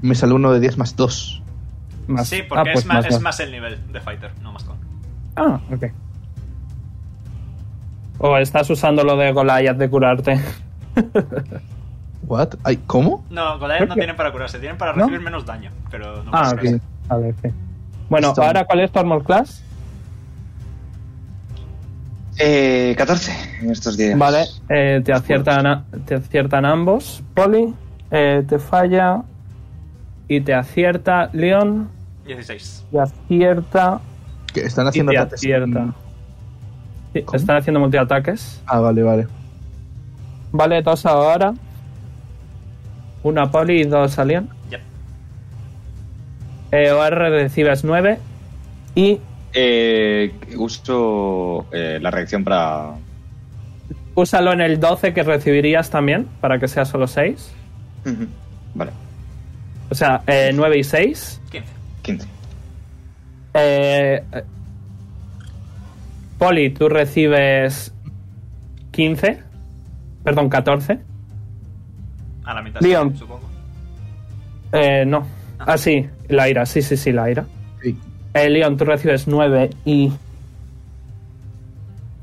B: Me sale uno de 10 más 2.
C: Más,
A: Sí, porque
C: ah, pues
A: es, más, es
C: dos.
A: más el nivel de Fighter, no más con.
C: Ah, ok. O estás usando lo de Goliath de curarte.
B: ¿What? Ay, ¿Cómo?
A: No, Goliath no
C: qué?
A: tienen para curarse, tienen para
C: ¿No?
A: recibir menos daño, pero no para
C: Ah,
A: curarse.
C: ok. Vale, sí. Bueno,
B: Stone.
C: ahora, ¿cuál es tu armor class?
D: Eh, 14 en estos días.
C: Vale, eh, te, aciertan a- te aciertan ambos. Poli, eh, te falla. Y te acierta Leon.
A: 16.
C: Te acierta.
B: Que están
C: Y
B: haciendo
C: te
B: ataques.
C: acierta. Sí,
B: ¿Cómo?
C: Están haciendo multiataques.
B: Ah, vale, vale.
C: Vale, dos ahora. Una a Poli y dos a Leon.
A: Ya.
C: Eh, OR recibes 9. Y
D: Eh, uso eh, la reacción para.
C: úsalo en el 12 que recibirías también, para que sea solo 6.
D: vale,
C: O sea, 9 y 6.
A: 15.
D: 15.
C: Eh, eh, Poli, tú recibes 15. Perdón, 14.
A: A la mitad,
C: Leon.
A: supongo.
C: Eh, no. Ah, sí, la ira. Sí, sí, sí, la ira.
B: Sí.
C: Eh, Leon, tú recibes 9 y...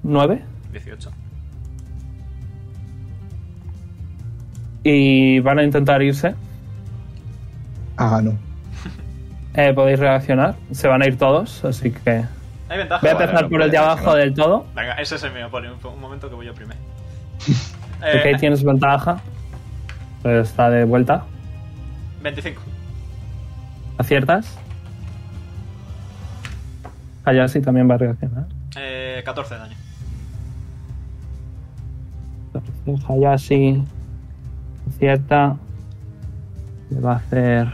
C: 9.
A: 18.
C: Y van a intentar irse.
B: Ah, no.
C: Eh, podéis reaccionar. Se van a ir todos, así que...
A: Hay ventaja.
C: Voy a
D: Vale,
C: empezar
D: no
C: por el de
D: puedes,
C: abajo
D: no.
C: del todo.
A: Venga, ese es el mío, Poli. Un, un momento que voy yo primero. Eh,
D: Eh.
C: Ok, tienes ventaja. Pero está de vuelta.
A: 25.
C: ¿Aciertas? Allá sí también va a reaccionar.
A: Eh, 14 de daño.
C: Hayashi acierta. Le va a hacer.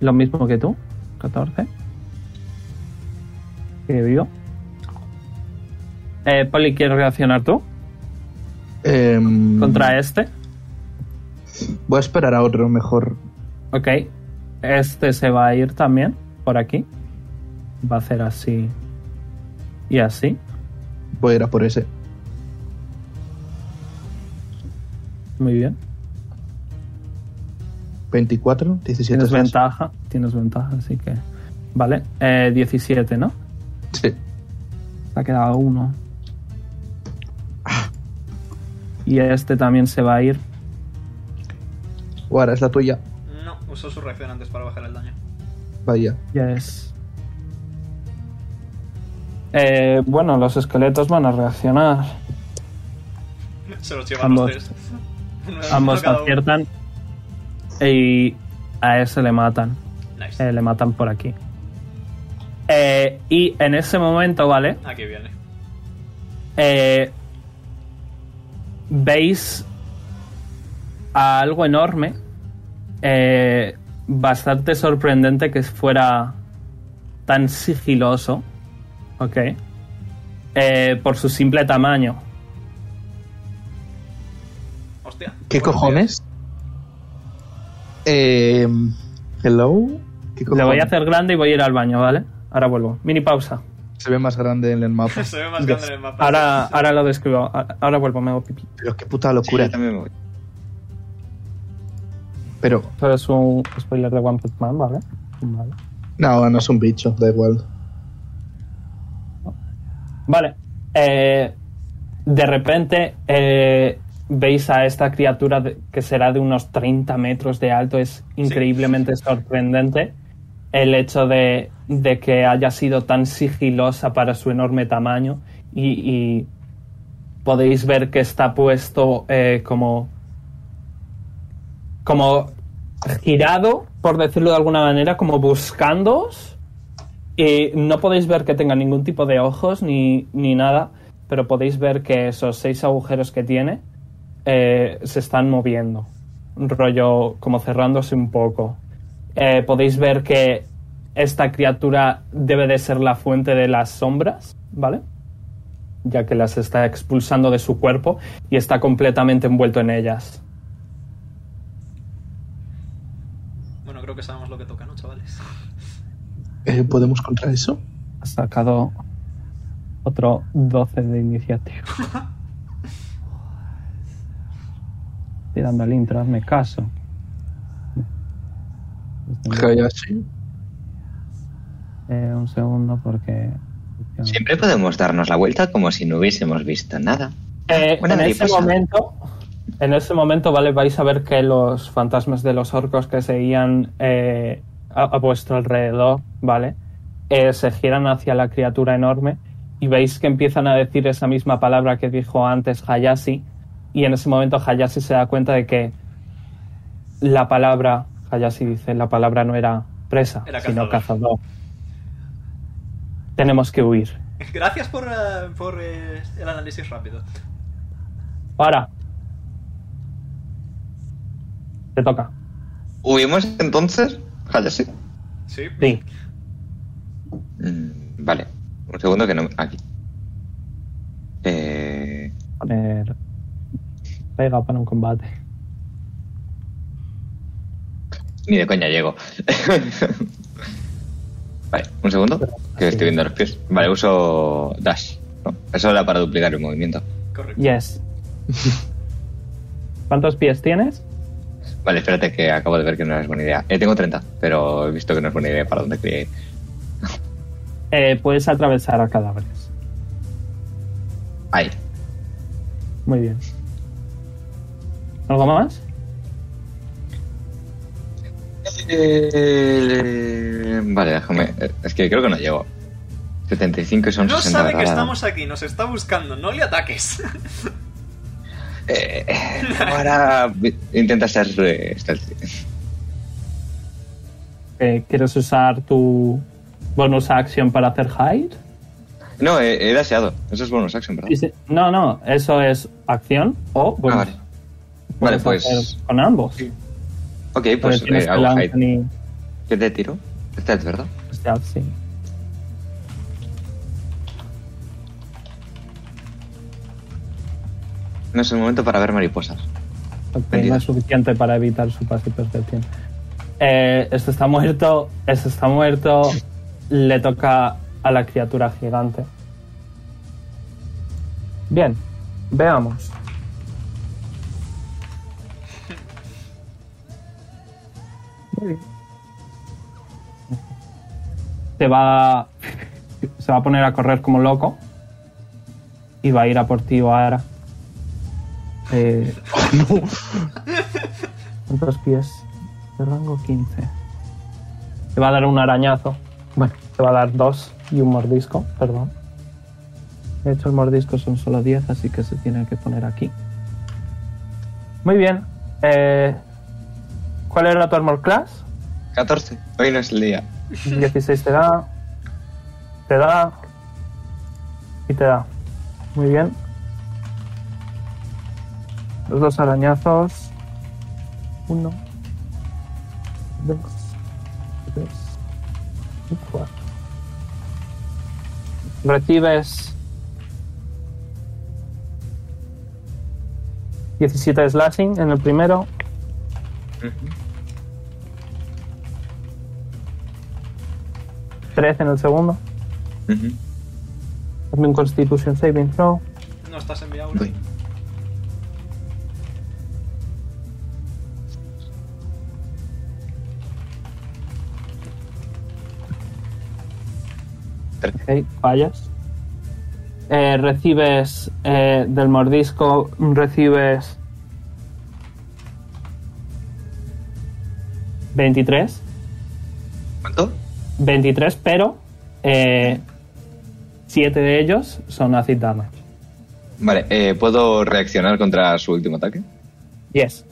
C: Lo mismo que tú. 14. Que vio. Eh, Poli, ¿quieres reaccionar tú?
B: Em,
C: Contra este.
B: Voy a esperar a otro mejor.
C: Ok. Este se va a ir también. Por aquí. Va a hacer así. Y así.
B: Voy a ir a por ese.
C: Muy bien.
B: 24, 17.
C: Tienes
B: más.
C: ventaja, tienes ventaja, así que. Vale, eh, 17, ¿no?
B: Sí.
C: Te ha quedado uno. Y este también se va a ir.
B: Ahora es la tuya.
A: No, usó su reacción antes para bajar el daño.
B: Vaya.
C: Yes. Eh, bueno, los esqueletos van a reaccionar.
A: Se los llevan
C: Ambos.
A: los tres. Uno de
C: Ambos
A: cada uno.
C: aciertan. Y a ese le matan.
A: Nice.
C: Eh, le matan por aquí. Eh, y en ese momento, ¿vale?
A: Aquí viene.
C: Eh, veis a algo enorme, eh, bastante sorprendente que fuera tan sigiloso, ¿ok? Eh, por su simple tamaño.
A: Hostia.
B: ¿Qué
A: Buenos
B: cojones? Em, hello. ¿Qué
C: Le
B: cojones?
C: voy a hacer grande y voy a ir al baño, ¿vale? Ahora vuelvo. Mini pausa.
B: Se ve más grande en el mapa.
A: días. Se ve más grande en el mapa.
C: Ahora, ahora lo describo. A- Ahora vuelvo, me hago pipí.
B: Pero qué puta
D: Sí, yo
B: locura.
D: también me voy.
B: Pero,
C: Esto es un spoiler de One Punch Man, ¿vale? Vale.
B: no, no es un bicho, da igual.
C: Vale. eh, de repente eh, veis a esta criatura de- que será de unos 30 metros de alto. Es increíblemente sorprendente el hecho de, de que haya sido tan sigilosa para su enorme tamaño. Y, y podéis ver que está puesto eh, como. como girado, por decirlo de alguna manera, como buscándoos. Y no podéis ver que tenga ningún tipo de ojos ni, ni nada, pero podéis ver que esos seis agujeros que tiene eh, se están moviendo. Un rollo como cerrándose un poco. Eh, podéis ver que esta criatura debe de ser la fuente de las sombras, ¿vale? Ya que las está expulsando de su cuerpo y está completamente envuelto en ellas.
A: Bueno, creo que sabemos lo que toca, ¿no, chavales?
B: Eh, ¿Podemos contra eso?
C: Ha sacado otro 12 de iniciativa. Tirando al intro, hazme caso.
B: Hayashi.
C: Eh, un segundo porque...
D: Siempre podemos darnos la vuelta como si no hubiésemos visto nada.
C: Eh,
D: Una
C: en ese
D: mariposa.
C: momento, en ese momento, vale, vais a ver que los fantasmas de los orcos que seguían eh, a, a vuestro alrededor, vale, Eh, se giran hacia la criatura enorme y veis que empiezan a decir esa misma palabra que dijo antes Hayashi y en ese momento Hayashi se da cuenta de que la palabra Hayashi dice la palabra no era presa,
A: Era
C: sino
A: cazador.
C: cazador. Tenemos que huir.
A: Gracias por, eh, por eh, el análisis rápido.
C: Para. Te toca.
D: ¿Huimos entonces? Ah, Hayashi.
A: Sí.
C: Sí.
D: Mm, vale. Un segundo que no... Aquí. Eh...
C: Poner. Pega para un combate.
D: Ni de coña llego. vale, un segundo. Que estoy viendo los pies. Vale, uso dash. ¿no? Eso era para duplicar el movimiento.
A: Correcto.
C: Yes. ¿Cuántos pies tienes?
D: Vale, espérate que acabo de ver que no es buena idea. Eh, tengo 30, pero he visto que no es buena idea para dónde quería ir.
C: Eh, puedes atravesar a cadáveres.
D: Ahí.
C: Muy bien. ¿Algo más?
D: Eh, Vale, déjame. eh, Es que creo que no llego. 75 y son
A: No
D: 60.
A: sabe que
D: ¿verdad?
A: estamos aquí, nos está buscando, no le ataques.
D: Eh, eh, ahora vi- intenta ser eh, stealthy.
C: Eh, ¿Quieres usar tu bonus action para hacer hide?
D: No, eh, he dasheado. Eso es bonus action, ¿verdad?
C: Sí, sí. No, no, eso es acción o
D: Ah,
C: bonus.
D: vale. Vale,
C: Puedes
D: pues.
C: hacer Con ambos.
D: Ok,
C: Porque
D: pues
C: tienes
D: eh, hago
C: Pelance
D: hide.
C: ni-
D: ¿Qué te tiro? Stealth, ¿verdad?
C: Stealth, sí.
D: No es el momento para ver mariposas.
C: Ok,
D: Mentira.
C: no es suficiente para evitar su pase de percepción. Eh, este está muerto. Este está muerto. Le toca a la criatura gigante. Bien, veamos. Muy bien. Se va, se va a poner a correr como loco y va a ir a por ti ahora. Eh, ¿Cuántos pies? De rango 15. Te va a dar un arañazo. Bueno, te va a dar dos y un mordisco, perdón. De hecho, el mordisco son solo 10, así que se tiene que poner aquí. Muy bien. eh, ¿Cuál era tu armor class?
D: 14. Hoy no es el día.
C: 16 te da. Te da. Y te da. Muy bien. Los dos arañazos. Uno. Dos. Tres. Y cuatro. Recibes. 17 slashing en el primero,
D: Ujú.
C: 13 en el segundo.
D: Ujú.
C: Hazme un Constitution Saving Throw.
A: No estás enviado.
D: Voy.
C: Ok, fallas. Eh, recibes eh, del mordisco, recibes 23.
D: ¿Cuánto?
C: 23, pero 7 de ellos son acid damage.
D: Vale, eh, ¿puedo reaccionar contra su último ataque?
C: Yes.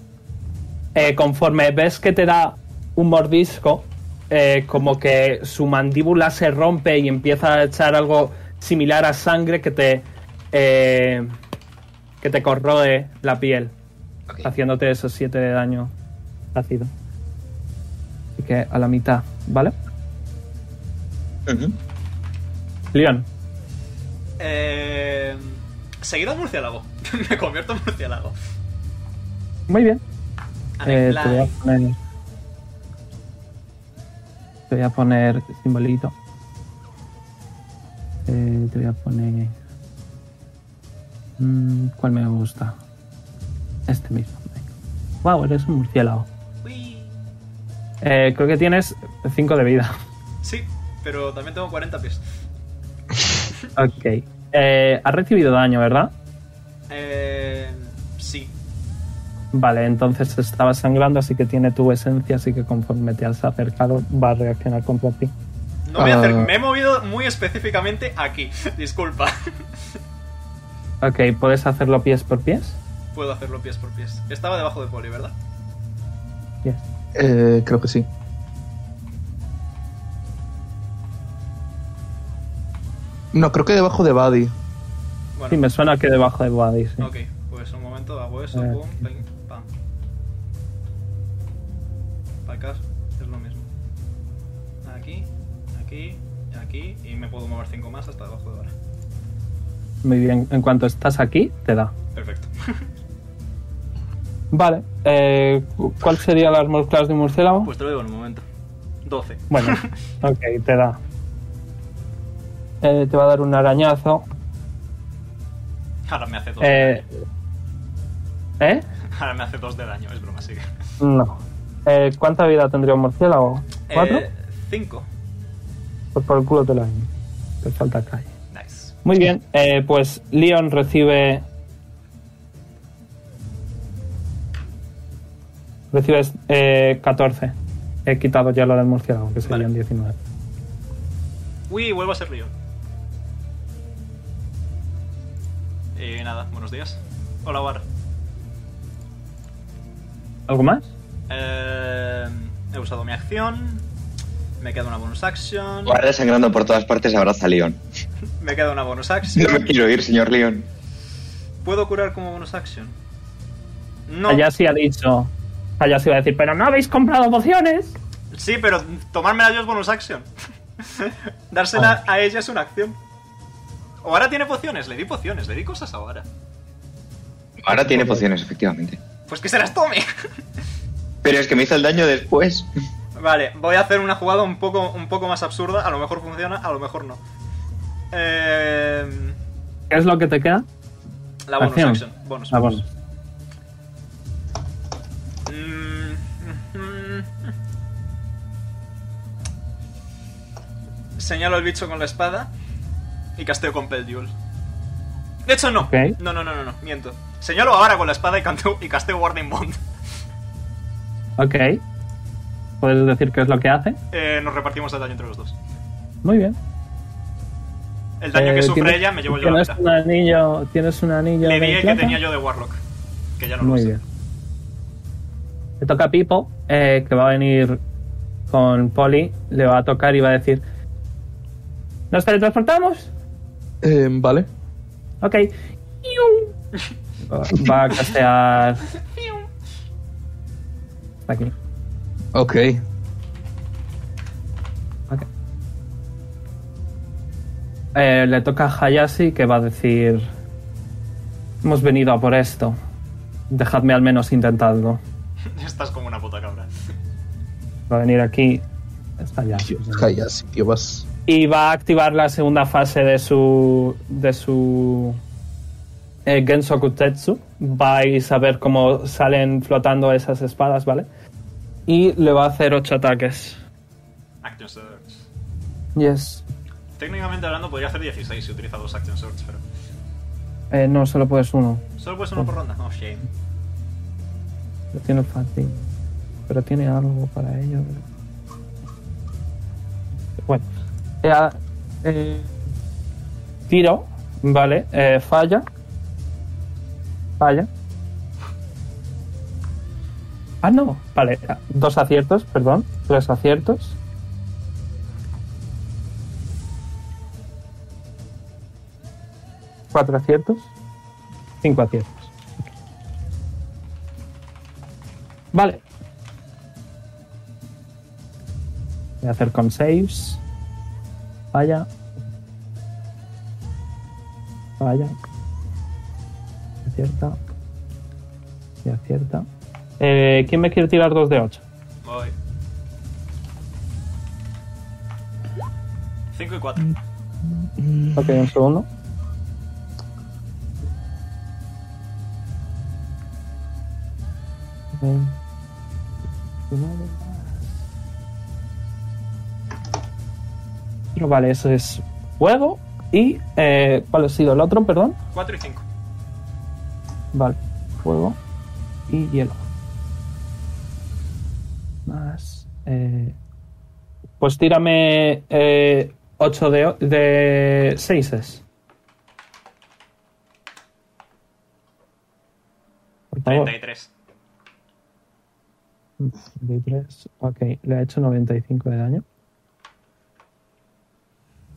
C: Eh, conforme ves que te da un mordisco, eh, como que su mandíbula se rompe y empieza a echar algo similar a sangre que te eh, que te corroe la piel,
D: Ok.
C: haciéndote esos 7 de daño ácido. Así que a la mitad, ¿vale?
D: Ujú.
C: Leon,
A: Eh, seguido al murciélago. Me convierto en murciélago.
C: muy bien.
A: A
C: Eh,
A: la-
C: te voy a poner-
G: Te voy a poner simbolito. Eh, te voy a poner. Mm, ¿Cuál me gusta? Este mismo. Wow, eres un murciélago.
A: Uy.
C: Eh, creo que tienes 5 de vida.
A: Sí, pero también tengo 40 pies.
C: Ok. Eh, has recibido daño, ¿verdad?
A: Eh, sí,
C: Vale, entonces estaba sangrando, así que tiene tu esencia, así que conforme te has acercado va a reaccionar contra ti.
A: No voy a hacer,
B: Ah.
A: me he movido muy específicamente aquí. Disculpa.
C: Ok, ¿puedes hacerlo pies por pies?
A: Puedo hacerlo pies por pies. Estaba debajo de Poli, ¿verdad?
C: Yes.
B: Eh, creo que sí. No, creo que debajo de Buddy.
A: Bueno,
C: Sí, me suena que debajo de Wadi, sí.
A: ok, pues un momento, hago eso,
C: Eh,
A: pum, ping, pam. Para acá es lo mismo. Aquí, aquí, aquí, y me puedo mover 5 más hasta debajo de ahora.
C: Muy bien, en cuanto estás aquí, te da.
A: Perfecto.
C: Vale, eh, ¿cuál sería el armor class de un murciélago?
A: Pues te lo digo en un momento. 12.
C: Bueno, ok, te da. Eh, te va a dar un arañazo.
A: Ahora me hace 2
C: Eh, ¿Eh?
A: Ahora me hace 2 de daño, es broma, sigue.
C: No. Eh, ¿Cuánta vida tendría un murciélago?
A: Eh,
C: ¿Cuatro?
A: 5.
C: Pues por el culo te lo doy. Te falta calle.
A: Nice.
C: Muy bien, eh, pues Leon recibe. Recibes eh, 14. He quitado ya lo del murciélago, que serían
A: Vale.
C: 19.
A: Uy, vuelvo a ser Leon. Eh, nada, buenos días. Hola, War.
C: ¿Algo más?
A: Eh, he usado mi acción. Me queda una bonus action.
D: Guarda sangrando por todas partes, abraza a León.
A: Me queda una bonus
D: No me
A: action.
D: quiero ir, señor León.
A: ¿Puedo curar como bonus action? No.
C: Allá sí ha dicho. Allá sí va a decir, pero no habéis comprado pociones.
A: Sí, pero tomármela yo es bonus action. Dársela
C: Ah.
A: a ella es una acción. O ahora tiene pociones, le di pociones, le di cosas ahora.
D: Ahora tiene pociones, efectivamente.
A: Pues que se las tome.
D: Pero es que me hizo el daño después.
A: Vale, voy a hacer una jugada un poco, un poco más absurda. A lo mejor funciona, a lo mejor no. Eh,
C: ¿Qué es lo que te queda?
A: la bonus
C: Acción.
A: action. Bonus.
C: Ah, bueno.
A: Mm, mm, mm. Señalo al bicho con la espada y casteo con Pelduel. De hecho, no.
C: Ok.
A: No, no, no, no, no, miento. Señalo ahora con la espada y, canteo- y casteo Warning Bond.
C: Ok. ¿Puedes decir qué es lo que hace?
A: Eh, nos repartimos el daño entre los dos.
C: Muy bien.
A: El daño que
C: Eh,
A: sufre
C: tienes-
A: ella me llevo yo la
C: tienes
A: mitad.
C: un anillo, Tienes un anillo.
A: Le
C: de
A: dije que
C: plata.
A: tenía yo de Warlock. Que ya no
C: Muy
A: lo
C: bien.
A: sé.
C: Le toca a Pipo, eh, que va a venir con Polly, le va a tocar y va a decir: ¿Nos teletransportamos?
B: Eh, vale.
C: Ok. Va va a castear. Está aquí.
B: Ok.
C: Ok. Eh, le toca a Hayashi que va a decir: Hemos venido a por esto. Dejadme al menos intentarlo.
A: Estás como una puta cabra.
C: Va a venir aquí. Está ya.
B: Tío, calla, sí, tío, vas.
C: Y va a activar la segunda fase de su. de su. eh, Gensoku Tetsu. Vais a ver cómo salen flotando esas espadas, ¿vale? Y le va a hacer 8 ataques.
A: Action Search.
C: Yes.
A: Técnicamente hablando, podría hacer 16 si utiliza dos Action Search, pero.
C: Eh, no, solo puedes uno.
A: Solo puedes uno por ronda. Oh, shame.
C: Lo tiene fácil. Pero tiene algo para ello. Bueno. Eh, ah, eh, tiro, vale. eh, falla. Falla. Ah, no. Vale. ah, Dos aciertos, perdón. Tres aciertos. Cuatro aciertos. Cinco aciertos. Vale. Voy a hacer con saves. Vaya. Vaya. Acierta. Y acierta. Eh, ¿Quién me quiere tirar dos de 8?
A: Voy. 5 y 4.
B: Mm.
C: Ok, un segundo. Pero vale, eso es fuego. ¿Y eh, cuál ha sido el otro, perdón?
A: 4 y 5.
B: Oh.
C: Vale, fuego y hielo. Más. eh, pues tírame 8 de, o- de 6 es. Por favor.
A: 33.
C: 33. Ok, le ha hecho 95 de daño.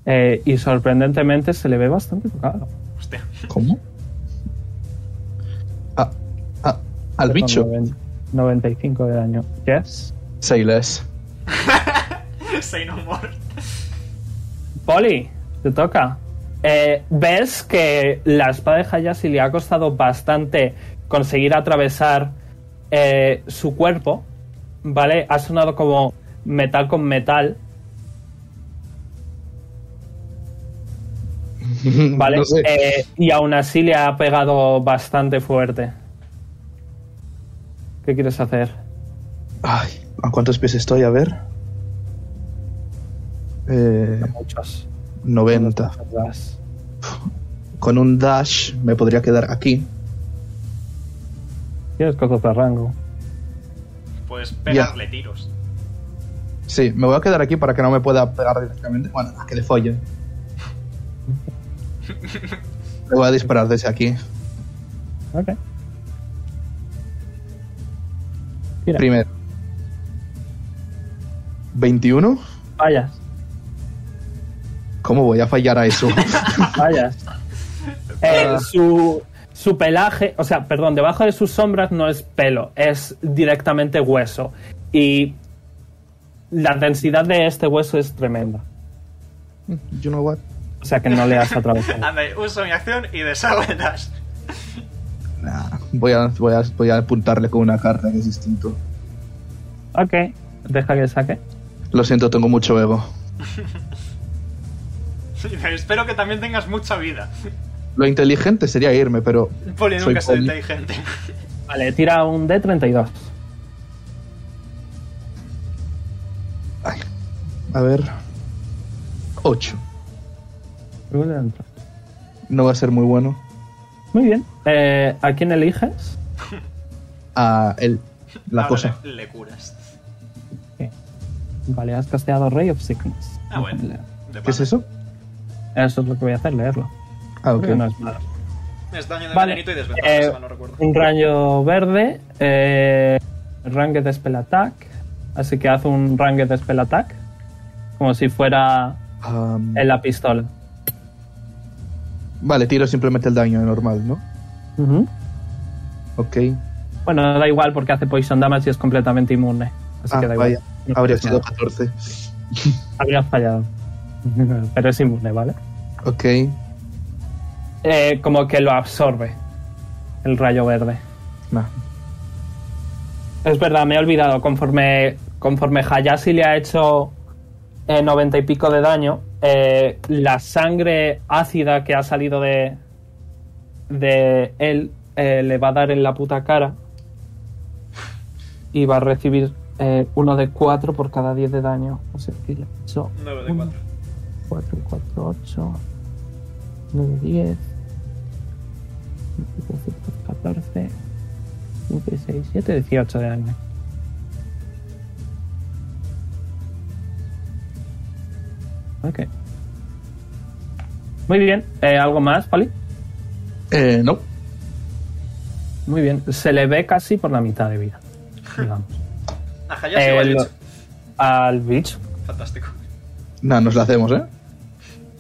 C: Eh, y sorprendentemente se le ve bastante tocado.
A: Hostia.
B: ¿Cómo? Ah, ah, al
C: Son
B: bicho.
C: noven- 95 de daño. Yes.
B: Seiles.
A: Say no more.
C: Poli, te toca. Eh, Ves que la espada de Hayashi le ha costado bastante conseguir atravesar eh, su cuerpo, ¿vale? Ha sonado como metal con metal. Vale,
B: No sé.
C: eh, y aún así le ha pegado bastante fuerte. ¿Qué quieres hacer?
B: Ay, ¿a cuántos pies estoy? A ver. Eh,
C: Muchos.
B: 90.
C: Atrás.
B: Con un dash me podría quedar aquí.
C: Tienes cosas de rango.
A: Puedes Pues pegarle tiros.
B: Sí, me voy a quedar aquí para que no me pueda pegar directamente. Bueno, a que le follen. Le voy a disparar desde aquí.
C: Ok. Tira.
B: Primero. 21.
C: Fallas,
B: ¿Cómo voy a fallar a eso?
C: fallas. Eh, su, su pelaje, o sea, perdón, debajo de sus sombras no es pelo, es directamente hueso. Y la densidad de este hueso es tremenda.
B: you know what?
C: O sea que no le has
B: Oh.
C: atravesado.
A: Anda, uso mi acción y deshago el dash.
B: Nah, voy a, voy, a, voy a apuntarle con una carta que es distinto.
C: Ok, deja que saque.
B: Lo siento, tengo mucho ego.
A: Espero que también tengas mucha vida.
B: Lo inteligente sería irme, pero
A: Poli
B: Soy
A: nunca es
B: poli.
A: inteligente.
C: Vale, tira un D32.
B: Ay, a ver. 8. No va a ser muy bueno.
C: Muy bien. Eh, ¿A quién eliges?
B: Ah, el, la
A: Ahora
B: cosa.
A: Le, le curas.
C: Vale, has casteado Ray of Sickness.
A: Ah, bueno. De
B: ¿Qué es
A: madre.
B: eso?
C: Eso es lo que voy a hacer, leerlo.
B: Ah, ok.
C: Que no es malo.
A: Es daño de
C: Vale,
A: venenito y desventaja,
C: eh,
A: si mal no recuerdo.
C: Un rayo verde. Eh, ranged spell attack. Así que hace un ranged spell attack. Como si fuera
B: Am,
C: en la pistola.
B: Vale, tiro simplemente el daño normal, ¿no?
C: Ujú.
B: Ok.
C: Bueno, da igual porque hace poison damage y es completamente inmune. Así
B: Ah,
C: que da igual.
B: vaya.
C: No
B: Habría
C: pasa
B: sido
C: nada.
B: 14.
C: Habría fallado. Pero es inmune, ¿vale?
B: Ok.
C: Eh, como que lo absorbe el rayo verde.
B: Nah.
C: Es verdad, me he olvidado. Conforme, conforme Hayashi le ha hecho eh, 90 y pico de daño, eh, la sangre ácida que ha salido de, de él eh, le va a dar en la puta cara. Y va a recibir eh, uno de 4 por cada 10 de daño. O sea, que le ha hecho
A: 9 de 4.
C: 4, 4, 8, 9, 10, 14, 15, 6, 7, 18 de daño. Ok. Muy bien. Eh, ¿Algo más, Pali?
B: Eh, no.
C: Muy bien. Se le ve casi por la mitad de vida. digamos.
A: A Hayashi
B: eh,
A: igual
C: El-
A: le he hecho.
C: al bicho.
A: Fantástico.
B: Nah, nos la hacemos, ¿eh?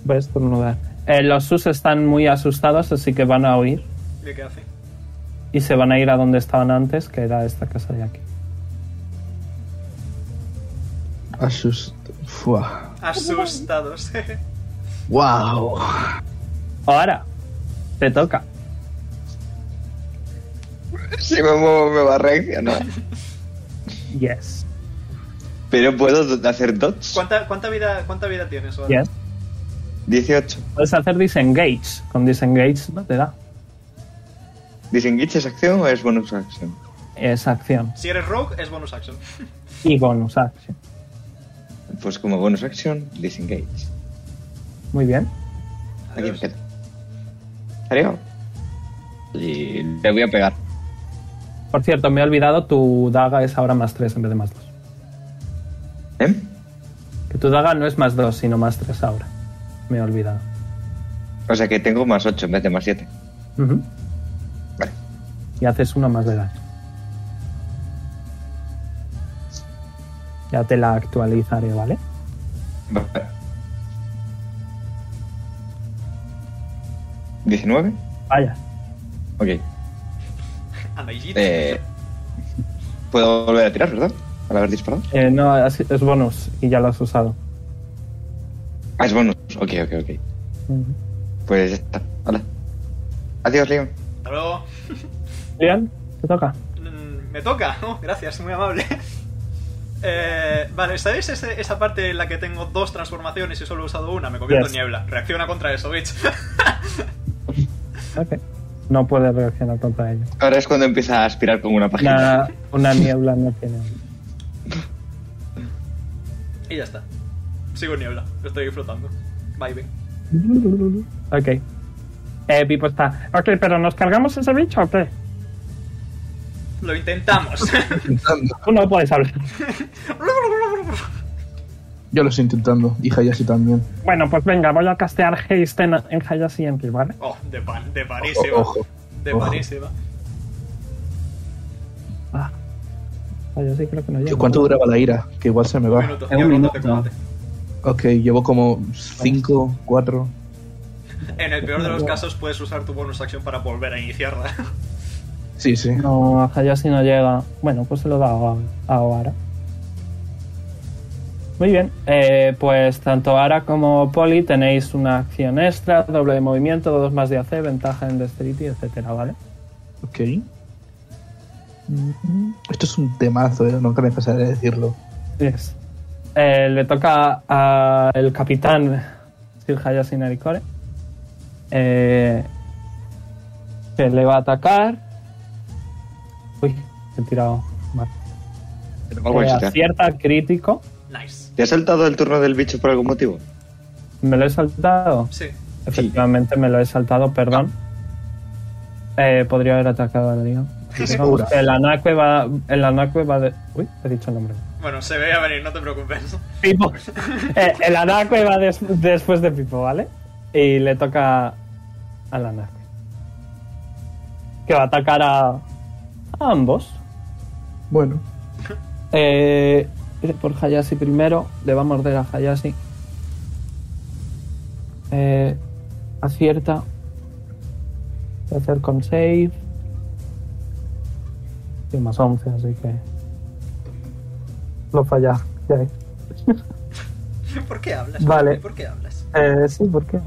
C: Ves por un lugar. Eh, los sus están muy asustados, así que van a huir.
A: ¿Y qué hace?
C: y se van a ir a donde estaban antes, que era esta casa de aquí.
B: Asust. Fua.
A: Asustados.
B: Wow.
C: Ahora, te toca.
D: Si me muevo me va a reaccionar.
C: Yes.
D: Pero puedo hacer dodge.
A: ¿Cuánta, cuánta, vida, ¿Cuánta vida tienes? Oda?
C: Yes.
D: 18.
C: Puedes hacer disengage. Con disengage no te da.
D: ¿Disengage es acción o es bonus action?
C: Es acción.
A: Si eres rogue, es bonus action.
C: Y bonus action.
D: Pues como bonus action, disengage.
C: Muy bien.
D: Aquí me
A: Adiós.
D: quedo. Adiós. Y le voy a pegar.
C: Por cierto, me he olvidado, tu daga es ahora más 3 en vez de más 2.
D: ¿Eh?
C: Que tu daga no es más 2, sino más 3 ahora. Me he olvidado.
D: O sea que tengo más 8 en vez de más 7.
C: Ujú.
D: Vale.
C: Y haces uno más de daño. Ya te la actualizaré, ¿vale?
D: Vale. 19.
C: Vaya.
D: Ok.
A: Anda, y
D: Eh, Puedo volver a tirar, ¿verdad? Al haber disparado.
C: Eh, no, es, es bonus y ya lo has usado.
D: Ah, es bonus. Ok, ok, ok.
C: Ujú.
D: Pues ya está. Hola. Adiós, Leon.
A: Hasta luego.
C: Leon, te toca.
A: Mm, Me toca, ¿no? Gracias, muy amable. Eh, vale, ¿sabéis ese- esa parte en la que tengo dos transformaciones y solo he usado una? Me convierto
C: Yes.
A: en niebla. Reacciona contra eso, bitch.
C: Ok. No puedes reaccionar contra ello.
D: Ahora es cuando empieza a aspirar como una página.
C: Una, una niebla no tiene.
A: y ya está. Sigo en niebla. Estoy flotando. Bye, bye.
C: Ok. Eh, Pipo está. Ok, pero ¿nos cargamos ese bicho o qué?
A: Lo intentamos.
B: Intentando.
C: Tú no puedes hablar.
B: Yo lo estoy intentando. Y Hayashi también.
C: Bueno, pues venga, voy a castear Haste en, en Hayashi Entry, ¿vale?
A: oh, de, pan, de panísima.
B: Ojo, ojo.
A: de
B: ojo.
A: panísima.
C: Ah. Ah, yo sí creo que no
B: Tío,
C: llego.
B: ¿Cuánto duraba la ira? Que igual se me
A: Un
B: va.
A: minuto.
G: Es
A: ya
G: un
A: hablamos de
G: minuto.
A: combate.
B: Ok, llevo como 5, 4.
A: En el peor de los casos puedes usar tu bonus action para volver a iniciarla.
B: Sí, sí.
C: No, a Hayashi no llega. Bueno, pues se lo da a, a Ara. Muy bien, eh, pues tanto Ara como Poli tenéis una acción extra, doble de movimiento, dos más de AC, ventaja en Dexterity, etcétera, ¿vale?
B: Ok. Mm-hmm. Esto es un temazo, ¿eh? nunca me cansaré de decirlo.
C: Yes. Eh, le toca al capitán Sir Hayashi Narikore. Eh, que le va a atacar. Uy, he tirado mal.
D: Algo
C: Eh,
D: así, ¿eh?
C: acierta crítico.
A: Nice.
D: ¿Te has saltado el turno del bicho por algún motivo?
C: Me lo he saltado.
A: Sí.
C: Efectivamente, me lo he saltado, perdón. Eh, podría haber atacado al lío.
B: Segura.
C: El Anacue va. El Anacue va de. Uy, he dicho el nombre.
A: Bueno, se veía venir, no te preocupes.
C: Pipo. Eh, el Anacue va des- después de Pipo, ¿vale? Y le toca al Anacue. Que va a atacar a, a ambos.
B: Bueno,
C: Eh, ir por Hayashi primero. Le va a morder a Hayashi. Eh, acierta. Voy a hacer con save. Y más 11, así que. Lo falla. Ya hay.
A: ¿Por qué hablas?
C: Vale.
A: ¿Por qué hablas?
C: Eh, sí, ¿por qué?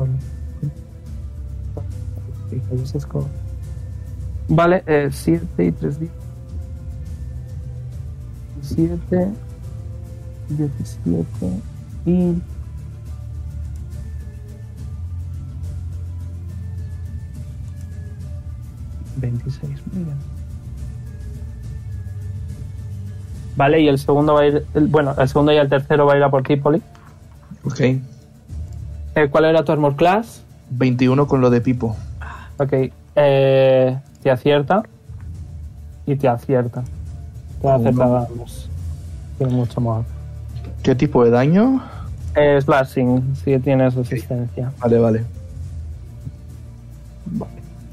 C: Vale, 7 y 3 días. 7, 17 y... ...26, muy bien. Vale, y el segundo va a ir... el- bueno, el segundo y el tercero va a ir a por ti, Poli.
B: ok.
C: Eh, ¿Cuál era tu armor class?
B: 21 con lo de Pipo.
C: Ok. eh, te acierta. Y te acierta. Te
B: Oh,
C: acierta
B: no.
C: ambos. Tiene mucho más.
B: ¿Qué tipo de daño?
C: Eh, slashing, si tienes resistencia.
B: Vale, vale.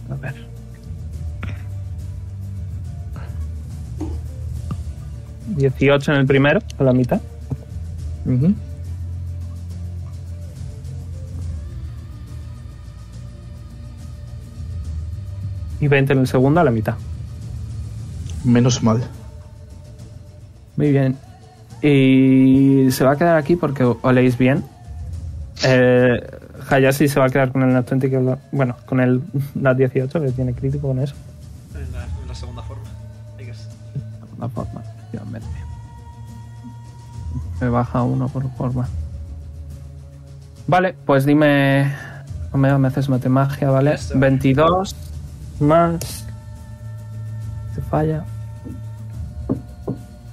C: A ver. ...18 en el primero, a la mitad.
B: Ujú.
C: Y 20 en el segundo, a la mitad.
B: Menos mal.
C: Muy bien. Y se va a quedar aquí porque o- oléis bien. Eh, Hayashi se va a quedar con el Nat 20, que lo- bueno, con el Nat 18, que tiene crítico con eso.
A: En la, en la segunda forma. I guess.
C: La forma, efectivamente. Me baja uno por forma. Vale, pues dime. Omega, me haces matemagia, ¿vale? 22 más. Se falla.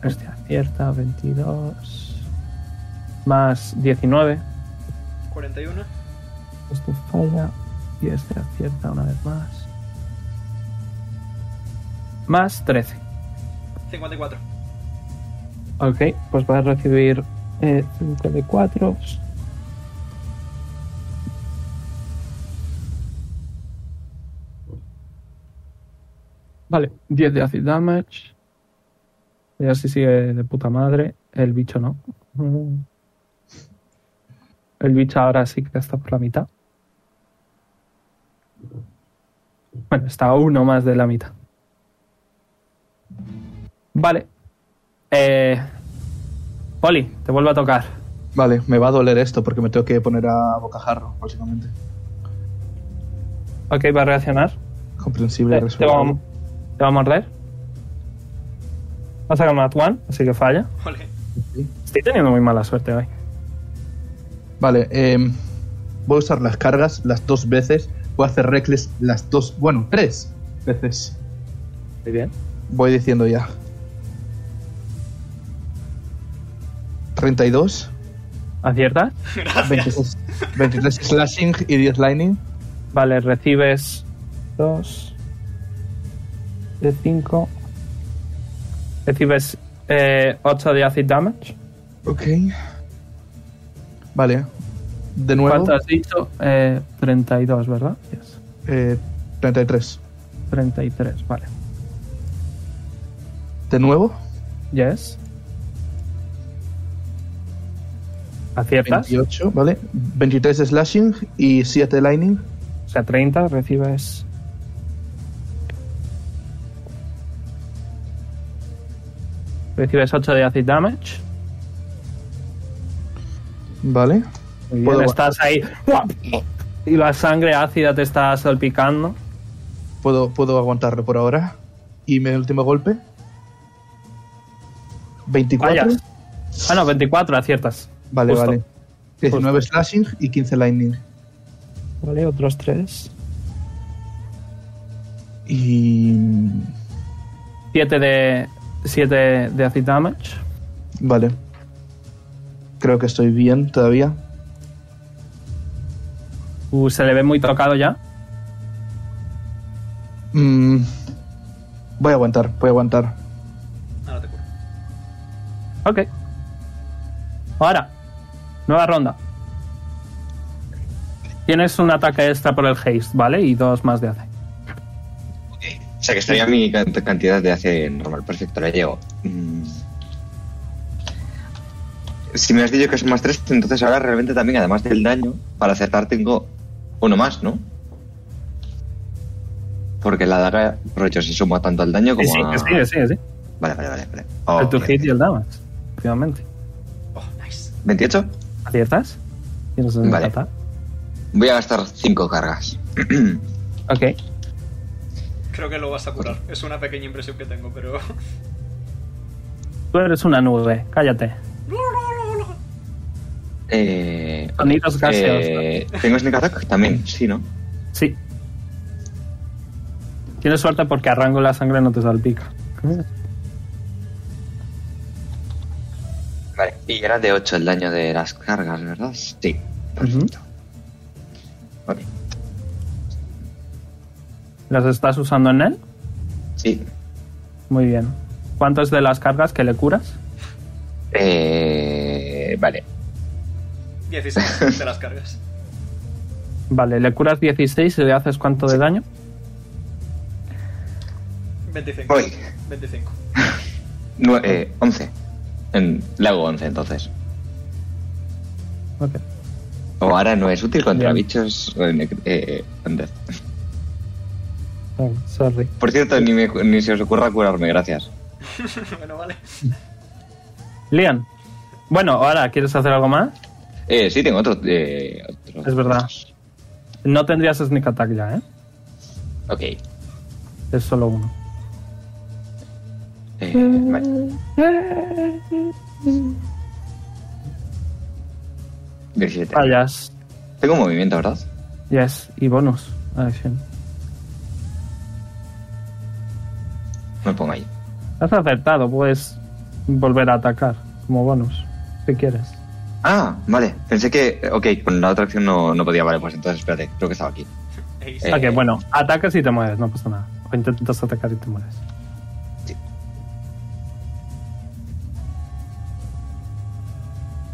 C: Este acierta, 22. Más 19.
A: 41.
C: Este falla. Y este acierta una vez más. Más 13.
A: 54.
C: Ok, pues vas a recibir eh, 54. Vale, 10 de acid damage. Ya si sigue de puta madre. El bicho no. Mm. El bicho ahora sí que está por la mitad. Bueno, está a uno más de la mitad. Vale. Eh, Poli, te vuelvo a tocar.
B: Vale, me va a doler esto porque me tengo que poner a bocajarro, básicamente.
C: Ok, va a reaccionar. Eh,
B: Comprensible.
C: Te, te va, a-
B: resuelto.
C: te va a morder. Va a sacar un at one, así que falla.
A: Ole.
C: Estoy teniendo muy mala suerte hoy.
B: Vale, em, voy a usar las cargas las dos veces. Voy a hacer recles las dos, bueno, tres veces.
C: Muy bien.
B: Voy diciendo ya. 32,
C: ¿Aciertas?
A: Gracias.
B: 26, 23 slashing y 10 lightning.
C: Vale, recibes 2 de 5. Recibes 8 de acid damage.
B: Ok. Vale. De nuevo,
C: ¿Cuánto has dicho? Eh, 32, ¿verdad? Yes.
B: eh, 33.
C: 33, vale.
B: De nuevo,
C: Yes. ¿Aciertas?
B: 28, ¿vale? 23 slashing y 7 lightning.
C: O sea, 30, recibes. Recibes 8 de acid damage.
B: Vale.
C: Muy
B: Puedo
C: bien, Pues estás ahí. Y la sangre ácida te está salpicando.
B: Puedo, puedo aguantarlo por ahora. Y mi último golpe. 24.
C: Vaya. Ah, no, 24, aciertas.
B: Vale,
C: Justo.
B: vale. 19 slashing y 15 lightning.
C: Vale, otros 3.
B: Y.
C: 7 de, 7 de acid damage.
B: Vale. Creo que estoy bien todavía.
C: Uh, se le ve muy tocado ya.
B: Mm, Voy a aguantar, voy a aguantar.
A: Ahora Ah, te curo.
C: Ok. Ahora, nueva ronda. Tienes un ataque extra por el haste, ¿vale? Y dos más de AC.
D: Ok. O sea que estaría mi can- cantidad de AC normal. Perfecto, la llevo. Mm. Si me has dicho que son más 3, entonces ahora realmente también, además del daño, para acertar tengo uno más, ¿no? Porque la daga, rollo, se suma tanto al
C: Sí,
D: daño como
C: sí,
D: a...
C: que sí, que sí, que sí.
D: Vale, vale, vale. vale. Oh,
C: El
D: Ah, Ok.
C: tu hit y el damage, efectivamente.
A: Oh, nice.
D: ¿28?
C: ¿Aciertas? Tienes un
D: Vale.
C: ataque.
D: Voy a gastar 5 cargas.
C: Ok.
A: Creo que lo vas a curar. Es una pequeña impresión que tengo, pero.
C: Tú eres una nube, cállate.
D: eh,
C: Sonidos gaseosos.
D: eh, ¿Tengo sneak attack? También, sí, ¿no?
C: Sí. Tienes suerte porque arranco la sangre no te salpica.
D: Vale, y era de 8 el daño de las cargas, ¿verdad? Sí. Perfecto. Ok.
C: ¿Las estás usando en él?
D: Sí.
C: Muy bien. ¿Cuántas de las cargas que le curas?
D: Eh, vale.
A: 16 de las cargas.
C: Vale, le curas 16 y le haces cuánto de daño.
A: 25.
D: Voy.
A: 25.
D: Nue- eh, 11. En- le hago 11 entonces.
C: Ok.
D: O ahora no es útil contra
C: Bien.
D: bichos. eh, nec- eh, undead.
C: Oh, sorry.
D: Por cierto, ni, me- ni se os ocurra curarme, gracias.
A: bueno, vale.
C: Lian. Bueno, ahora, ¿quieres hacer algo más?
D: Eh, sí, tengo otro. eh, otro-
C: Es verdad. No tendrías sneak attack ya, ¿eh?
D: Ok. Eh,
C: Es solo uno.
D: Eh, vale. 17.
B: Ah,
C: Ah, Fallas.
D: Tengo un movimiento, ¿verdad?
C: Yes, y bonus. Acción.
D: Me pongo ahí.
C: Has acertado, puedes volver a atacar como bonus, si quieres.
D: Ah, vale. Pensé que. Ok, con la otra acción no, no podía. Vale, pues entonces espérate. Creo que estaba aquí.
A: Ey,
D: Eh,
C: ok, bueno, atacas y te mueres, no pasa nada. O intentas atacar y te mueres.
D: Sí.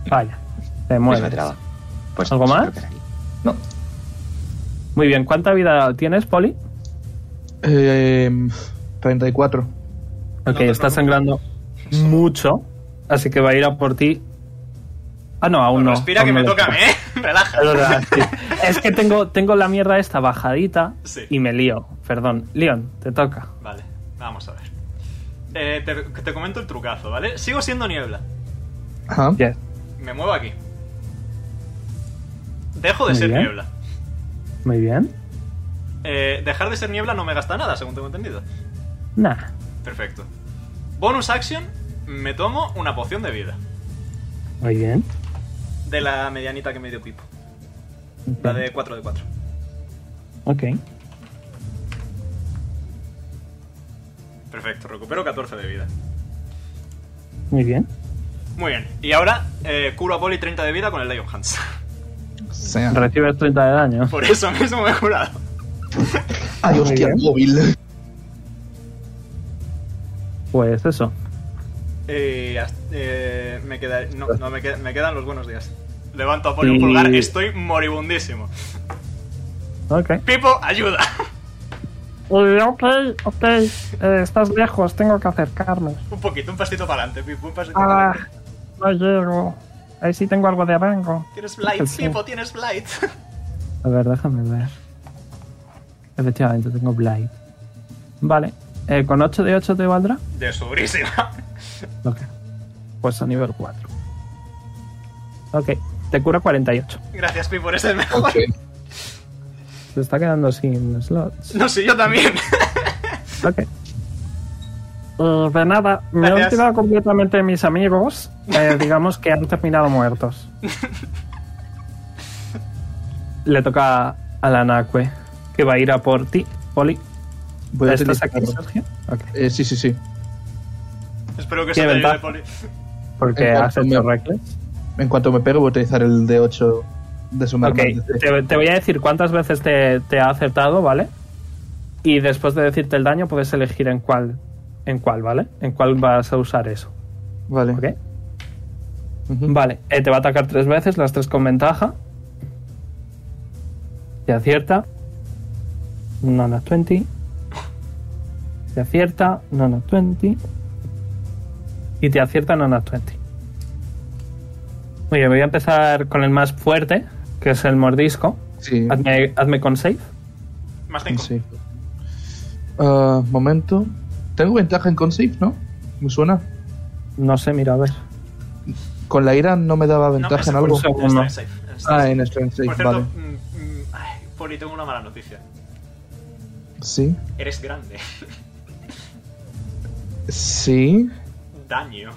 C: Vaya, te
D: Misma
C: mueres.
D: tirada. Pues
C: ¿Algo
D: sí,
C: más?
D: creo que era aquí. No.
C: Muy bien, ¿cuánta vida tienes, Poli?
B: Em, 34.
A: No
C: Ok,
A: te
C: está
A: preocupes.
C: sangrando mucho, así que va a ir a por ti. Ah, no, aún no.
A: Respira que
C: aún no
A: me
C: le
A: toca a mí,
C: toca.
A: ¿eh? Relaja.
C: Es verdad, sí. Es que tengo, tengo la mierda esta bajadita
A: Sí.
C: y me lío. Perdón, Leon, te toca.
A: Vale, vamos a ver. Eh, te, te comento el trucazo, ¿vale? Sigo siendo niebla.
B: Ajá.
C: Yes.
A: Me muevo aquí. Dejo de
C: Muy
A: ser
C: bien.
A: niebla.
C: Muy bien.
A: Eh, dejar de ser niebla no me gasta nada, según tengo entendido.
C: Nah.
A: Perfecto. Bonus action, me tomo una poción de vida.
C: Muy bien.
A: De la medianita que me dio Pipo. La de 4 de 4.
C: Ok.
A: Perfecto, recupero 14 de vida.
C: Muy bien.
A: Muy bien. Y ahora eh, curo a Poli 30 de vida con el Lion Hands.
B: Sea.
C: Recibes 30 de daño.
A: Por eso mismo me he curado.
B: Ay, hostia, el móvil.
C: Pues eso.
A: Eh, hasta- eh, me, queda- no, no, me, qued- me quedan los buenos días. Levanto a Poli un pulgar,
C: Y-
A: estoy moribundísimo.
C: Ok.
A: Pipo, ayuda.
C: Ok, ok. Eh, estás lejos, tengo que acercarme.
A: Un poquito, un pasito para adelante, Pipo, un pasito para
C: Ah,
A: adelante.
C: no llego. Ahí sí tengo algo de rango.
A: Tienes blight,
C: Sí.
A: Pipo, tienes blight.
C: A ver, déjame ver. Efectivamente, tengo Blight. Vale. Eh, ¿Con 8 de 8 te valdrá?
A: De sobrísima.
C: Ok. Pues a nivel 4. Ok. Te cura 48.
A: Gracias, Pipo, eres el mejor.
B: Ok.
C: Se está quedando sin slots.
A: No, sí, yo también.
C: Ok. Eh, de nada, me han
A: Gracias.
C: olvidado completamente de mis amigos. Eh, digamos que han terminado muertos. Le toca a la Nakue, que va a ir a por ti, Poli.
B: Voy a
C: ¿Estás
B: utilizar-
C: aquí, Sergio? Ok.
B: Eh, sí, sí, sí.
A: Espero que se
C: Tiene
A: te ayude,
C: ventaja.
A: Poli.
C: Porque
B: En cuanto
C: has hecho
B: me-
C: reckless.
B: En cuanto me pego, voy a utilizar el D8 de sumar.
C: Ok,
B: más de-
C: te, te voy a decir cuántas veces te, te ha acertado, ¿vale? Y después de decirte el daño, puedes elegir en cuál, en cuál, ¿vale? En cuál vas a usar eso,
B: Vale.
C: ¿ok?
B: Ujú.
C: Vale, eh, te va a atacar tres veces, las tres con ventaja. Te acierta. No, no, 20. Te acierta, no, no, 20. Y te acierta, no, no, 20. Muy bien, voy a empezar con el más fuerte, que es el mordisco.
B: Sí.
C: Hazme, hazme con save.
A: Más cinco.
B: Sí. Ah, momento. Tengo ventaja en consave, ¿no? Me suena.
C: No sé, mira, a ver.
B: Con la ira no me daba
A: No,
B: ventaja
A: ese
B: en
A: fue
B: algo.
A: un segundo.
C: Uno.
A: Está en safe, está
B: Ah,
A: en
B: en strength
A: safe.
B: save,
A: Por cierto,
B: vale.
A: mm, mm, ay, Poli, tengo una mala noticia.
B: Sí.
A: Eres grande.
B: Sí.
A: Daño.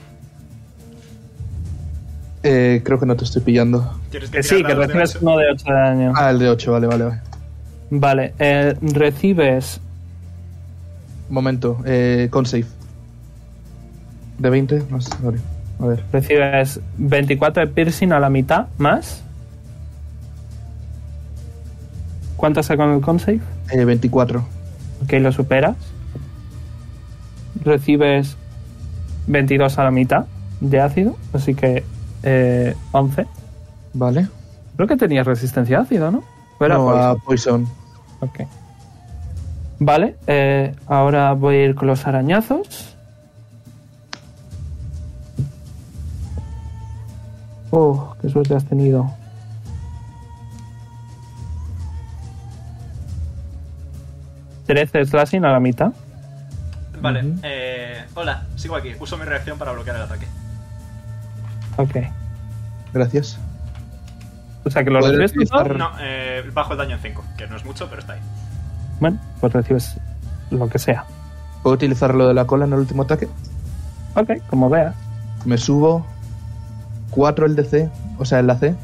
B: Eh, creo que no te estoy pillando.
A: Tienes que
C: Que sí,
A: tirar
C: que
A: dados de
C: recibes
A: ocho.
C: uno de 8 de daño.
B: Ah, el D8, vale, vale, vale.
C: Vale, eh, recibes
B: Momento. Eh, consave. De 20 más. Vale. A ver.
C: Recibes 24 de piercing a la mitad, más. ¿Cuánto hace con el consave?
B: Eh, 24.
C: Ok, lo superas. Recibes 22 a la mitad de ácido, así que eh, 11.
B: Vale.
C: Creo que tenías resistencia a ácido, ¿no? ¿O era
B: No,
C: poison?
B: a poison.
C: Ok. Vale, eh, ahora voy a ir con los arañazos. Oh, qué suerte has tenido. Trece slashing a la mitad.
A: Vale,
B: Ujú.
A: eh, hola, sigo aquí. Uso mi reacción para bloquear el ataque.
C: Ok.
B: Gracias.
C: O sea que lo
B: Podré
C: recibes tú,
B: utilizar-
C: ¿no?
A: No, eh, bajo el daño en 5, que no es mucho, pero está ahí.
C: Bueno, pues recibes lo que sea.
B: ¿Puedo utilizar lo de la cola en el último ataque?
C: Ok, como veas.
B: Me subo 4 el DC, o sea, el AC,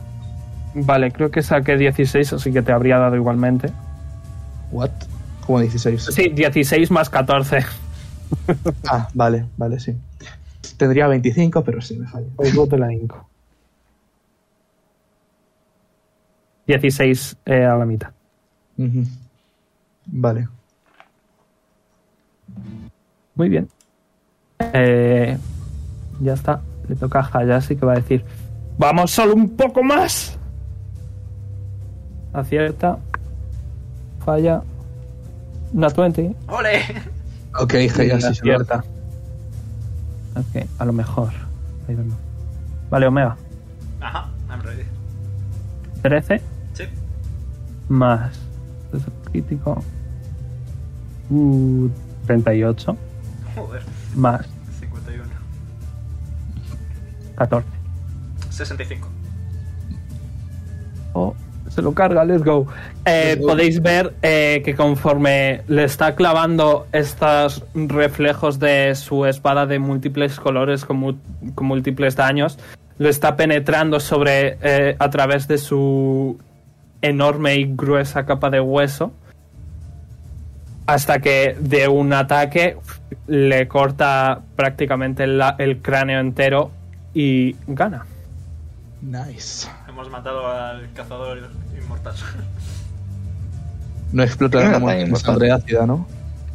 C: Vale, creo que saqué 16, así que te habría dado igualmente.
B: ¿What? Como 16.
C: Sí, 16 más 14.
B: Ah, vale, vale, sí. Tendría 25, pero sí, me falla.
C: Pues no te la hinco. 16 eh, a la mitad.
B: Ujú. Vale.
C: Muy bien. Eh, ya está. Le toca a Hayashi que va a decir: ¡Vamos solo un poco más! Acierta. Falla. Una 20.
A: ¡Ole!
B: Ok, Hayashi se lo
C: acierta. Ok, a lo mejor. I don't know. Vale, Omega.
A: Ajá, I'm ready.
C: 13
A: Sí.
C: más. Eso es crítico. Uh, 38
A: Joder,
C: más
A: 51.
C: 14.
A: 65.
C: Oh, se lo carga, let's go. Eh, podéis ver eh, que conforme le está clavando estos reflejos de su espada de múltiples colores con, mu- con múltiples daños, le está penetrando sobre eh, a través de su enorme y gruesa capa de hueso. Hasta que de un ataque uf, le corta prácticamente la- el cráneo entero y gana.
B: Nice.
A: Hemos matado al cazador inmortal.
B: No explota
D: Creo
B: la
D: que también
B: montaña
D: bastante.
B: sangre ácida, ¿no?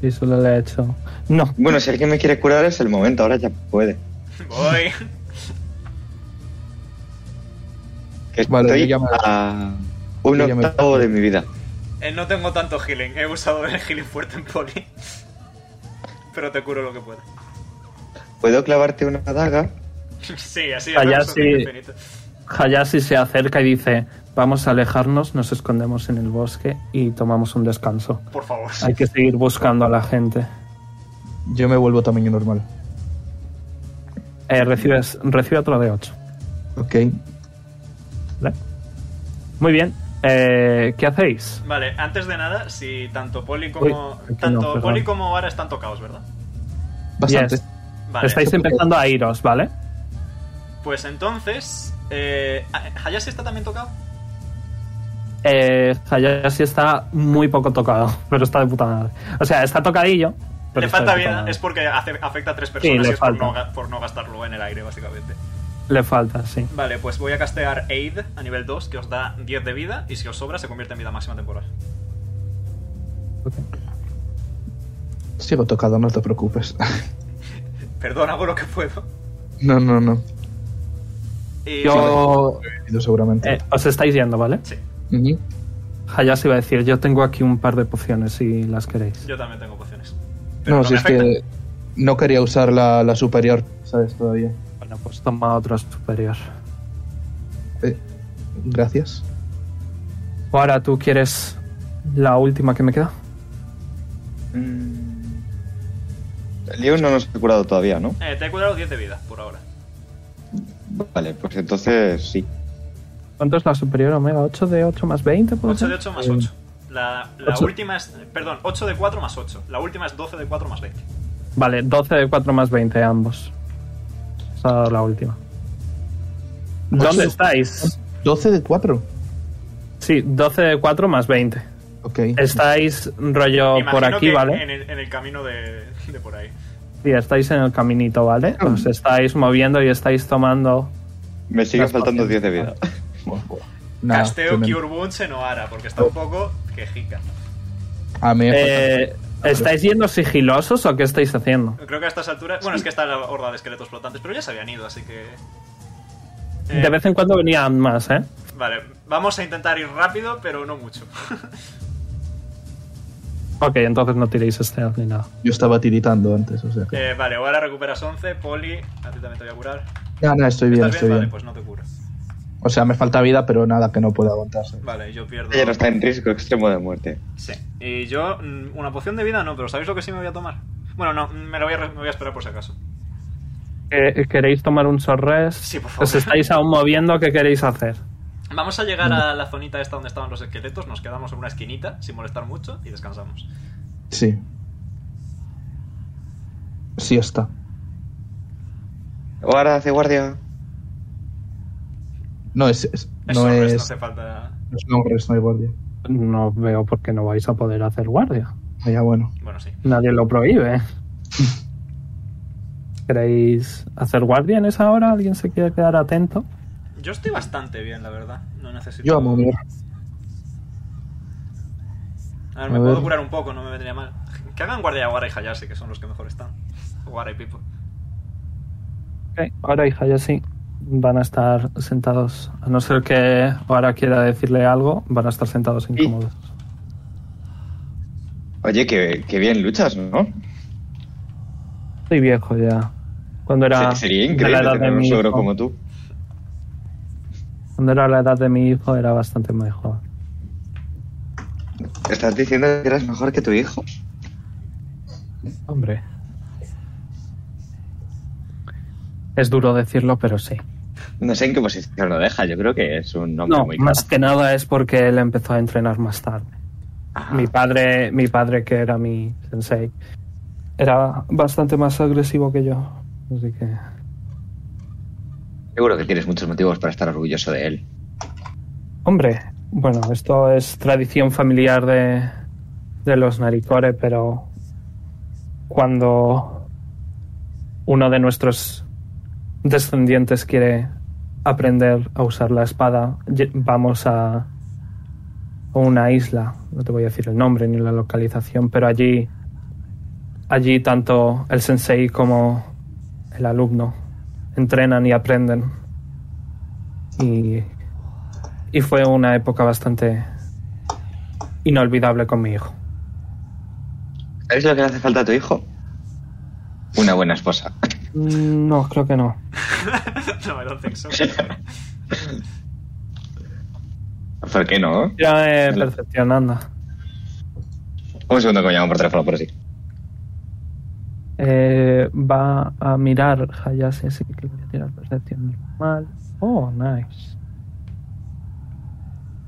C: Y solo le ha hecho. No,
D: Bueno, si alguien me quiere curar es el momento, ahora ya puede.
A: Voy.
D: Que
B: Vale,
D: estoy
B: yo ya me-
D: a un
B: yo ya me-
D: octavo de mi vida.
A: Eh, no tengo tanto healing. He usado el healing fuerte en poli. Pero te curo lo que pueda.
D: ¿Puedo clavarte una daga?
A: Sí, así
C: Ah, ya
A: hacemos un
C: sí.
A: infinito.
C: Hayashi se acerca y dice, vamos a alejarnos, nos escondemos en el bosque y tomamos un descanso.
A: Por favor.
C: Hay que seguir buscando a la gente.
B: Yo me vuelvo tamaño normal.
C: Eh, recibes, recibe otro de 8.
B: Ok.
C: Muy bien. Eh, ¿Qué hacéis?
A: Vale, antes de nada, si tanto Poli como.
C: Uy, aquí no,
A: tanto
C: perdón.
A: Poli como ahora están tocados, ¿verdad?
B: Bastante.
C: Yes.
A: Vale.
C: Estáis empezando a iros, ¿vale?
A: Pues entonces. Eh, ¿Hayashi está también tocado?
C: Eh, Hayashi está muy poco tocado, pero está de puta madre. O sea, está tocadillo. Pero
A: le
C: está
A: falta
C: de puta
A: vida,
C: madre.
A: es porque hace- afecta a tres personas
C: le
A: y es por
C: falta.
A: no, ga- por no gastarlo en el aire, básicamente.
C: Le falta, sí.
A: Vale, pues voy a castear Aid a nivel 2, que os da 10 de vida, y si os sobra, se convierte en vida máxima temporal.
B: Sigo tocado, no te preocupes.
A: Perdón, hago lo que puedo.
B: no, no, no.
A: Y-
C: Yo...
B: Ido seguramente.
C: eh, os estáis yendo, ¿vale?
A: Sí,
B: Ujú.
C: Hayashi va a decir, yo tengo aquí un par de pociones si las queréis.
A: yo también tengo pociones. Pero
B: No,
A: me
B: si es
A: afecta.
B: que no quería usar la, la superior, ¿sabes? Todavía.
C: Bueno, pues toma otro superior.
B: Eh, gracias.
C: Ahora tú quieres la última que me queda.
D: Mm. Leon no nos ha curado todavía, ¿no?
A: Eh, te he curado 10 de vida, por ahora.
D: Vale, pues entonces sí.
C: ¿Cuánto es la superior omega? ¿8 de 8 más 20? puede
A: 8 de
C: ser?
A: 8 más
C: Eh,
A: 8. La, la
C: Ocho.
A: última es. Perdón, 8 de 4 más 8. La última es 12 de 4 más 20.
C: Vale, 12 de 4 más 20 ambos. Os ha dado la última. ¿Dónde
B: Ocho.
C: estáis?
B: 12 de 4.
C: Sí, 12 de 4 más 20.
B: Ok.
C: Estáis
B: Oh,
C: rollo
A: Imagino
C: por aquí,
A: que
C: ¿vale?
A: En el, en el camino de, de por ahí.
C: Sí, estáis en el caminito, ¿vale? Os estáis moviendo y estáis tomando...
D: Me siguen
C: las
D: faltando
C: pociones.
D: 10 de vida.
B: Nada,
A: Casteo
B: tremendo. Oh.
A: Cure Wounds en Ohara, porque está un poco quejica.
B: A mí me faltan-
C: Eh, ¿Estáis yendo sigilosos o qué estáis haciendo?
A: Creo que a estas alturas. Bueno, es que está la horda de esqueletos flotantes, pero ya se habían ido, así que. Eh,
C: De vez en cuando venían más, ¿eh?
A: Vale, vamos a intentar ir rápido, pero no mucho.
C: Ok, entonces no tiréis stealth ni nada.
B: Yo estaba tiritando antes, o sea que.
A: Eh, vale, ahora recuperas 11, Poli, a ti también te voy a curar.
B: No, no, estoy bien,
A: ¿Estás
B: estoy
A: bien? Vale,
B: bien.
A: pues no te curas.
B: O sea, me falta vida, pero nada que no pueda aguantarse.
A: Vale, yo pierdo.
D: Ella no está en riesgo extremo de muerte.
A: Sí. Y yo, mm, una poción de vida no, pero ¿sabéis lo que sí me voy a tomar? Bueno, no, mm, me la voy a, re- me voy a esperar por si acaso.
C: Eh, ¿Queréis tomar un sorres?
A: Sí, por favor.
C: ¿Os estáis aún moviendo? ¿Qué queréis hacer?
A: Vamos a llegar a la zonita esta donde estaban los esqueletos, nos quedamos en una esquinita, sin molestar mucho, y descansamos.
B: Sí. Sí está.
D: Ahora hace guardia.
B: No es. es-
A: Es
B: no
A: Sorres, no
B: es.
A: hace falta.
B: No es un hombres, no hay guardia.
C: No veo por qué no vais a poder hacer guardia.
B: Ah, ya, bueno.
A: Bueno, sí.
C: Nadie lo prohíbe. ¿Queréis hacer guardia en esa hora? ¿Alguien se quiere quedar atento?
A: Yo estoy bastante bien, la verdad. No necesito.
B: Yo amo a Mir.
A: A ver, me
B: A
A: puedo
B: ver.
A: curar un poco, no me vendría mal. Que hagan guardia a Guara y Hayase, que son los que mejor están. Guara y Pipo.
C: Ok, Ahora y Hayashi van a estar sentados. A no ser que ahora quiera decirle algo, van a estar sentados incómodos.
D: Oye, que, que bien luchas, ¿no?
C: Estoy viejo ya. Cuando era,
D: Se- Sería
C: de la
D: increíble
C: edad de
D: tener un
C: mi
D: suegro
C: hijo-
D: como tú.
C: Cuando era la edad de mi hijo era bastante mejor.
D: ¿Estás diciendo que eras mejor que tu hijo?
C: Hombre. Es duro decirlo, pero sí.
D: No sé en qué posición lo deja, yo creo que es un hombre
C: No,
D: muy
C: más que nada es porque él empezó a entrenar más tarde. Mi padre, mi padre que era mi sensei, era bastante más agresivo que yo. Así que
D: Seguro que tienes muchos motivos para estar orgulloso de él.
C: Hombre, bueno, esto es tradición familiar de, de los naricore, pero cuando uno de nuestros descendientes quiere aprender a usar la espada, ye- vamos a a una isla, no te voy a decir el nombre ni la localización, pero allí allí tanto el sensei como el alumno entrenan y aprenden. Y y fue una época bastante inolvidable con mi hijo.
D: ¿Sabes lo que le hace falta a tu hijo? Una buena esposa.
C: Mm, No, creo que no.
A: no, I don't think so.
D: ¿Por qué no?
C: Tira eh, percepción, anda.
D: Un segundo que me llaman por teléfono, por así.
C: Eh, va a mirar Hayashi, así que voy a tirar percepción normal. Oh, nice.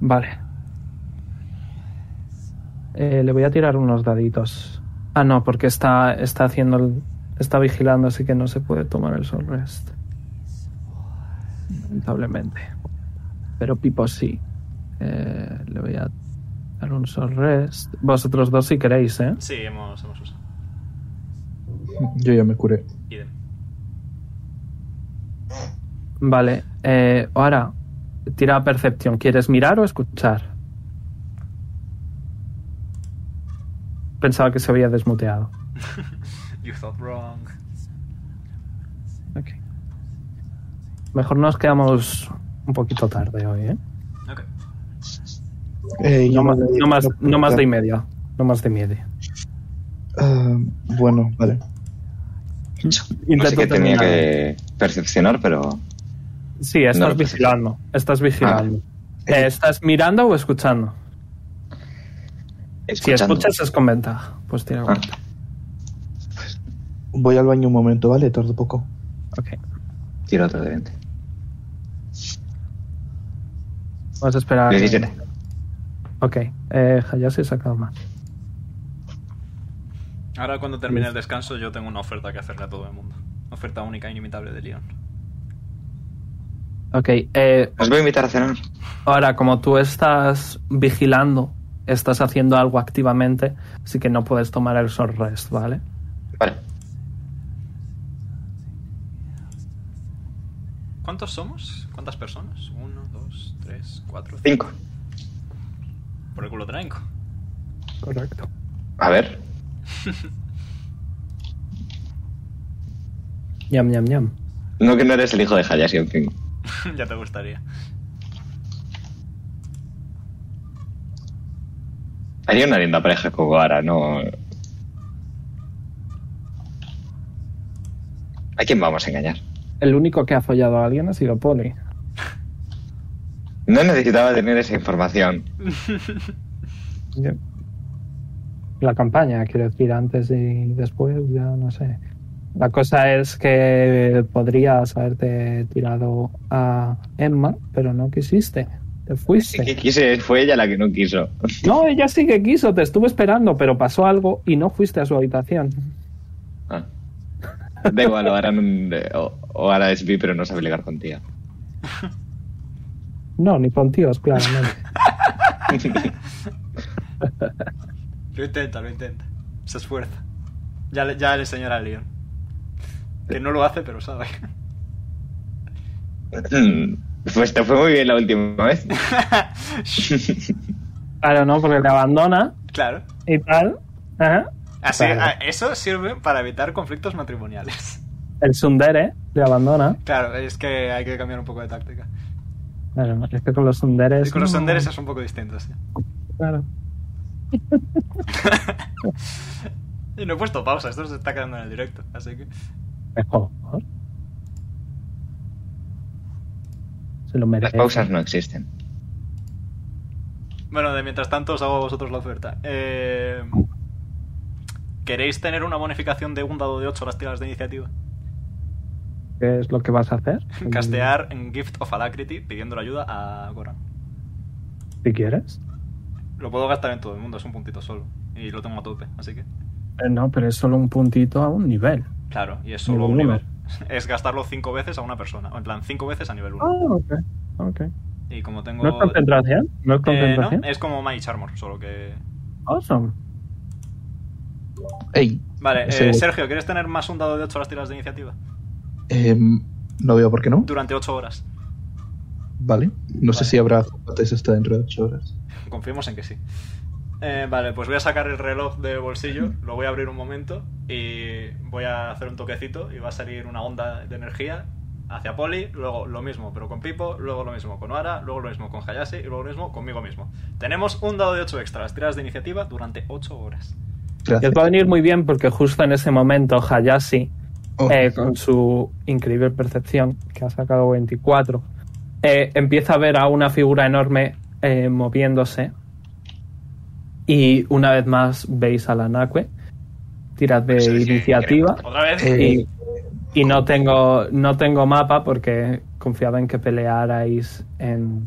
C: Vale. Eh, le voy a tirar unos daditos. Ah, no, porque está, está haciendo el- está vigilando, así que no se puede tomar el sol rest. Lamentablemente. Pero Pipo sí. Eh, le voy a dar un sol rest. Vosotros dos si queréis, ¿eh?
A: Sí, hemos, hemos usado.
B: Yo ya me curé.
A: Idem.
C: Vale, eh, ahora tira percepción. ¿Quieres mirar o escuchar? Pensaba que se había desmuteado.
A: You thought wrong.
C: Mejor nos quedamos un poquito tarde hoy, ¿eh?
A: Ok.
B: Eh,
C: No
B: yo
C: más,
B: me-
C: no más, no más de y media. No más de media.
B: Ah, bueno, vale.
D: No sé
C: Intento
D: que tenía
C: terminar.
D: que percepcionar, pero
C: Sí, estás
D: No, Ah. pues-
C: vigilando. Estás vigilando. Eh, ¿Estás mirando o escuchando?
D: escuchando.
C: Si escuchas es con ventaja. Pues tira
D: Ah,
C: ventaja.
B: Voy al baño un momento, ¿vale? Tardo poco.
C: Ok.
D: tiro otro de 20.
C: Vamos a esperar.
D: 17.
C: Ok. Eh, Hayashi ha sacado más.
A: Ahora, cuando termine el descanso, yo tengo una oferta que hacerle a todo el mundo. Oferta única e inimitable de Leon.
C: Ok. Eh,
D: Os voy a invitar a cenar.
C: Ahora, como tú estás vigilando, estás haciendo algo activamente, así que no puedes tomar el short rest, ¿vale?
D: Vale.
A: ¿Cuántos somos? ¿Cuántas personas? Uno, dos, tres, cuatro, cinco.
D: 5.
A: Por el culo tranco.
C: Correcto.
D: A ver.
C: Ñam, ñam, ñam.
D: No que no eres el hijo de Hayashi, en fin.
A: ya te gustaría.
D: Haría una linda pareja con Goara, no. ¿A quién vamos a engañar?
C: El único que ha follado a alguien ha sido Polly.
D: No necesitaba tener esa información.
C: La campaña, quiero decir, antes y después, ya no sé. La cosa es que podrías haberte tirado a Emma, pero no quisiste. Te
D: Sí
C: fuiste.
D: que quise, fue ella la que no quiso.
C: No, ella sí que quiso, te estuvo esperando, pero pasó algo y no fuiste a su habitación.
D: Ah. Da igual, ahora, no- o, o ahora es bi, pero no sabe ligar con tía.
C: No, ni con tíos, claro.
A: Lo intenta, lo intenta. Se esfuerza. Ya le, ya le señala a Leon. Que no lo hace, pero sabe.
D: Pues te fue muy bien la última vez.
C: Claro, no, porque te abandona
A: claro.
C: y tal. Ajá.
A: Así,
C: Claro.
A: a- eso sirve para evitar conflictos matrimoniales.
C: El Sundere le abandona.
A: Claro, es que hay que cambiar un poco de táctica.
C: Claro, es que con los Sunderes.
A: Y con los
C: no,
A: sonderes es un poco distinto, sí.
C: Claro.
A: Y no he puesto pausa, esto se está quedando en el directo, así que...
C: Mejor. Se lo
D: Las
C: merece.
D: pausas no existen.
A: Bueno, de mientras tanto os hago a vosotros la oferta. Eh, ¿Queréis tener una bonificación de un dado de 8 a las tiradas de iniciativa?
C: ¿Qué es lo que vas a hacer?
A: Castear en Gift of Alacrity pidiendo la ayuda a Goran.
C: Si quieres.
A: Lo puedo gastar en todo el mundo, es un puntito solo. Y lo tengo a tope, así que...
C: Eh, no, pero es solo un puntito a un nivel.
A: Claro, y es solo
C: Nivel
A: un
C: uno.
A: nivel. Es gastarlo 5 veces a una persona. En plan, 5 veces a nivel 1.
C: Ah, ok. ok.
A: Y como tengo...
C: ¿No es concentración? ¿No es
A: Eh, no,
C: concentración?
A: es como Magic Armor, solo que...
C: Awesome.
B: Ey,
A: Vale, eh,
B: Sí.
A: Sergio, ¿quieres tener más un dado de 8 a las tiradas de iniciativa?
B: em, no veo por qué no.
A: Durante 8 horas.
B: Vale. No sé
A: Vale.
B: si habrá combates hasta dentro de 8 horas.
A: Confiemos en que sí. Eh, vale, pues voy a sacar el reloj de bolsillo, lo voy a abrir un momento y voy a hacer un toquecito y va a salir una onda de energía hacia Poli, luego lo mismo pero con Pipo, luego lo mismo con Oara, luego lo mismo con Hayashi y luego lo mismo conmigo mismo. Tenemos un dado de 8 extra, las tiras de iniciativa durante 8 horas.
B: Gracias.
C: Les va a venir muy bien porque justo en ese momento Hayashi,
B: Oh,
C: eh, con su increíble percepción, que ha sacado 24, eh, empieza a ver a una figura enorme eh, moviéndose. Y una vez más veis a la Nakue. Tirad de
I: Sí, sí,
C: iniciativa.
A: Otra vez,
B: Eh,
C: Y, y no tengo no tengo mapa porque confiaba en que pelearais en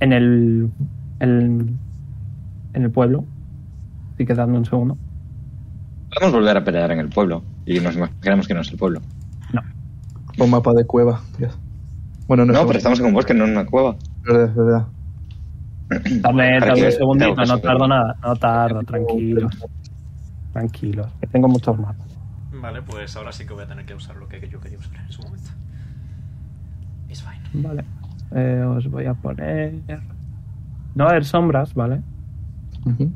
C: en el en, en el pueblo. Así que dadme un segundo.
D: Podemos volver a pelear en el pueblo. Y nos imaginamos que no es el pueblo.
B: Un mapa de cueva. Ya. Bueno, no,
D: No,
B: sé,
D: pero estamos en un bosque, no en una cueva.
B: es verdad, es verdad.
C: Dame, dame un
D: que-
C: segundito,
D: tengo que
C: no tardo
D: seguir.
C: nada, no tardo, tranquilos. Tranquilos, que tengo muchos mapas.
A: Vale, pues ahora sí que voy a tener que usar lo que yo quería usar en su momento. It's fine.
C: Vale. Eh, os voy a poner. No va a haber sombras, ¿vale?
B: Ujú.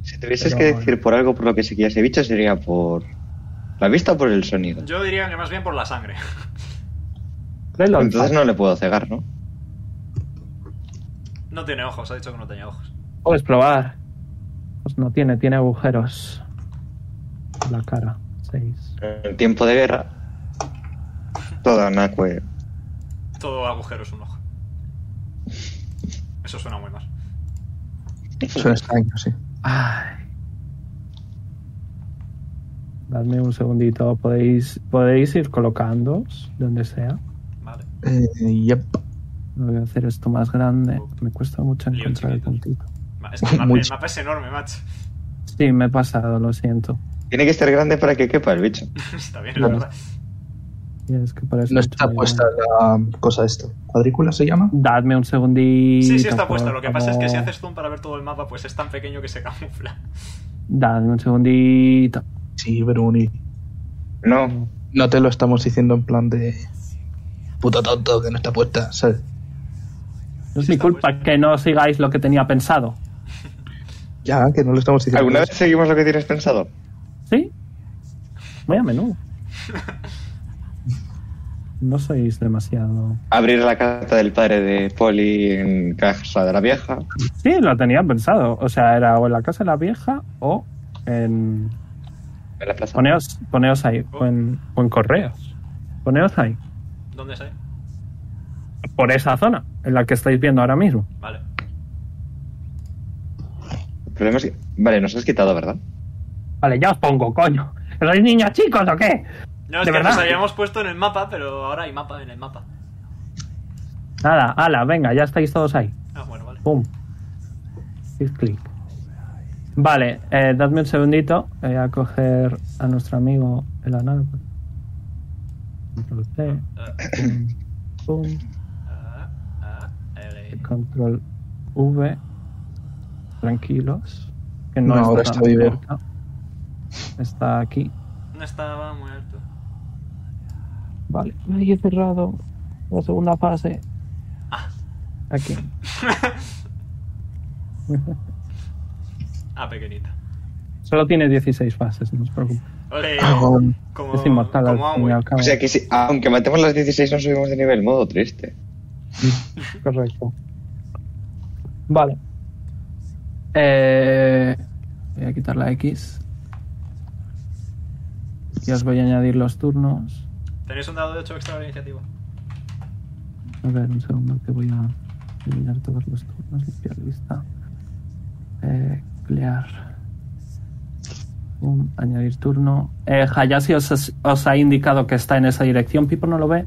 D: Si tuvieses
C: Pero-
D: que decir por algo por lo que se ese bicho, sería por la vista o por el sonido.
A: Yo diría que más bien por la sangre.
C: Del
D: Entonces
C: olfato.
D: no le puedo cegar, ¿no?
A: No tiene ojos, ha dicho que no tenía ojos.
C: Puedes probar. Pues no tiene, tiene agujeros. La cara. Seis.
D: En tiempo de guerra, toda Nakue.
A: Todo agujero es un ojo. Eso suena muy mal.
B: Suena extraño, sí.
C: Ay. Dadme un segundito. Podéis, podéis ir colocándoos donde sea.
A: Vale.
B: Eh, yep.
C: No voy a hacer esto más grande. Me cuesta mucho
A: Lío
C: encontrar el
A: chiquito.
C: puntito.
A: Ma- Es que el mapa,
B: Muy
A: el
B: ch-
A: mapa es enorme, macho.
C: Sí, me he pasado, lo siento.
D: Tiene que estar grande para que quepa el bicho.
A: Está bien, la
B: Claro.
A: verdad.
C: Y es que para eso
B: No
C: he hecho
B: está
C: muy
B: puesta
C: grande.
B: la cosa esta. ¿Cuadrícula se llama?
C: Dadme un segundito.
A: Sí, sí está puesta.
C: por
A: Lo que pasa es que si
C: favor.
A: haces zoom para ver todo el mapa, pues es tan pequeño que se camufla.
C: Dadme un segundito.
B: Sí, Bruni.
D: No,
B: No te lo estamos diciendo en plan de. Puto tonto que no está puesta, ¿sabes?
C: No es
A: Sí
C: mi
A: está
C: culpa
A: puesta.
C: que no sigáis lo que tenía pensado.
B: Ya, que no lo estamos diciendo.
D: ¿alguna vez seguimos lo que tienes pensado?
C: ¿Sí? Muy a menudo. No sois demasiado.
D: Abrir la carta del padre de Polly en casa de la vieja.
C: Sí, lo tenía pensado. O sea, era o en la casa de la vieja o en.
D: En la plaza.
C: Poneos, poneos ahí. O en, o en correos. Poneos ahí.
A: ¿Dónde está?
C: Por esa zona en la que estáis viendo ahora mismo.
A: Vale.
D: El problema es que... Vale, nos has quitado, ¿verdad?
C: Vale, ya os pongo, coño. ¿Sois niños chicos o qué?
A: No, es
C: ¿De
A: que
C: verdad?
A: nos habíamos puesto en el mapa, pero ahora hay mapa en el mapa.
C: Nada, ala, venga, ya estáis todos ahí.
A: Ah, bueno, vale.
C: Pum. Shift click. Vale, eh, dadme un segundito. Voy a coger a nuestro amigo el anaco. Control C.
A: Eh,
C: Pum.
A: eh,
C: Control V. Tranquilos. Que no,
B: No, ahora
C: tan
B: está vivo.
C: cerca. Está aquí.
A: No estaba muerto.
C: Vale. Ahí he cerrado la segunda fase.
A: Ah.
C: Aquí.
A: Ah, pequeñita.
C: Solo tiene 16 fases, no os preocupéis.
A: Ole, como,
C: Es inmortal al
A: como
C: fin y al
A: Amway.
C: cabo.
D: O sea que si, aunque matemos las 16 no subimos de nivel, modo triste.
C: Correcto. Vale. Eh, voy a quitar la X. Y os voy a añadir los turnos.
A: Tenéis un dado de 8 extra de iniciativa.
C: A ver, un segundo que voy a eliminar todos los turnos, limpiar lista. Eh, clear. Boom, añadir turno. Eh, Hayashi os, has- os ha indicado que está en esa dirección. Pipo no lo ve,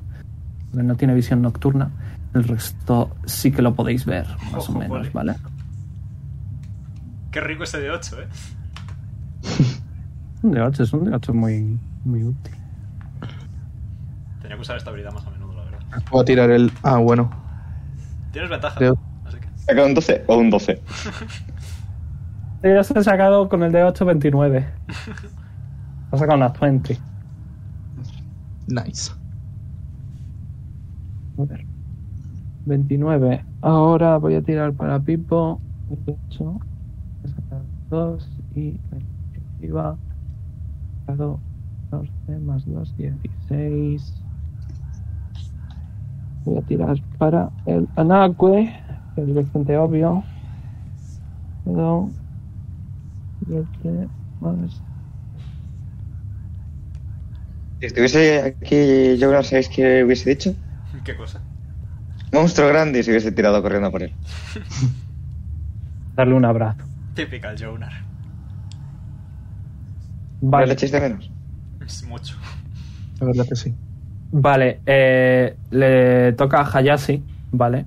C: porque no tiene visión nocturna. El resto sí que lo podéis ver, más
A: Ojo,
C: o menos,
A: vale.
C: ¿vale?
A: Qué rico ese de 8, eh.
C: Un de 8 es un de 8 muy, muy útil.
A: Tenía que usar esta habilidad más a menudo, la verdad.
B: Voy a tirar el. Ah, bueno.
A: Tienes ventaja.
B: Creo-
A: Así que.
D: Saca un 12 o un 12.
C: Yo se Eh, he sacado con el de 8 29. Ha sacado una 20.
B: Nice.
C: A ver. 29. Ahora voy a tirar para Pipo. 8. 2 y va. 14 más 2, 16. Voy a tirar para el Anacue, que es bastante obvio. Pero. 7 más.
D: Si estuviese aquí, yo no sabéis qué hubiese dicho.
A: ¿Qué cosa?
D: Monstruo grande y se hubiese tirado corriendo por él.
C: Darle un abrazo.
A: Típica Jonar.
D: ¿No le echéis de menos?
A: Es mucho.
B: La verdad que sí.
C: Vale, eh, le toca a Hayashi, ¿vale?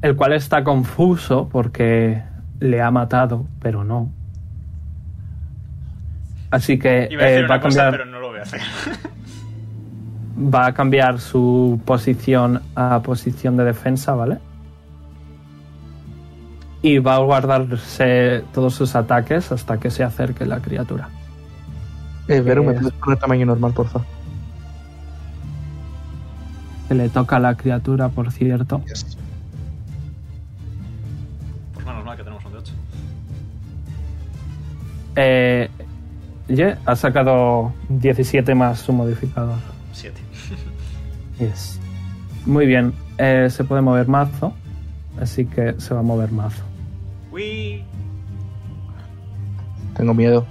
C: El cual está confuso porque le ha matado, pero no. Así que
A: Iba a decir
C: eh,
A: una
C: va, a
A: cosa,
C: cambiar,
A: pero no lo voy a hacer.
C: va a cambiar su posición a posición de defensa, ¿vale? Y va a guardarse todos sus ataques hasta que se acerque la criatura.
B: Eh, Vero, ¿me
C: Eh,
B: puedes poner tamaño normal, porfa?
C: Se le toca a la criatura, por cierto.
A: Pues menos mal que tenemos un de 8.
C: Eh, Ye ha sacado 17 más su modificador.
A: 7.
C: Yes. Muy bien. eh, se puede mover mazo. Así que se va a mover mazo.
A: Uy.
B: Tengo miedo.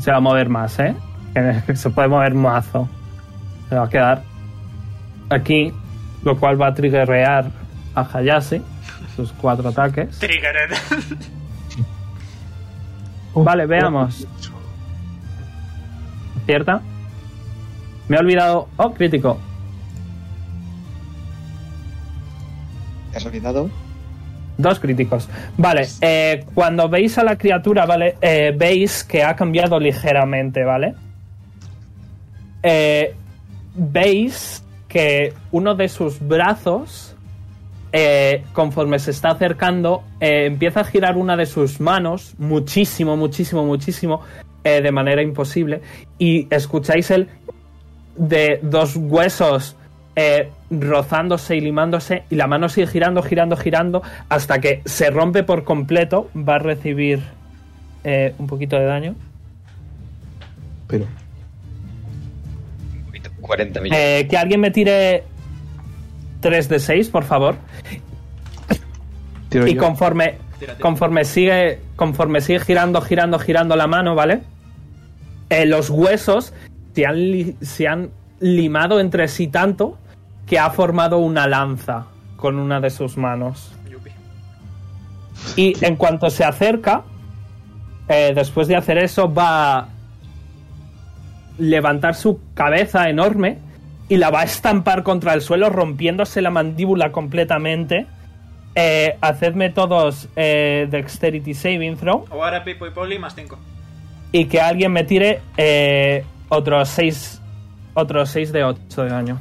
C: Se va a mover más, ¿eh? se puede mover mazo. Se va a quedar aquí. Lo cual va a triggerear a Hayashi. Sus cuatro ataques.
A: Triggered.
C: Vale, veamos. ¿Cierta? Me he olvidado. Oh, crítico.
D: ¿Te has olvidado?
C: Dos críticos. Vale, eh, cuando veis a la criatura, ¿vale? Eh, veis que ha cambiado ligeramente, ¿vale? Eh, veis que uno de sus brazos, eh, conforme se está acercando, eh, empieza a girar una de sus manos muchísimo, muchísimo, muchísimo, eh, de manera imposible. Y escucháis el de dos huesos eh, rozándose y limándose y la mano sigue girando, girando, girando hasta que se rompe por completo, va a recibir eh, un poquito de daño.
B: Pero.
D: Un poquito, 40 millones.
C: Eh, que alguien me tire 3 de 6, por favor.
B: Tiro
C: Y
B: yo.
C: conforme,
A: Tira, tira.
C: conforme sigue, conforme sigue girando, girando, girando la mano, ¿vale? Eh, los huesos se han, li- se han limado entre sí tanto que ha formado una lanza con una de sus manos.
A: Yupi.
C: Y en cuanto se acerca, eh, después de hacer eso, va a levantar su cabeza enorme y la va a estampar contra el suelo, rompiéndose la mandíbula completamente. Eh, hacedme todos eh, Dexterity Saving Throw
A: Ahora Pipo y Poli más 5.
C: y que alguien me tire eh, otros 6 otros seis de 8 de daño.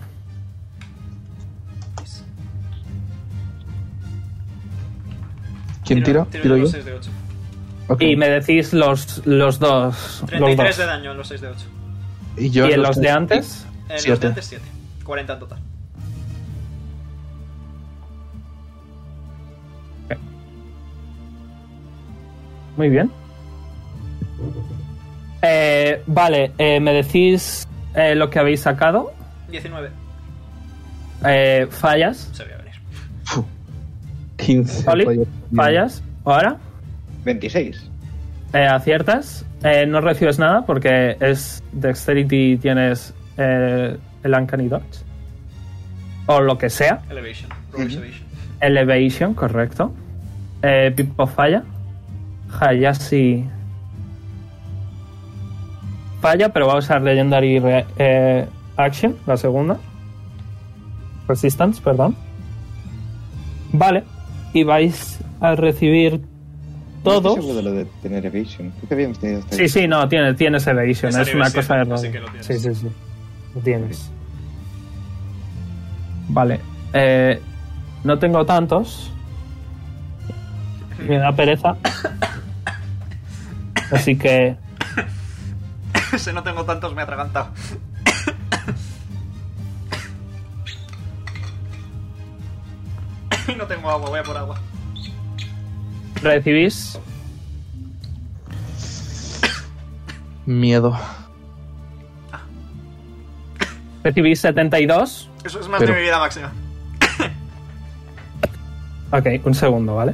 B: ¿Quién tira? ¿Tiro yo?
A: los 6 de 8.
B: Ok.
C: Y me decís los, los dos. Los
A: 33
C: dos.
A: de daño en los 6 de 8.
B: Y
C: ¿Y
B: yo
C: en
B: los
C: los de
B: tres.
C: antes?
A: En los
B: Siete.
A: de antes 7. 40 en total.
C: Muy bien. Eh, vale, eh, me decís eh, lo que habéis sacado.
A: 19.
C: Eh, fallas.
A: Se veía venir.
B: 15.
C: Oli,
B: fallo.
C: fallas. Ahora.
D: 26.
C: Eh, aciertas. Eh, no recibes nada porque es Dexterity y tienes eh, el Uncanny Dodge. O lo que sea.
A: Elevation. Rogue Elevation.
C: Elevation, correcto. Eh, Pipo falla. Hayashi. Falla, pero va a usar Legendary Re- eh, Action, la segunda. Resistance, perdón. Vale. Y vais a recibir
D: No
C: todos.
D: estoy seguro de lo de tener evasion. Creo que habíamos tenido hasta
C: Sí,
D: ahí.
C: sí, no, tiene, tienes Evasion,
A: Es
C: es,
A: nivel
C: una
A: siete,
C: cosa de
A: así
C: robo.
A: que lo tienes.
C: Sí, sí, sí. Lo tienes. Vale. eh, no tengo tantos. Me da pereza. Así que.
A: si no tengo tantos, me he atragantado. no tengo agua, voy a por agua.
C: Recibís
B: Miedo.
C: recibís 72.
A: Eso es más
B: Pero-
A: de mi vida máxima.
C: Ok, un segundo, ¿vale?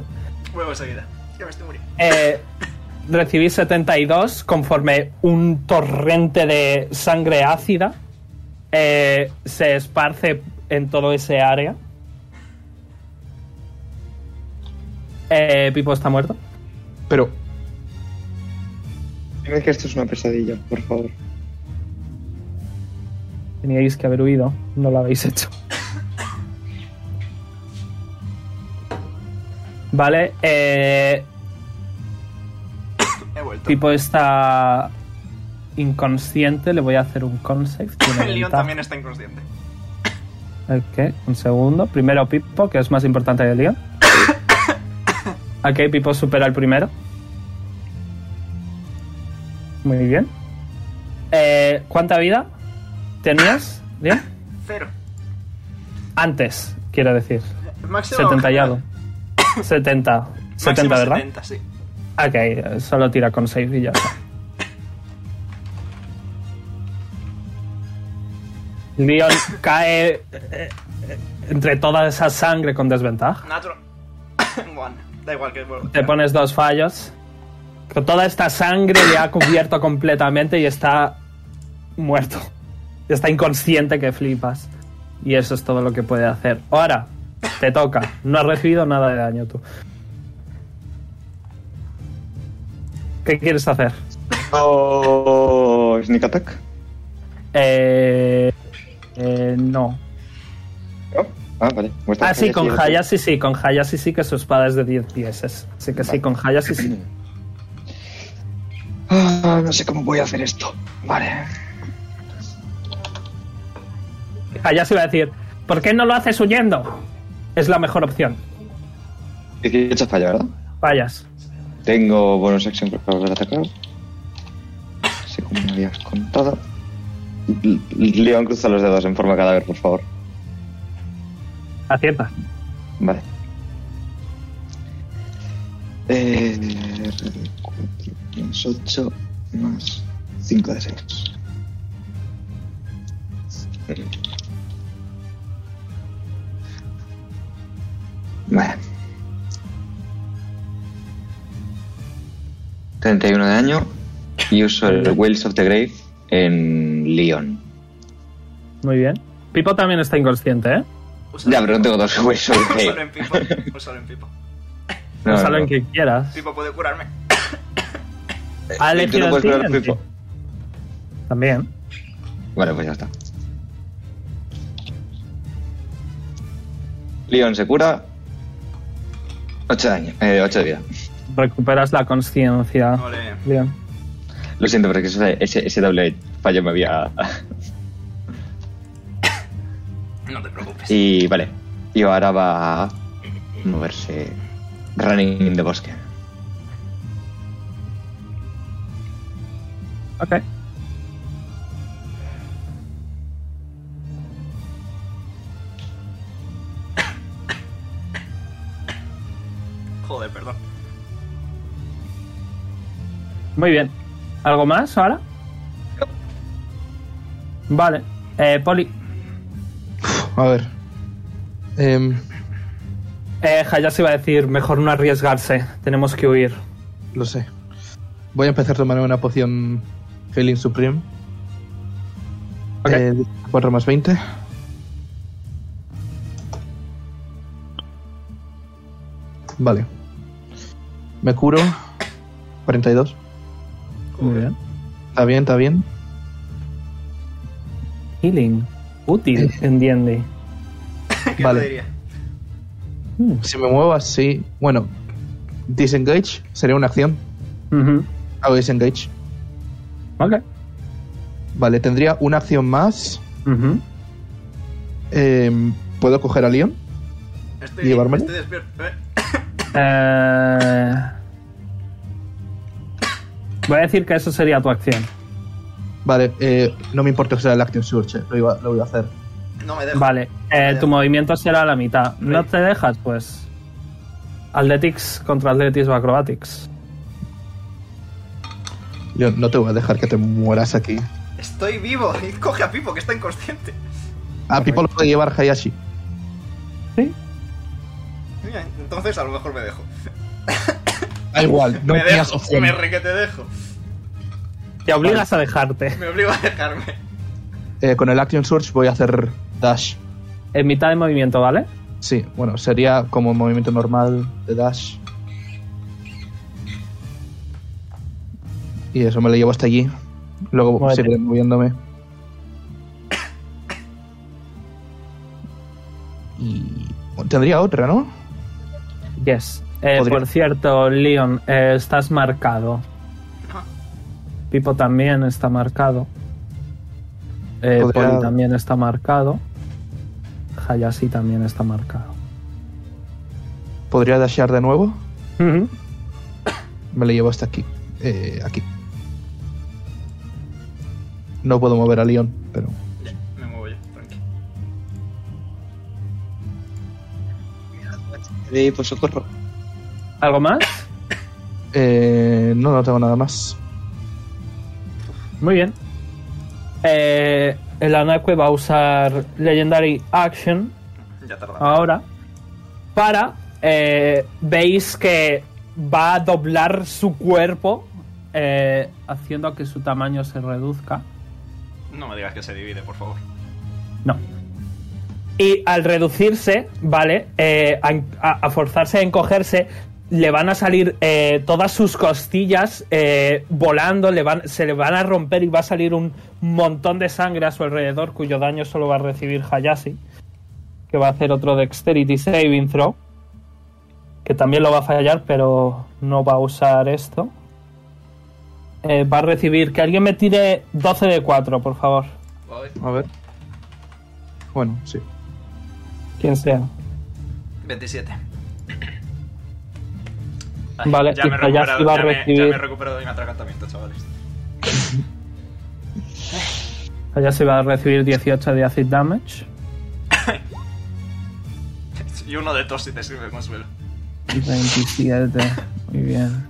A: Vuelvo enseguida. Ya me estoy muriendo.
C: Eh, recibís 72 conforme un torrente de sangre ácida eh, se esparce en todo ese área. Eh, Pipo está muerto.
B: Pero,
D: Dime que esto es una pesadilla, por favor.
C: Teníais que haber huido, no lo habéis hecho. Vale, eh,
A: He vuelto.
C: Pipo está inconsciente, le voy a hacer un con save. tiene
A: El Leon
C: ventaja.
A: también está inconsciente.
C: Ok, un segundo. Primero Pipo, que es más importante que Leon. ok, Pipo supera el primero. Muy bien. Eh, ¿Cuánta vida tenías, Leon?
A: Cero.
C: Antes, quiero decir.
A: Máximo.
C: 70 y algo. 70. 70,
A: Máximo
C: ¿verdad?
A: 70, sí.
C: Ok, eh, solo tira con 6 y ya está. Leon cae eh, eh, entre toda esa sangre con desventaja.
A: Natural. One. Da igual que vuelvo.
C: Te pones dos fallos. Con toda esta sangre le ha cubierto completamente y está muerto. Está inconsciente que flipas. Y eso es todo lo que puede hacer. Ahora, te toca. No has recibido nada de daño tú. ¿Qué quieres hacer?
D: Oh, sneak attack.
C: Eh, eh, no.
D: Oh, ah, vale. Muestra
C: Ah, sí, con
D: Hayashi.
C: Hayashi sí, con Hayashi sí que su espada es de 10 pies. Así que sí, con Hayashi sí.
D: Ah, no sé cómo voy a hacer esto. Vale.
C: Hayashi va a decir, ¿por qué no lo haces huyendo? Es la mejor opción.
D: 18 falla, ¿verdad?
C: Vayas.
D: Tengo bonus action para volver a atacar. Según me habías contado. L- L- León cruza los dedos en forma de cadáver, por favor.
C: Acierta.
D: Vale. Eh, 8 más 5 de 6. Vale. 31 de daño y uso el Whales of the Grave en Leon.
C: Muy bien. Pipo también está inconsciente, ¿eh?
A: Úsalo
D: Ya,
A: en
D: pero no tengo dos Whales of
A: pipo. Úsalo
D: the
A: en
D: Grave.
A: pipo. Úsalo en pipo.
D: No,
C: Úsalo
D: no.
C: en que quieras.
A: Pipo puede curarme.
C: Ha
D: Tú
C: elegido
D: no
C: el
D: puedes curar
C: siguiente.
D: Pipo.
C: También.
D: Vale, pues ya está. Leon se cura. 8 daño, eh, ocho de vida.
C: Recuperas la conciencia.
A: Ole.
C: Bien.
D: Lo siento, porque eso- ese, ese doble fallo me había.
A: No te preocupes.
D: Y vale. Y ahora va a moverse Running in the bosque.
C: Ok.
A: Joder, perdón.
C: Muy bien. ¿Algo más ahora? Vale. Eh, Poli.
B: A ver. Em,
C: Eh, Hayas iba a decir, mejor no arriesgarse. Tenemos que huir.
B: lo sé. Voy a empezar a tomar una poción Healing Supreme.
C: Ok.
B: Eh, 4 más 20. Vale. Me curo. 42.
C: Muy bien.
B: Está bien, está bien.
C: Healing. Útil, entiende.
A: ¿Qué
B: Vale.
A: te diría?
B: Si me muevo así. Bueno, disengage sería una acción.
C: Ujú.
B: Hago disengage.
C: Ok.
B: Vale, tendría una acción más.
C: Ujú.
B: Em, ¿Puedo coger a Leon?
A: Estoy,
B: ¿Llevármelo?
A: estoy despierto. Eh,
C: Eh, voy a decir que eso sería tu acción.
B: Vale, eh, no me importa que sea el Action Surge, eh, lo, iba- lo voy a hacer.
A: No me dejo.
C: Vale. Eh, tu movimiento será la mitad. ¿No
A: Sí.
C: te dejas? Pues. Athletics contra Athletics o Acrobatics.
B: Yo no te voy a dejar que te mueras aquí.
A: Estoy vivo. Y coge a Pipo, que está inconsciente.
B: A Pipo lo puede llevar Hayashi.
A: Mira, Entonces a lo mejor me dejo.
B: Da igual, no
A: me
B: tenías
A: dejo.
B: opción.
A: Me re que te dejo.
C: Te obligas a dejarte.
A: Me obligo a dejarme.
B: Eh, con el Action Surge voy a hacer dash.
C: En mitad de movimiento, ¿vale?
B: Sí, bueno, sería como movimiento normal de dash. Y eso me lo llevo hasta allí. Luego
C: Muévete.
B: seguiré moviéndome. Y tendría otra, ¿no?
C: Yes. Eh,
B: Podría-
C: por cierto, Leon, eh, estás marcado. Pipo también está marcado. Eh,
B: Podría-
C: Poli también está marcado. Hayashi también está marcado.
B: Podría dashear de nuevo.
C: Ujú.
B: Me lo llevo hasta aquí. Eh, aquí. No puedo mover a Leon, pero.
A: Ya, me muevo yo, tranqui.
D: Eh, pues socorro.
C: ¿Algo más?
B: Eh, no, no tengo nada más.
C: Muy bien. Eh, el Anacue va a usar Legendary Action
A: Ya tardamos.
C: ahora para eh, veis que va a doblar su cuerpo eh, haciendo que su tamaño se reduzca
A: No me digas que se divide, por favor.
C: no y al reducirse vale Eh, a, a- a forzarse a encogerse le van a salir eh, todas sus costillas eh, volando le van, se le van a romper y va a salir un montón de sangre a su alrededor cuyo daño solo va a recibir Hayashi que va a hacer otro Dexterity Saving Throw. Que también lo va a fallar, pero no va a usar esto. Eh, va a recibir. Que alguien me tire 12 de 4, por favor.
B: A ver. Bueno, sí.
C: Quien sea.
A: 27.
C: Vale,
A: ya me, he
C: y Hayashi
A: recuperado,
C: va a
A: ya, me- ya
C: recibir-
A: me he recuperado de mi atragantamiento, chavales.
C: Allá se va a recibir 18 de acid damage.
A: Y uno de tos si te sirve de consuelo.
C: 27. Muy bien.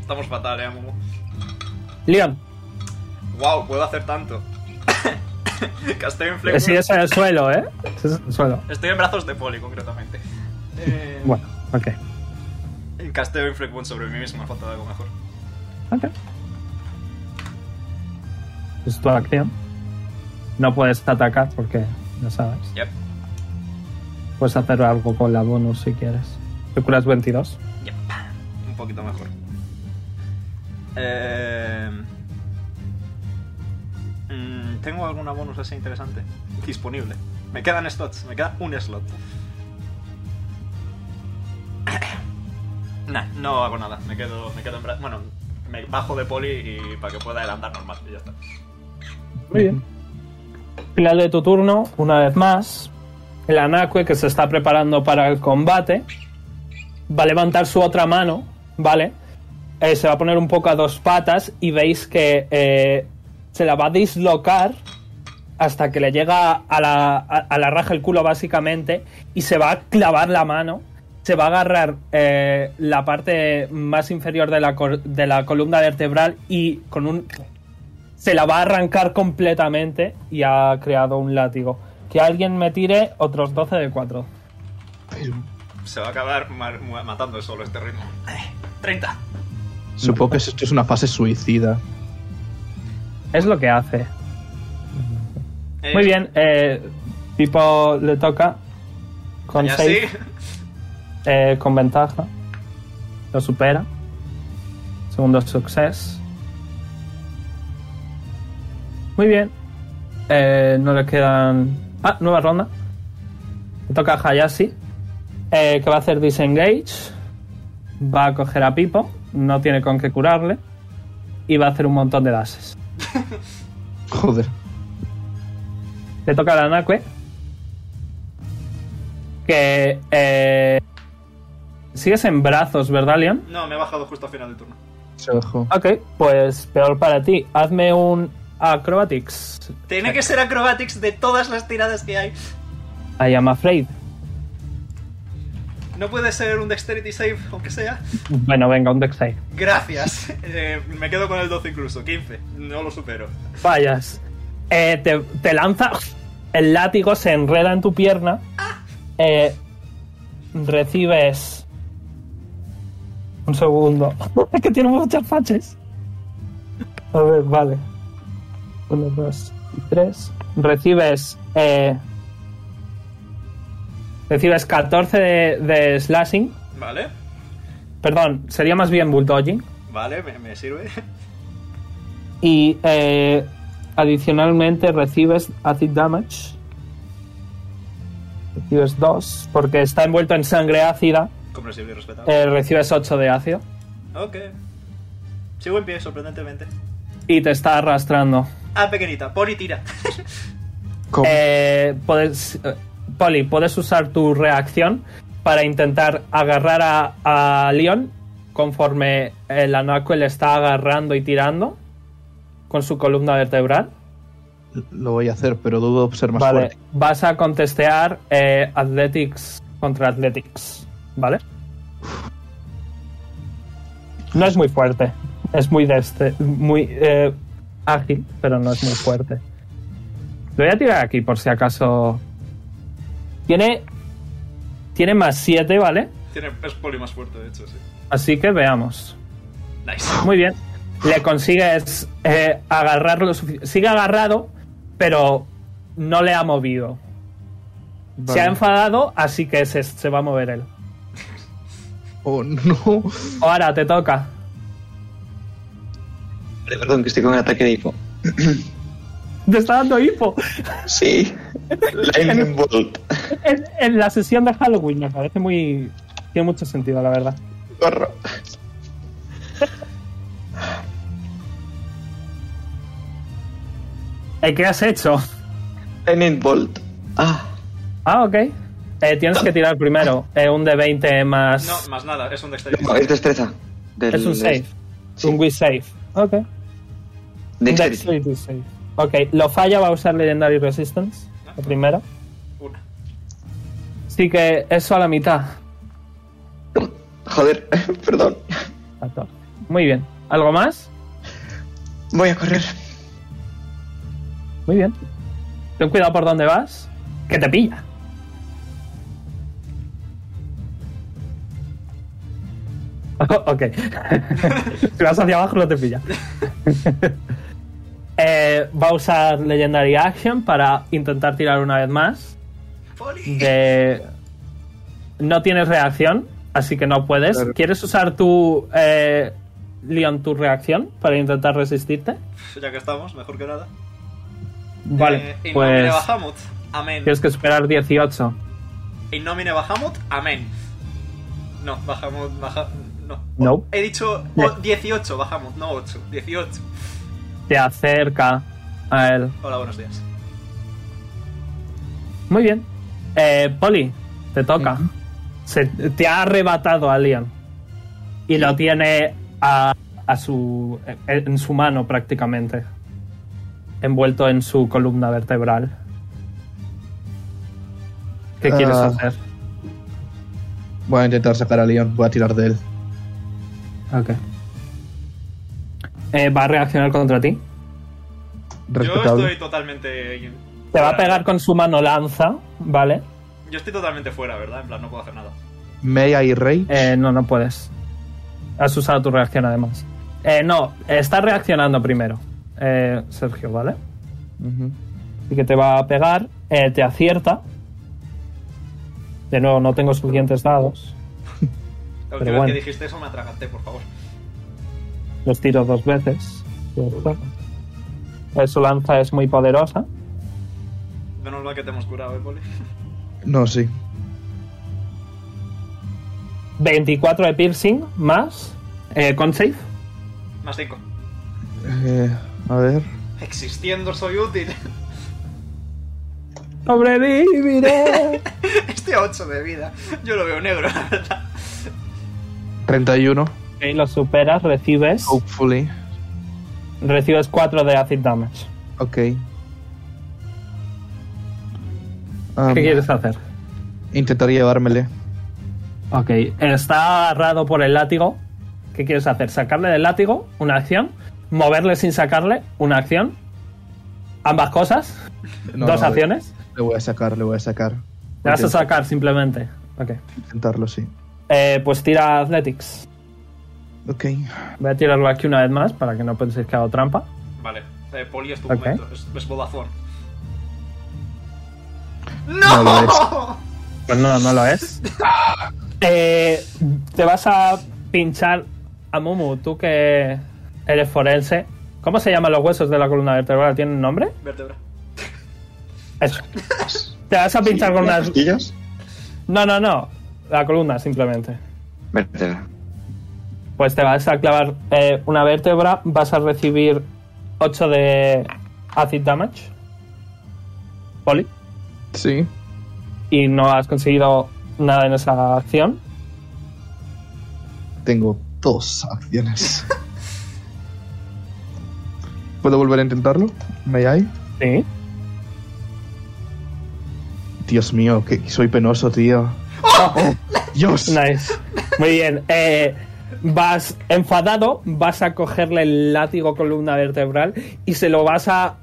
A: Estamos fatal, eh, Momo.
C: Leon,
A: Wow, puedo hacer tanto. Casté en
C: te
A: flex.
C: sigues en el suelo, ¿eh? Sigues en el suelo.
A: Estoy en brazos de Poli, concretamente. Eh,
C: Bueno, ok.
A: Casteo Inflict Wound sobre mí mismo, me ha faltado algo mejor.
C: Ok. Es tu acción. No puedes atacar porque ya sabes.
A: Yep,
C: Puedes hacer algo con la bonus si quieres. ¿Te curas 22?
A: yep. Un poquito mejor. Eh, mm, ¿Tengo alguna bonus así interesante? Disponible. Me quedan slots, me queda un slot. Nah, no hago nada. Me quedo, me quedo en bra- Bueno, me bajo de poli y para que pueda adelantar normal. Y ya está.
C: Muy bien. Final de tu turno, una vez más. El Anacue, que se está preparando para el combate, va a levantar su otra mano, ¿vale? Eh, se va a poner un poco a dos patas y veis que eh, se la va a dislocar hasta que le llega a la, a- a la raja el culo básicamente y se va a clavar la mano, se va a agarrar eh, la parte más inferior de la, cor- de la columna vertebral y con un... se la va a arrancar completamente y ha creado un látigo. Que alguien me tire otros 12 de 4.
A: Se va a acabar ma- ma- matando solo este ritmo. Eh, 30.
B: Supongo que esto es una fase suicida.
C: Es lo que hace.
A: Eh,
C: Muy bien, eh, tipo le toca con
A: Y así,
C: seis, eh, con ventaja. Lo supera. Segundo success. Muy bien. Eh, no le quedan. Ah, nueva ronda. Le toca a Hayashi. eh, que va a hacer disengage. Va a coger a Pipo. No tiene con qué curarle. Y va a hacer un montón de dashes.
B: Joder.
C: Le toca a la Nakue. Que. eh, sigues en brazos, ¿verdad, Leon?
A: No, me he bajado justo al final del turno.
B: Se bajó.
C: Ok, pues peor para ti. Hazme un acrobatics.
A: Tiene que ser acrobatics de todas las tiradas que hay.
C: I am afraid.
A: No puede ser un dexterity save, aunque sea.
C: Bueno, venga, un dex save.
A: Gracias. Eh, me quedo con el 12 incluso. 15. No lo supero.
C: Vayas. Eh, te, te lanza. El látigo se enreda en tu pierna. Eh, recibes. Un segundo. es que tiene muchas faches. A ver, vale. Uno, dos y tres. Recibes. eh, recibes 14 de, de slashing.
A: Vale.
C: Perdón, sería más bien bulldogging.
A: Vale, me, me sirve.
C: Y eh, adicionalmente recibes acid damage. Recibes 2, porque está envuelto en sangre ácida.
A: Comprensible y respetable.
C: Eh, recibes 8 de ácido. Oh.
A: Ok. Sigo en pie, sorprendentemente.
C: Y te está arrastrando.
A: Ah, pequeñita. Pon y tira.
B: ¿Cómo?
C: Eh, puedes, eh, Poli, puedes usar tu reacción para intentar agarrar a, a Leon conforme el Anacue le está agarrando y tirando con su columna vertebral.
B: Lo voy a hacer, pero dudo ser más
C: Vale,
B: fuerte.
C: vas a contestear eh, Athletics contra Athletics, ¿vale? No es muy fuerte, es muy de este- muy eh, ágil, pero no es muy fuerte. Lo voy a tirar aquí por si acaso. Tiene tiene más 7, ¿vale?
A: Tiene, es poli más fuerte, de hecho, sí.
C: Así que veamos.
A: Nice.
C: Muy bien. Le consigues eh, agarrar lo suficiente. Sigue agarrado, pero no le ha movido. Se ha enfadado, así que se, se va a mover él.
B: Oh, no.
C: Ahora te toca.
D: Vale, perdón, que estoy con un ataque de hipo.
C: Te está dando hipo.
D: Sí. Lightning Bolt.
C: En, en la sesión de Halloween me parece muy. Tiene mucho sentido, la verdad.
D: Corro.
C: Eh, ¿Qué has hecho?
D: Lightning Bolt. Ah.
C: Ah, ok. Eh, tienes que tirar primero. eh, un de 20 más.
A: No, más nada. Es un dexterity.
D: No, es
C: este
D: destreza. Del-
C: es un save.
D: sí.
C: Un Wii save. Ok. Un
D: Dexterity.
C: dexterity save. Ok, lo falla, va a usar Legendary Resistance. La primera.
A: Una.
C: Sí que eso a la mitad.
D: Joder, perdón.
C: 14. Muy bien. ¿Algo más?
D: Voy a correr.
C: Muy bien. Ten cuidado por dónde vas, que te pilla. ok. si vas hacia abajo no te pilla. Eh, va a usar Legendary Action para intentar tirar una vez más.
A: Poli.
C: De... No tienes reacción, así que no puedes. ¿Quieres usar tu... Eh, Leon, tu reacción para intentar resistirte?
A: Ya que estamos, mejor que nada.
C: Vale,
A: Eh, in nomine
C: pues...
A: Bahamut. Amén.
C: Tienes que esperar 18.
A: In nomine Bahamut. Amén. No, Bahamut. Baja... No.
C: No.
A: He dicho o- 18 Bahamut, no 8. 18.
C: Te acerca a él.
A: Hola, buenos días.
C: Muy bien. Eh, Poli, te toca. Se, te ha arrebatado a Liam. Y lo tiene a, a su, en su mano prácticamente. Envuelto en su columna vertebral. ¿Qué
B: Ah.
C: quieres hacer?
B: Voy a intentar sacar a Leon, voy a tirar de él.
G: Ok.
C: Eh, ¿Va a reaccionar contra ti?
A: Yo
B: Respetable.
A: estoy totalmente.
C: Te va a pegar con su mano lanza, ¿vale?
A: Yo estoy totalmente fuera, ¿verdad? En plan, no puedo hacer nada.
B: Mea y Rey.
C: Eh, no, no puedes. Has usado tu reacción además. Eh, no, está reaccionando primero, eh, Sergio, ¿vale?
B: Ujú.
C: Así que te va a pegar, eh, te acierta. De nuevo, no tengo suficientes dados.
A: La última
C: Pero
A: vez
C: bueno.
A: que dijiste eso me atraganté, por favor.
C: Los tiro dos veces. Ya está. Eh, su lanza es muy poderosa.
A: Menos mal que te hemos curado, ¿eh, Poli?
B: No, sí.
C: 24 de piercing más. eh, con save.
A: Más 5.
B: Eh, a ver.
A: Existiendo soy útil.
C: Sobreviviré.
A: Estoy a 8 Este de vida. Yo lo veo negro, la verdad.
B: 31.
C: Ok, lo superas, recibes.
B: Hopefully.
C: Recibes 4 de acid damage.
B: Ok. Um,
C: ¿Qué quieres hacer?
B: Intentar Ah, llevármele.
C: Ok, está agarrado por el látigo. ¿Qué quieres hacer? ¿Sacarle del látigo? Una acción. ¿Moverle sin sacarle? Una acción. Ambas cosas.
B: No,
C: Dos
B: no,
C: acciones.
B: Le, le voy a sacar, le voy a sacar.
C: Le vas a
B: Intento-
C: sacar simplemente. Ok.
B: Intentarlo, sí.
C: Eh, pues tira Athletics.
B: Ok.
C: Voy a tirarlo aquí una vez más para que no penséis que hago trampa.
A: Vale, eh, Poli es tu
C: Ok.
A: momento. Es, es bodazón.
B: No lo es.
C: Pues no, no lo es. Eh, te vas a pinchar a Mumu, tú que eres forense. ¿Cómo se llaman los huesos de la columna vertebral? ¿Tienen nombre?
A: Vértebra.
C: Eso. Te vas a pinchar con unas.
D: ¿Costillas?
C: No, no, no. La columna, simplemente.
D: Vértebra.
C: Pues te vas a clavar eh, una vértebra, vas a recibir 8 de acid damage. Poli.
B: Sí.
C: Y no has conseguido nada en esa acción.
B: Tengo dos acciones. ¿Puedo volver a intentarlo? ¿Me hay?
C: Sí.
B: Dios mío, que soy penoso, tío. Oh, Dios.
C: Nice. Muy bien. Eh, vas enfadado, vas a cogerle el látigo columna vertebral y se lo vas a.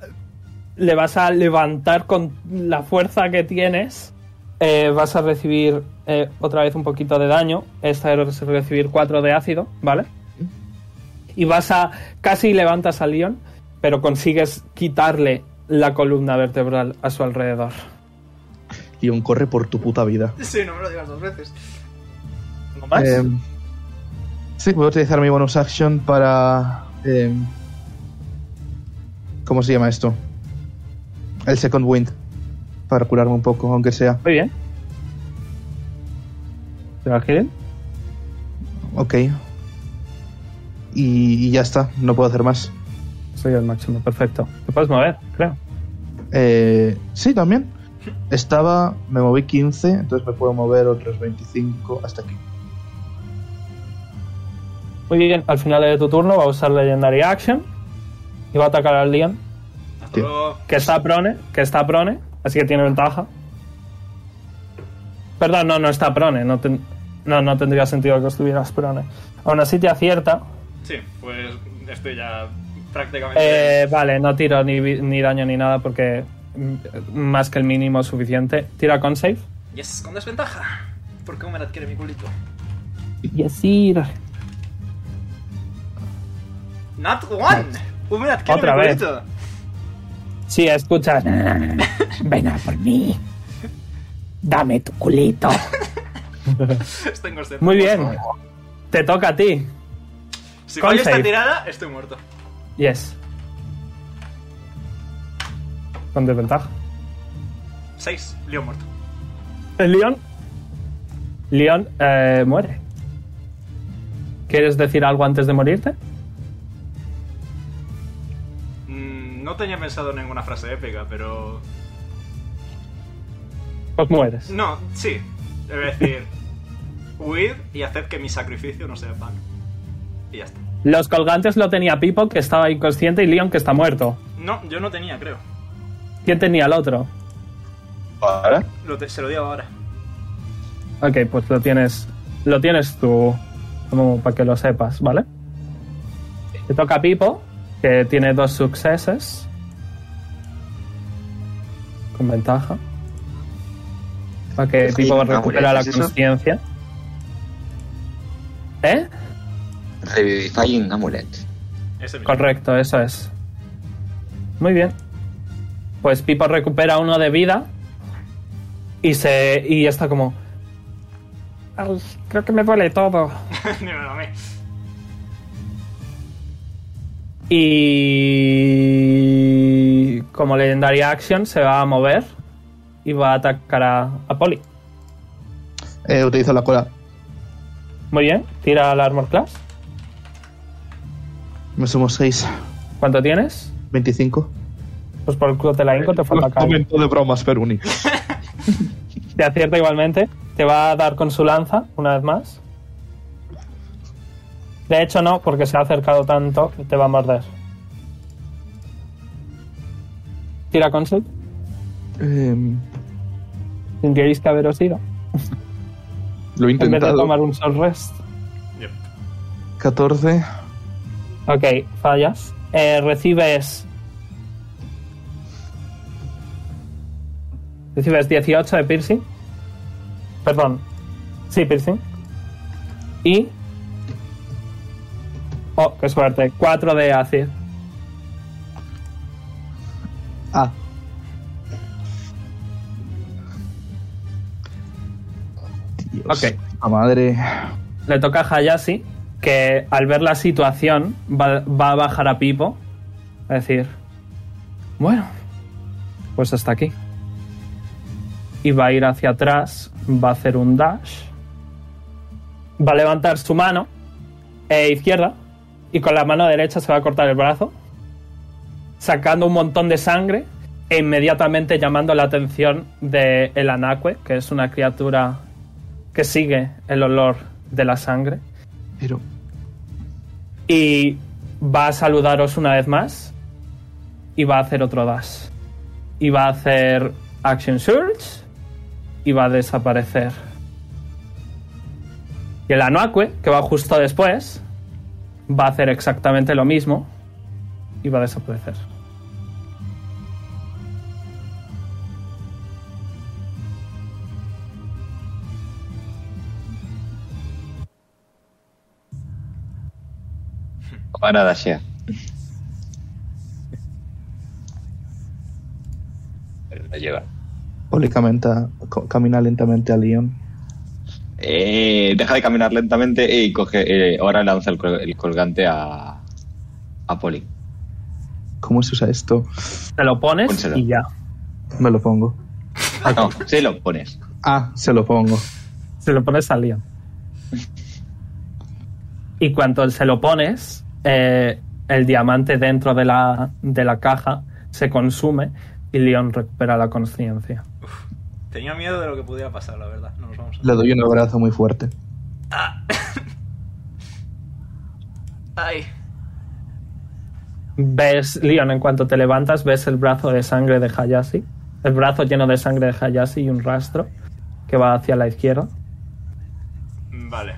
C: Le vas a levantar con la fuerza que tienes. Eh, vas a recibir eh, otra vez un poquito de daño. Esta es recibir 4 de ácido, ¿vale? Y vas a. casi levantas a Leon, pero consigues quitarle la columna vertebral a su alrededor.
B: Leon, corre por tu puta vida.
A: Sí, no me lo digas dos veces.
C: ¿No más?
B: Em, sí, voy a utilizar mi bonus action para. em, ¿Cómo se llama esto? El Second Wind. Para curarme un poco, aunque sea.
C: Muy bien. ¿Te va Hayden?
B: Ok. Y, y ya está, no puedo hacer más.
C: Soy el máximo, perfecto. Te puedes mover, creo.
B: Eh, sí, también. Estaba. Me moví 15, entonces me puedo mover otros 25 hasta aquí.
C: Muy bien, al final de tu turno va a usar Legendary Action y va a atacar al Liam,
A: Hasta
B: Tío.
A: luego.
C: que está prone, que está prone, así que tiene ventaja. Perdón, no, no está prone, no, ten- no, no tendría sentido que estuvieras prone. Aún así te acierta.
A: Sí, pues estoy ya prácticamente.
C: Eh, vale, no tiro ni, vi- ni daño ni nada porque mm, más que el mínimo es suficiente. Tira con save.
A: Yes, con desventaja. Porque Homer adquiere mi culito.
C: Y así.
A: Not one. Homer adquiere
C: Otra
A: mi
C: vez.
A: culito.
C: Sí, escuchas.
J: Ven a por mí. Dame tu culito.
A: Estoy inconsciente.
C: Muy bien. Te toca a ti.
A: Si
C: Con
A: fallo esta
C: save.
A: tirada, estoy muerto.
C: Yes. Con desventaja.
A: 6. Leo muerto.
C: El León. León eh, muere. ¿Quieres decir algo antes de morirte?
A: Mm, no tenía pensado en ninguna frase épica, pero.
C: Pues mueres.
A: No, sí. Es decir, Huid y haced que mi sacrificio no sea en vano. Y ya está.
C: Los colgantes lo tenía Pipo, que estaba inconsciente, y Leon, que está muerto.
A: No, yo no tenía, creo.
C: ¿Quién tenía el otro?
D: ¿Ahora?
A: Lo te- se lo digo ahora.
C: Ok, pues lo tienes. Lo tienes tú. Como para que lo sepas, ¿vale? Te toca a Pipo, que tiene dos sucesos. Con ventaja. Para que
D: Sí, ah,
C: Pipo
D: amuletos,
C: recupera la
D: ¿eso?
C: conciencia. ¿Eh?
D: Revivifying Amulet.
A: Ese mismo.
C: Correcto, eso es. Muy bien. Pues Pipo recupera uno de vida. Y se. y está como. "Ay, creo que me duele todo.
A: Ni me lo amé.
C: Y como legendaria action se va a mover y va a atacar a, a Poli.
B: Eh, utilizo la cola.
C: Muy bien, tira al armor class.
B: Me sumo 6.
C: ¿Cuánto tienes?
B: 25.
C: Pues por el club de la Inco te falta acá.
B: Eh, momento de bromas, Peruni.
C: Te acierta igualmente. Te va a dar con su lanza una vez más. De hecho no, porque se ha acercado tanto que te va a morder. Tira con su.
B: Em,
C: Tendríais que haberos ido.
B: lo he
C: En vez de
B: intentado.
C: tomar un sol rest.
A: Yep.
B: 14.
C: Ok, fallas. Eh, recibes. Recibes 18 de piercing. Perdón. Sí, piercing. Y. Oh, qué suerte. 4 de ácido.
B: Ah. Dios,
C: Ok.
B: La madre.
C: Le toca a Hayashi, que al ver la situación va, va a bajar a Pipo. A decir, bueno, pues hasta aquí. Y va a ir hacia atrás, va a hacer un dash. Va a levantar su mano eh, izquierda y con la mano derecha se va a cortar el brazo, sacando un montón de sangre e inmediatamente llamando la atención de el Anacue, que es una criatura que sigue el olor de la sangre
B: Pero.
C: y va a saludaros una vez más y va a hacer otro dash y va a hacer action surge y va a desaparecer y el Anuakue que va justo después va a hacer exactamente lo mismo y va a desaparecer
D: Ahora Dashea. Pero no llega.
B: Oli camenta- co- camina lentamente a Leon.
D: Eh, deja de caminar lentamente y coge. eh, ahora lanza el, col- el colgante a. a Poli.
B: ¿Cómo se usa esto?
C: te lo pones
D: Pónselo.
C: y ya
B: Me lo pongo.
D: Ah, No, se lo pones.
B: Ah, se lo pongo.
C: Se lo pones al Leon. Y cuando se lo pones, eh, el diamante dentro de la, de la caja se consume y Leon recupera la conciencia.
A: Tenía miedo de lo que pudiera pasar, la verdad. No nos vamos a.
B: Le doy un abrazo muy fuerte.
A: Ay.
C: Ves, Leon, en cuanto te levantas, ves el brazo de sangre de Hayashi. El brazo lleno de sangre de Hayashi y un rastro que va hacia la izquierda.
A: Vale.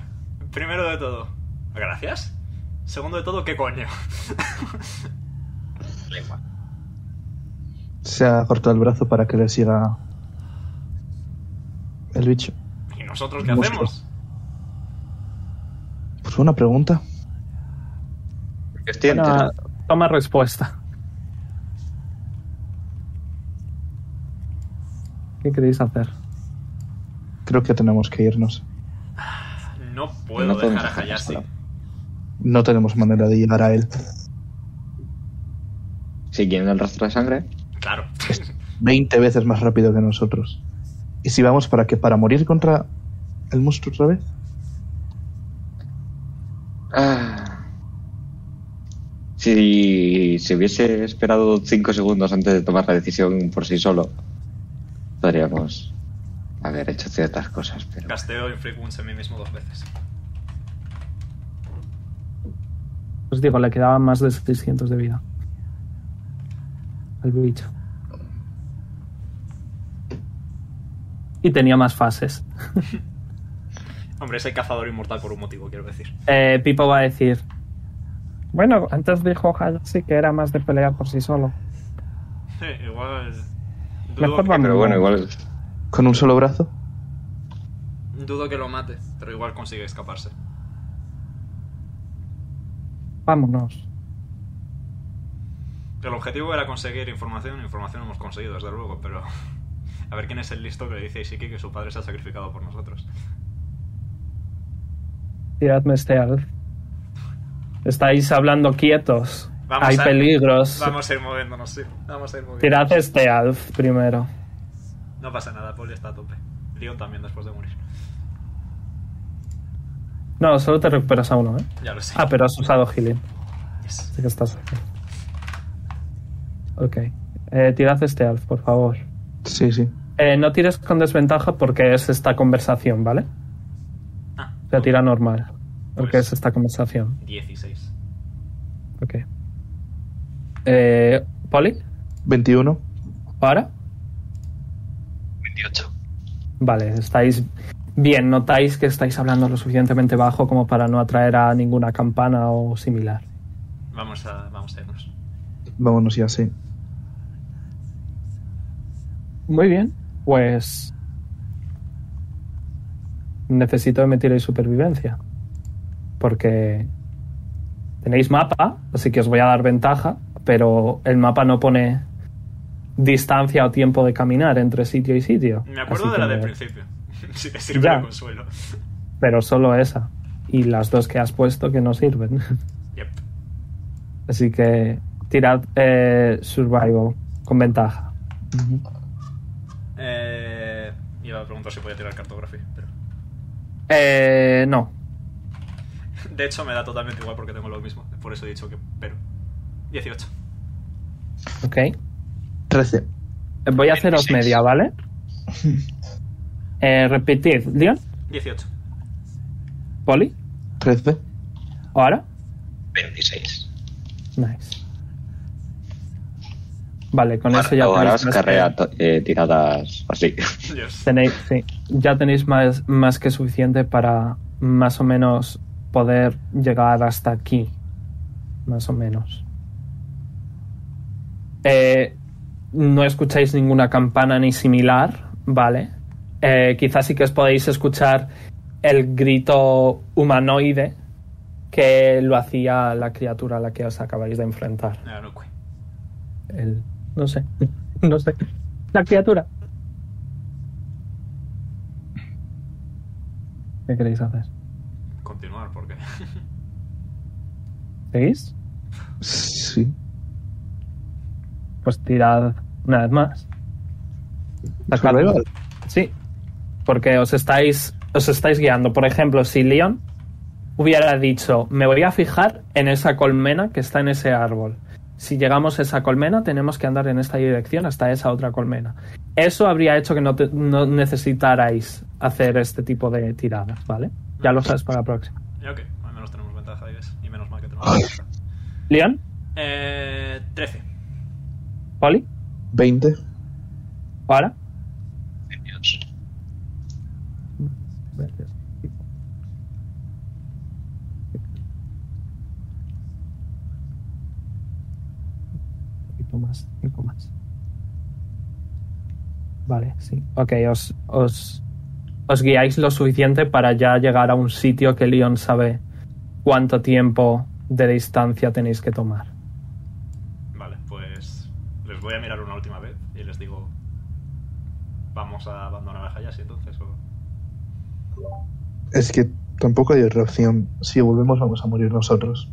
A: Primero de todo, gracias. Segundo de todo, ¿qué coño?
B: Se ha cortado el brazo para que le siga. El bicho.
A: ¿Y nosotros qué
B: Moscas.
A: hacemos?
B: Pues buena pregunta.
D: Yo estoy
C: Toma-
D: entero.
C: toma respuesta. ¿Qué queréis hacer?
B: Creo que tenemos que irnos.
A: No puedo
D: No podemos
A: dejar a
D: hacer
A: Hayashi.
D: nada.
B: No tenemos manera de llegar a él.
D: Siguiendo el rastro de sangre.
A: Claro.
B: 20 veces más rápido que nosotros. ¿Y si vamos para qué? ¿Para morir contra el monstruo otra vez?
D: Ah. Si se hubiese esperado cinco segundos antes de tomar la decisión por sí solo, podríamos haber hecho ciertas cosas, pero.
A: Gasteo Inflict Wounds en mí mismo dos veces.
C: Os Pues digo, le quedaban más de 600 de vida. Al bicho. Y tenía más fases.
A: Hombre, es el cazador inmortal por un motivo, quiero decir.
C: Eh, Pipo va a decir. Bueno, antes dijo Hayashi que era más de pelear por sí solo.
A: igual. Dudo
C: Mejor
A: que,
C: vamos.
D: Pero bueno, igual.
B: ¿Con un solo brazo?
A: dudo que lo mate, pero igual consigue escaparse.
C: Vámonos.
A: El objetivo era conseguir información, información hemos conseguido, desde luego, pero. A ver quién es el listo que le dice a Isiki que su padre se ha sacrificado por nosotros.
C: Tiradme este al. Estáis hablando quietos.
A: Vamos
C: Hay
A: a-
C: peligros.
A: Vamos a ir moviéndonos, sí. Vamos a ir moviéndonos.
C: Tirad este alf primero.
A: No pasa nada, Paul está a tope. Leon también después de morir.
C: No, solo te recuperas a uno, ¿eh?
A: Ya lo sé.
C: Ah, pero has usado healing.
A: Yes.
C: Así que estás. Ok. Eh, tirad este alf, por favor.
B: Sí, sí.
C: Eh, no tires con desventaja porque es esta conversación, ¿vale?
A: Ah,
C: O sea, tira normal. Porque
A: Pues-
C: es esta conversación.
A: 16.
C: Ok. Eh, ¿Poli?
B: 21.
C: ¿Para?
I: 28.
C: Vale, estáis bien. Notáis que estáis hablando lo suficientemente bajo como para no atraer a ninguna campana o similar.
A: Vamos a, vamos a irnos.
B: Vámonos ya, sí.
C: Muy bien. Pues. Necesito que me tiréis supervivencia. Porque. Tenéis mapa, así que os voy a dar ventaja, pero el mapa no pone distancia o tiempo de caminar entre sitio y sitio.
A: Me acuerdo
C: Así
A: de la
C: que-
A: del principio. si te sirve
C: Ya.
A: de consuelo.
C: Pero solo esa. Y las dos que has puesto que no sirven.
A: Yep.
C: Así que tirad eh, survival con ventaja.
A: Eh, iba a preguntar si podía tirar cartografía, pero.
C: Eh, no.
A: De hecho, me da totalmente igual porque tengo lo mismo. Por eso he dicho que. Pero. 18.
C: Ok. Eh,
B: 13.
C: Voy a haceros
I: 26.
C: media, ¿vale? Eh, repetid. Leon,
A: 18.
C: Poli,
B: 13.
C: ahora.
I: 26.
C: Nice. Vale, con eso ya
D: Ahora
C: tenéis
D: os
C: más
D: carrea
C: que,
D: to- eh, tiradas así.
A: Dios.
C: Pues tenéis, sí, ya tenéis más, más que suficiente para más o menos poder llegar hasta aquí. Más o menos. Eh, no escucháis ninguna campana ni similar, ¿vale? Eh, quizás sí que os podéis escuchar el grito humanoide que lo hacía la criatura a la que os acabáis de enfrentar.
A: Ah, no, cue.
C: El, no sé, no sé. La criatura. ¿Qué queréis hacer?
A: Continuar porque.
C: ¿Seguís?
B: Sí.
C: Pues tirad una vez más. Sacad-
B: Survival.
C: Sí. Porque os estáis, os estáis guiando. Por ejemplo, si Leon hubiera dicho, me voy a fijar en esa colmena que está en ese árbol. Si llegamos a esa colmena, tenemos que andar en esta dirección hasta esa otra colmena. Eso habría hecho que no, te- no necesitarais hacer este tipo de tiradas, ¿vale? Ya lo sabes para la próxima.
A: Ya, ok, al menos tenemos ventaja, I guess. Y menos mal que tenemos ventaja.
C: Leon,
A: Eh. 13.
C: Poli,
B: 20.
C: ahora.
I: 28.
C: poquito más, cinco más. Vale, sí. Ok, os, os, os guiáis lo suficiente para ya llegar a un sitio que Leon sabe cuánto tiempo de distancia tenéis que tomar.
A: Vale, pues. Les voy a mirar una última vez y les digo. Vamos a abandonar a Hayashi entonces, o.
B: Es que tampoco hay otra opción. Si volvemos, vamos a morir nosotros.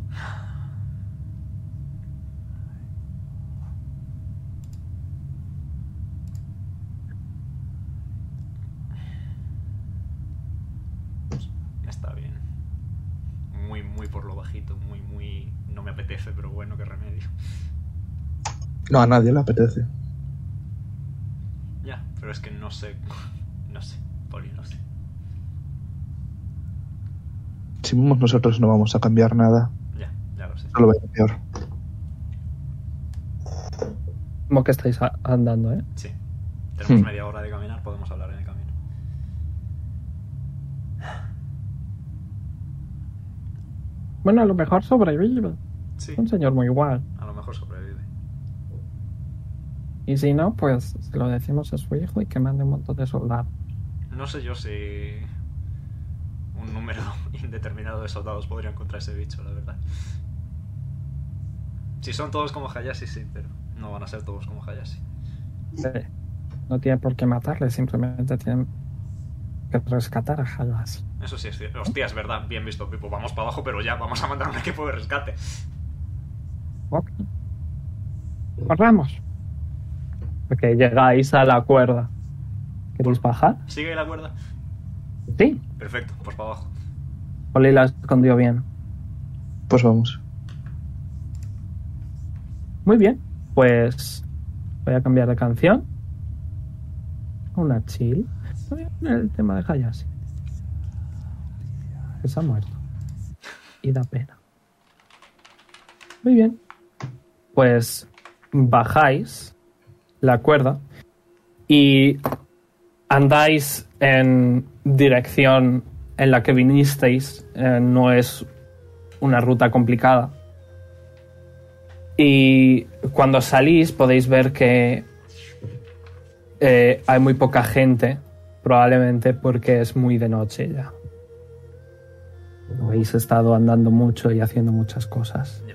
A: Está bien. Muy, muy por lo bajito, muy, muy. No me apetece, pero bueno, qué remedio.
B: No, a nadie le apetece.
A: Ya, pero es que no sé. No sé, Poli, no sé.
B: Si vamos nosotros no vamos a cambiar nada.
A: Ya, ya lo sé.
B: Solo va a ir peor.
C: Como que estáis a- andando, ¿eh?
A: Sí. Tenemos
B: Hmm.
A: media hora de caminar, podemos hablar en el camino.
C: Bueno, a lo mejor sobrevive.
A: Sí,
C: Es un señor muy guay.
A: a lo mejor sobrevive.
C: Y si no, pues se lo decimos a su hijo y que mande un montón de soldados.
A: No sé yo si un número indeterminado de soldados podrían contra ese bicho, la verdad. Si son todos como Hayashi, sí, pero no van a ser todos como Hayashi.
C: Eh, No tiene por qué matarle, simplemente tienen que rescatar a Hayashi.
A: Eso sí es cierto. Hostia, es verdad, bien visto, Pipo. Vamos para abajo, pero ya, vamos a mandar un equipo de rescate.
C: Ok. Corramos. Ok, llegáis a la cuerda. ¿Queréis bajar?
A: ¿Sigue la cuerda?
C: Sí.
A: Perfecto, pues para abajo.
C: Oli la escondió bien.
B: Pues vamos.
C: Muy bien. Pues voy a cambiar de canción. Una chill. Voy a poner el tema de Hayashi. Que se ha muerto. Y da pena. Muy bien. Pues bajáis la cuerda y andáis en dirección en la que vinisteis. Eh, no es una ruta complicada. Y cuando salís podéis ver que eh, hay muy poca gente, probablemente porque es muy de noche ya. Habéis estado andando mucho y haciendo muchas cosas.
A: Ya.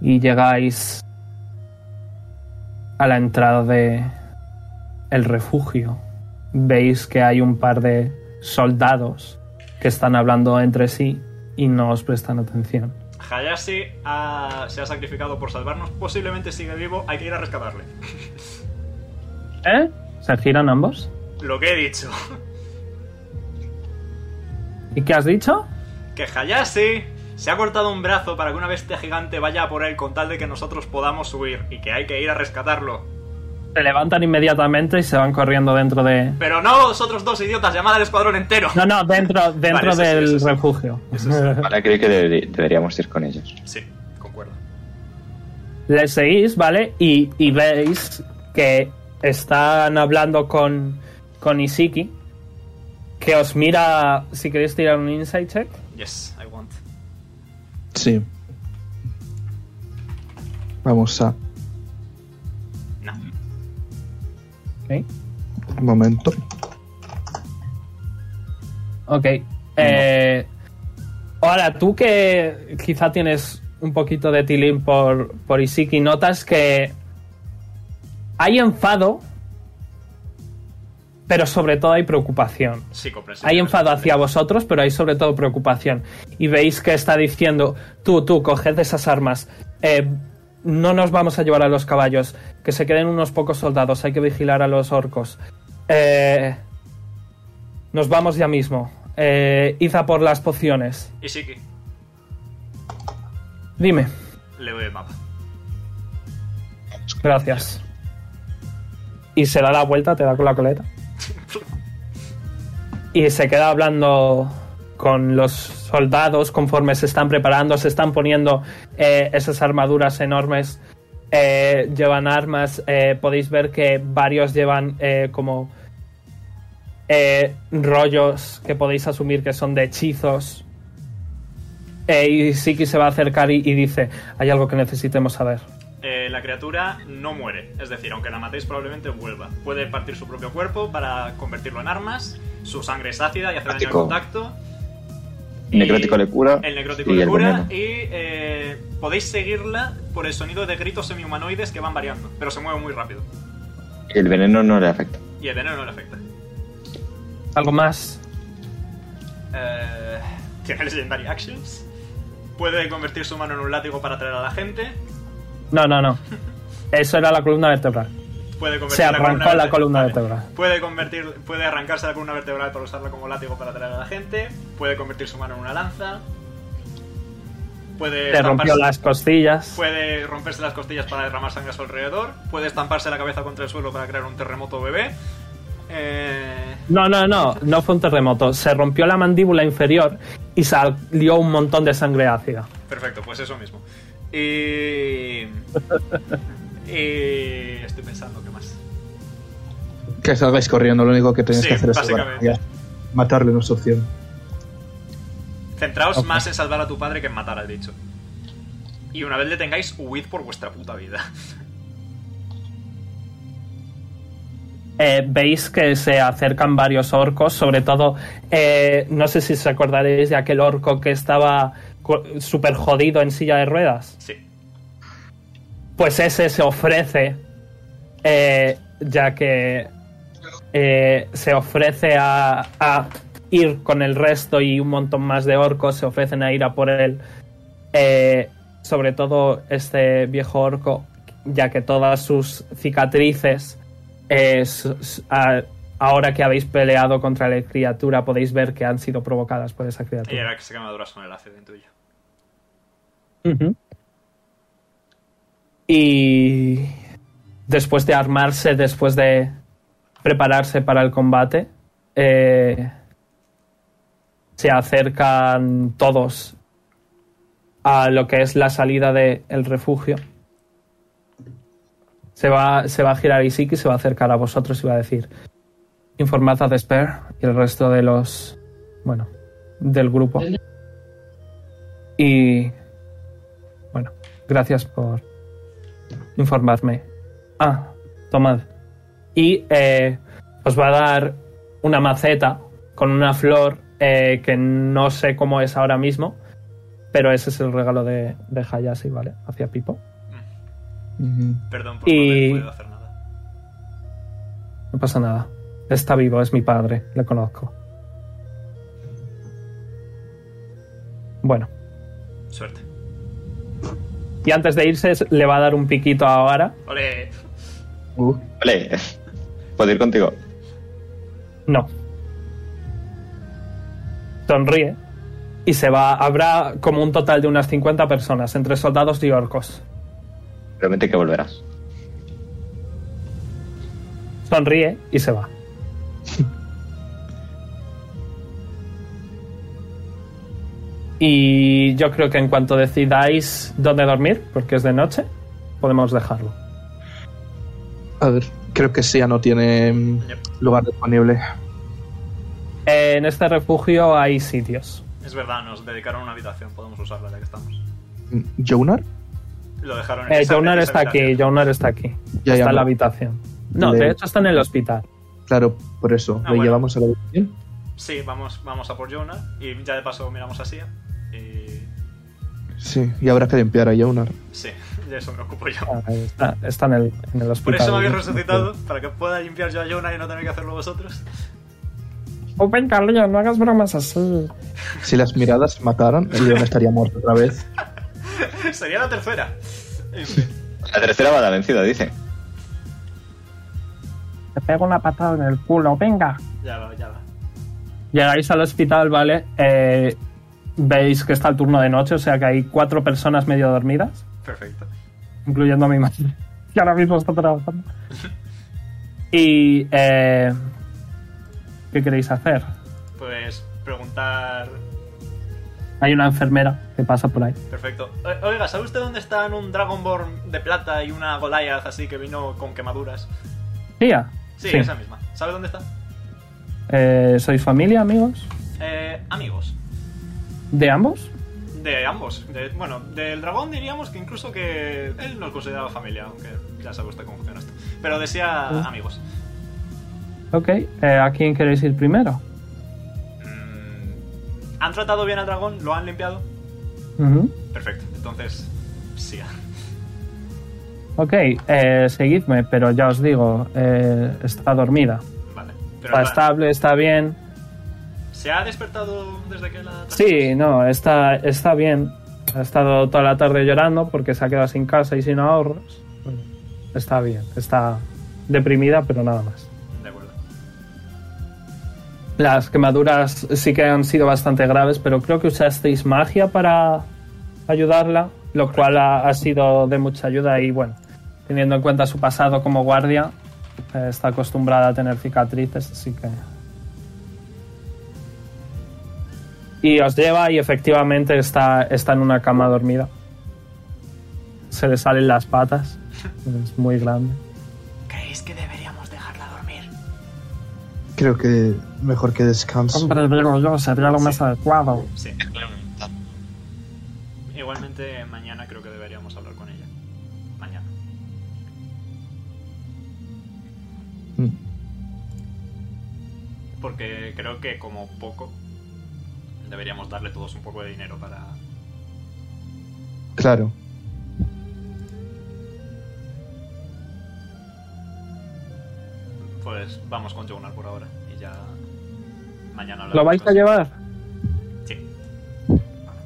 C: Y llegáis a la entrada de el refugio. Veis que hay un par de soldados que están hablando entre sí y no os prestan atención.
A: Hayashi ha- se ha sacrificado por salvarnos. Posiblemente sigue vivo, hay que ir a rescatarle.
C: ¿Eh? ¿Se giran ambos?
A: Lo que he dicho.
C: ¿Y qué has dicho?
A: Que Hayashi se ha cortado un brazo para que una bestia gigante vaya a por él con tal de que nosotros podamos huir y que hay que ir a rescatarlo.
C: Se levantan inmediatamente y se van corriendo dentro de...
A: Pero no vosotros dos idiotas, llamad al escuadrón entero.
C: No, no, dentro, dentro
A: eso sí,
C: del
A: eso sí.
C: refugio.
A: Eso es-
D: Ahora creo que deberi- deberíamos ir con ellos.
A: sí, concuerdo.
C: Les seguís, ¿vale? Y, y veis que están hablando con, con Isiki, que os mira, si queréis tirar un insight check.
A: Yes, I want.
B: Sí. Vamos a...
A: No.
C: Mm. Ok.
B: Un momento.
C: Ok. Eh, ahora, tú que quizá tienes un poquito de tilín por, por Isiki, notas que hay enfado, pero sobre todo hay preocupación.
A: Sí, comprensible.
C: Hay enfado hacia vosotros, pero hay sobre todo preocupación. Y veis que está diciendo, tú, tú, coged esas armas. Eh, no nos vamos a llevar a los caballos. Que se queden unos pocos soldados. Hay que vigilar a los orcos. Eh, nos vamos ya mismo. Eh, Iza por las pociones.
A: Ishiki,
C: Dime.
A: le doy el mapa.
C: Gracias. Y se da la vuelta, te da con la coleta. Y se queda hablando con los soldados conforme se están preparando, se están poniendo eh, esas armaduras enormes. eh, llevan armas, eh, podéis ver que varios llevan eh, como eh, rollos que podéis asumir que son de hechizos. Eh, y Siki se va a acercar y- y dice, hay algo que necesitemos saber.
A: Eh, la criatura no muere, es decir, aunque la matéis probablemente vuelva. Puede partir su propio cuerpo para convertirlo en armas, su sangre es ácida y hace daño al
D: Necrótico.
A: contacto.
D: El necrótico le cura.
A: El necrótico
D: y
A: le
D: el
A: cura
D: veneno.
A: y eh, podéis seguirla por el sonido de gritos semihumanoides que van variando, pero se mueve muy rápido.
D: El veneno no le afecta.
A: Y el veneno no le afecta.
C: ¿Algo más?
A: Eh, Tiene legendary actions. Puede convertir su mano en un látigo para atraer a la gente.
C: No, no, no. Eso era la columna vertebral.
A: Puede convertir
C: Se arrancó la columna
A: verte-
C: vertebral.
A: Puede convertir, puede arrancarse la columna vertebral para usarla como látigo para atraer a la gente. Puede convertir su mano en una lanza. Puede
C: Te rompió
A: estamparse-
C: las costillas.
A: Puede romperse las costillas para derramar sangre a su alrededor. Puede estamparse la cabeza contra el suelo para crear un terremoto bebé. Eh,
C: No, no, no, no fue un terremoto. Se rompió la mandíbula inferior y salió un montón de sangre ácida.
A: Perfecto, pues eso mismo. Eh, eh, estoy pensando qué más.
B: Que salgáis corriendo, lo único que tenéis
A: Sí,
B: que hacer es
A: básicamente.
B: salvar. matarle no es opción.
A: Centraos más en salvar a tu padre que en matar al dicho. Y una vez le tengáis, huid por vuestra puta vida.
C: Eh, veis que se acercan varios orcos, sobre todo, eh, no sé si os acordaréis de aquel orco que estaba cu- súper jodido en silla de ruedas.
A: Sí.
C: Pues ese se ofrece, eh, ya que eh, se ofrece a, a ir con el resto y un montón más de orcos se ofrecen a ir a por él. Eh, sobre todo este viejo orco, ya que todas sus cicatrices, eh, s- s- a- ahora que habéis peleado contra la criatura, podéis ver que han sido provocadas por esa
A: Y
C: criatura.
A: ahora que se quemaduras son el ácido tuyo.
C: Ujú. Y después de armarse, después de prepararse para el combate, eh, se acercan todos a lo que es la salida del refugio. Se va, se va a girar Isiki, se va a acercar a vosotros y va a decir, informad a Despair y el resto de los, bueno, del grupo. Y bueno, gracias por informarme. Ah, tomad. Y eh, os va a dar una maceta con una flor eh, que no sé cómo es ahora mismo, pero ese es el regalo de, de Hayashi, ¿vale? Hacia Pipo.
A: Perdón por no haber
C: Y-
A: podido hacer nada.
C: No pasa nada. Está vivo, es mi padre, le conozco. Bueno,
A: Suerte.
C: y antes de irse le va a dar un piquito ahora.
A: Ole.
B: Uh,
D: Vale, puedo ir contigo.
C: No. Sonríe y se va. Habrá como un total de unas 50 personas, entre soldados y orcos.
D: Realmente que volverás.
C: Sonríe y se va. y yo creo que en cuanto decidáis dónde dormir, porque es de noche, podemos dejarlo.
B: a ver, creo que Sia no tiene mm,
A: Yep.
B: lugar disponible.
C: En este refugio hay sitios.
A: Es verdad, nos dedicaron una habitación, podemos usarla ya que estamos.
B: Mm, ¿Jonar?
A: Lo dejaron en
C: Eh,
A: esa-
C: Jonar
A: en esa
C: está aquí,
A: habitación.
C: Jonar está aquí.
B: Ya, ya,
C: está en
B: no.
C: la habitación. No,
B: Le-
C: de hecho está en el hospital.
B: Claro, por eso.
A: Ah,
B: ¿Le
A: bueno.
B: llevamos a la habitación?
A: Sí, vamos, vamos a por Jonar. Y ya de paso miramos así. Y...
B: Sí, y habrá que limpiar a Jonar.
A: Sí, de eso me ocupo yo.
C: Ah, Está, está en, el, en el
A: Por
C: hospital.
A: eso me habéis resucitado, para que pueda limpiar yo a Jonar y no tener que hacerlo vosotros.
C: Oh, venga, Leon, no hagas bromas así.
B: Si las miradas mataran, Leon estaría muerto otra vez.
A: Sería la tercera. En fin.
D: La tercera va la vencida, dice.
C: Te pego una patada en el culo, venga.
A: Ya va, ya va.
C: Llegáis al hospital, ¿vale? Eh, veis que está el turno de noche, o sea que hay cuatro personas medio dormidas,
A: Perfecto.
C: incluyendo a mi madre, que ahora mismo está trabajando. Y... eh, ¿Qué queréis hacer?
A: Pues preguntar.
C: Hay una enfermera que pasa por ahí.
A: Perfecto. O- Oiga, ¿sabe usted dónde están un Dragonborn de plata y una Goliath así que vino con quemaduras?
C: Tía.
A: Sí, esa misma. ¿Sabe dónde está?
C: Eh, ¿Sois familia, amigos?
A: Eh, amigos.
C: ¿De ambos?
A: De ambos. De- bueno, del dragón diríamos que incluso que él nos consideraba familia, aunque ya sabe usted cómo funciona esto. Pero decía amigos.
C: Ok. eh, ¿A quién queréis ir primero?
A: Mm, ¿Han tratado bien al dragón? ¿Lo han limpiado?
C: Ujú.
A: Perfecto. Entonces, sí.
C: Ok, eh, seguidme, pero ya os digo, eh, está dormida.
A: Vale. Pero
C: Está
A: la-
C: estable, está bien.
A: ¿Se ha despertado desde que la...
C: Sí, no, está, está bien. Ha estado toda la tarde llorando porque se ha quedado sin casa y sin ahorros. Bueno, Está bien, está deprimida, pero nada más.
A: De acuerdo.
C: Las quemaduras sí que han sido bastante graves, pero creo que usasteis magia para ayudarla, lo cual ha, ha sido de mucha ayuda y bueno, teniendo en cuenta su pasado como guardia, eh, está acostumbrada a tener cicatrices, así que Y os lleva y efectivamente está, está en una cama dormida. Se le salen las patas. Es muy grande.
A: ¿Creéis que deberíamos dejarla dormir?
B: Creo que mejor que descanse.
G: Hombre, digo yo, sería lo más adecuado.
A: Sí.
I: Déjale alimentar.
A: Igualmente, mañana creo que deberíamos hablar con ella. Mañana.
B: Mm.
A: Porque creo que como poco deberíamos darle todos un poco de dinero para...
B: Claro.
A: Pues vamos con Jonar por ahora y ya... Mañana
C: ¿Lo vais a
A: hablaremos.
C: llevar?
A: Sí.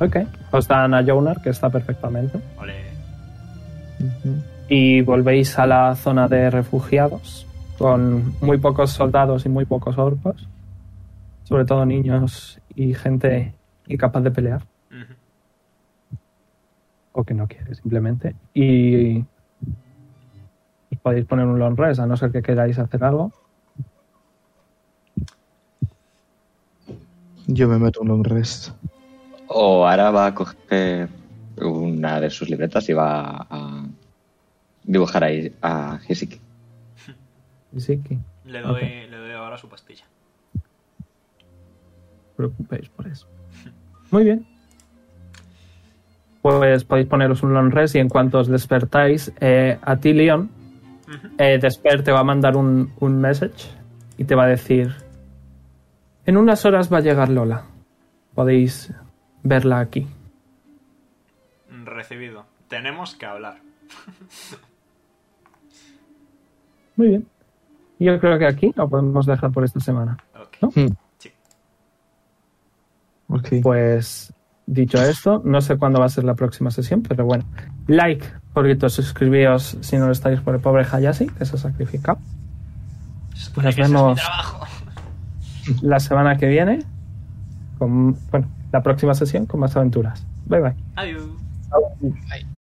C: Ok. Os dan a Jonar, que está perfectamente.
A: Ole.
C: y volvéis a la zona de refugiados con muy pocos soldados y muy pocos orcos, sobre todo niños y gente incapaz de pelear
A: Ujú.
C: o que no quiere simplemente. Y os podéis poner un long rest a no ser que queráis hacer algo.
B: Yo me meto un long rest.
D: O ahora va a coger una de sus libretas y va a dibujar ahí a Hisiki.
C: Así que no
A: Le doy, le doy ahora su pastilla.
C: os preocupéis por eso. Muy bien. Pues podéis poneros un long rest y en cuanto os despertáis, eh, a ti, Leon,
A: Ujú.
C: eh, Desper te va a mandar un, un message y te va a decir: En unas horas va a llegar Lola. Podéis verla aquí.
A: Recibido. Tenemos que hablar.
C: Muy bien. Yo creo que aquí lo podemos dejar por esta semana.
A: Ok.
C: ¿No?
A: Sí.
B: Ok.
C: Pues dicho esto, no sé cuándo va a ser la próxima sesión, pero bueno. Like, porritos, suscribíos si no lo estáis por el pobre Hayashi, que se ha sacrificado. Nos vemos la semana que viene. Con, bueno, la próxima sesión con más aventuras. Bye bye.
A: Adiós.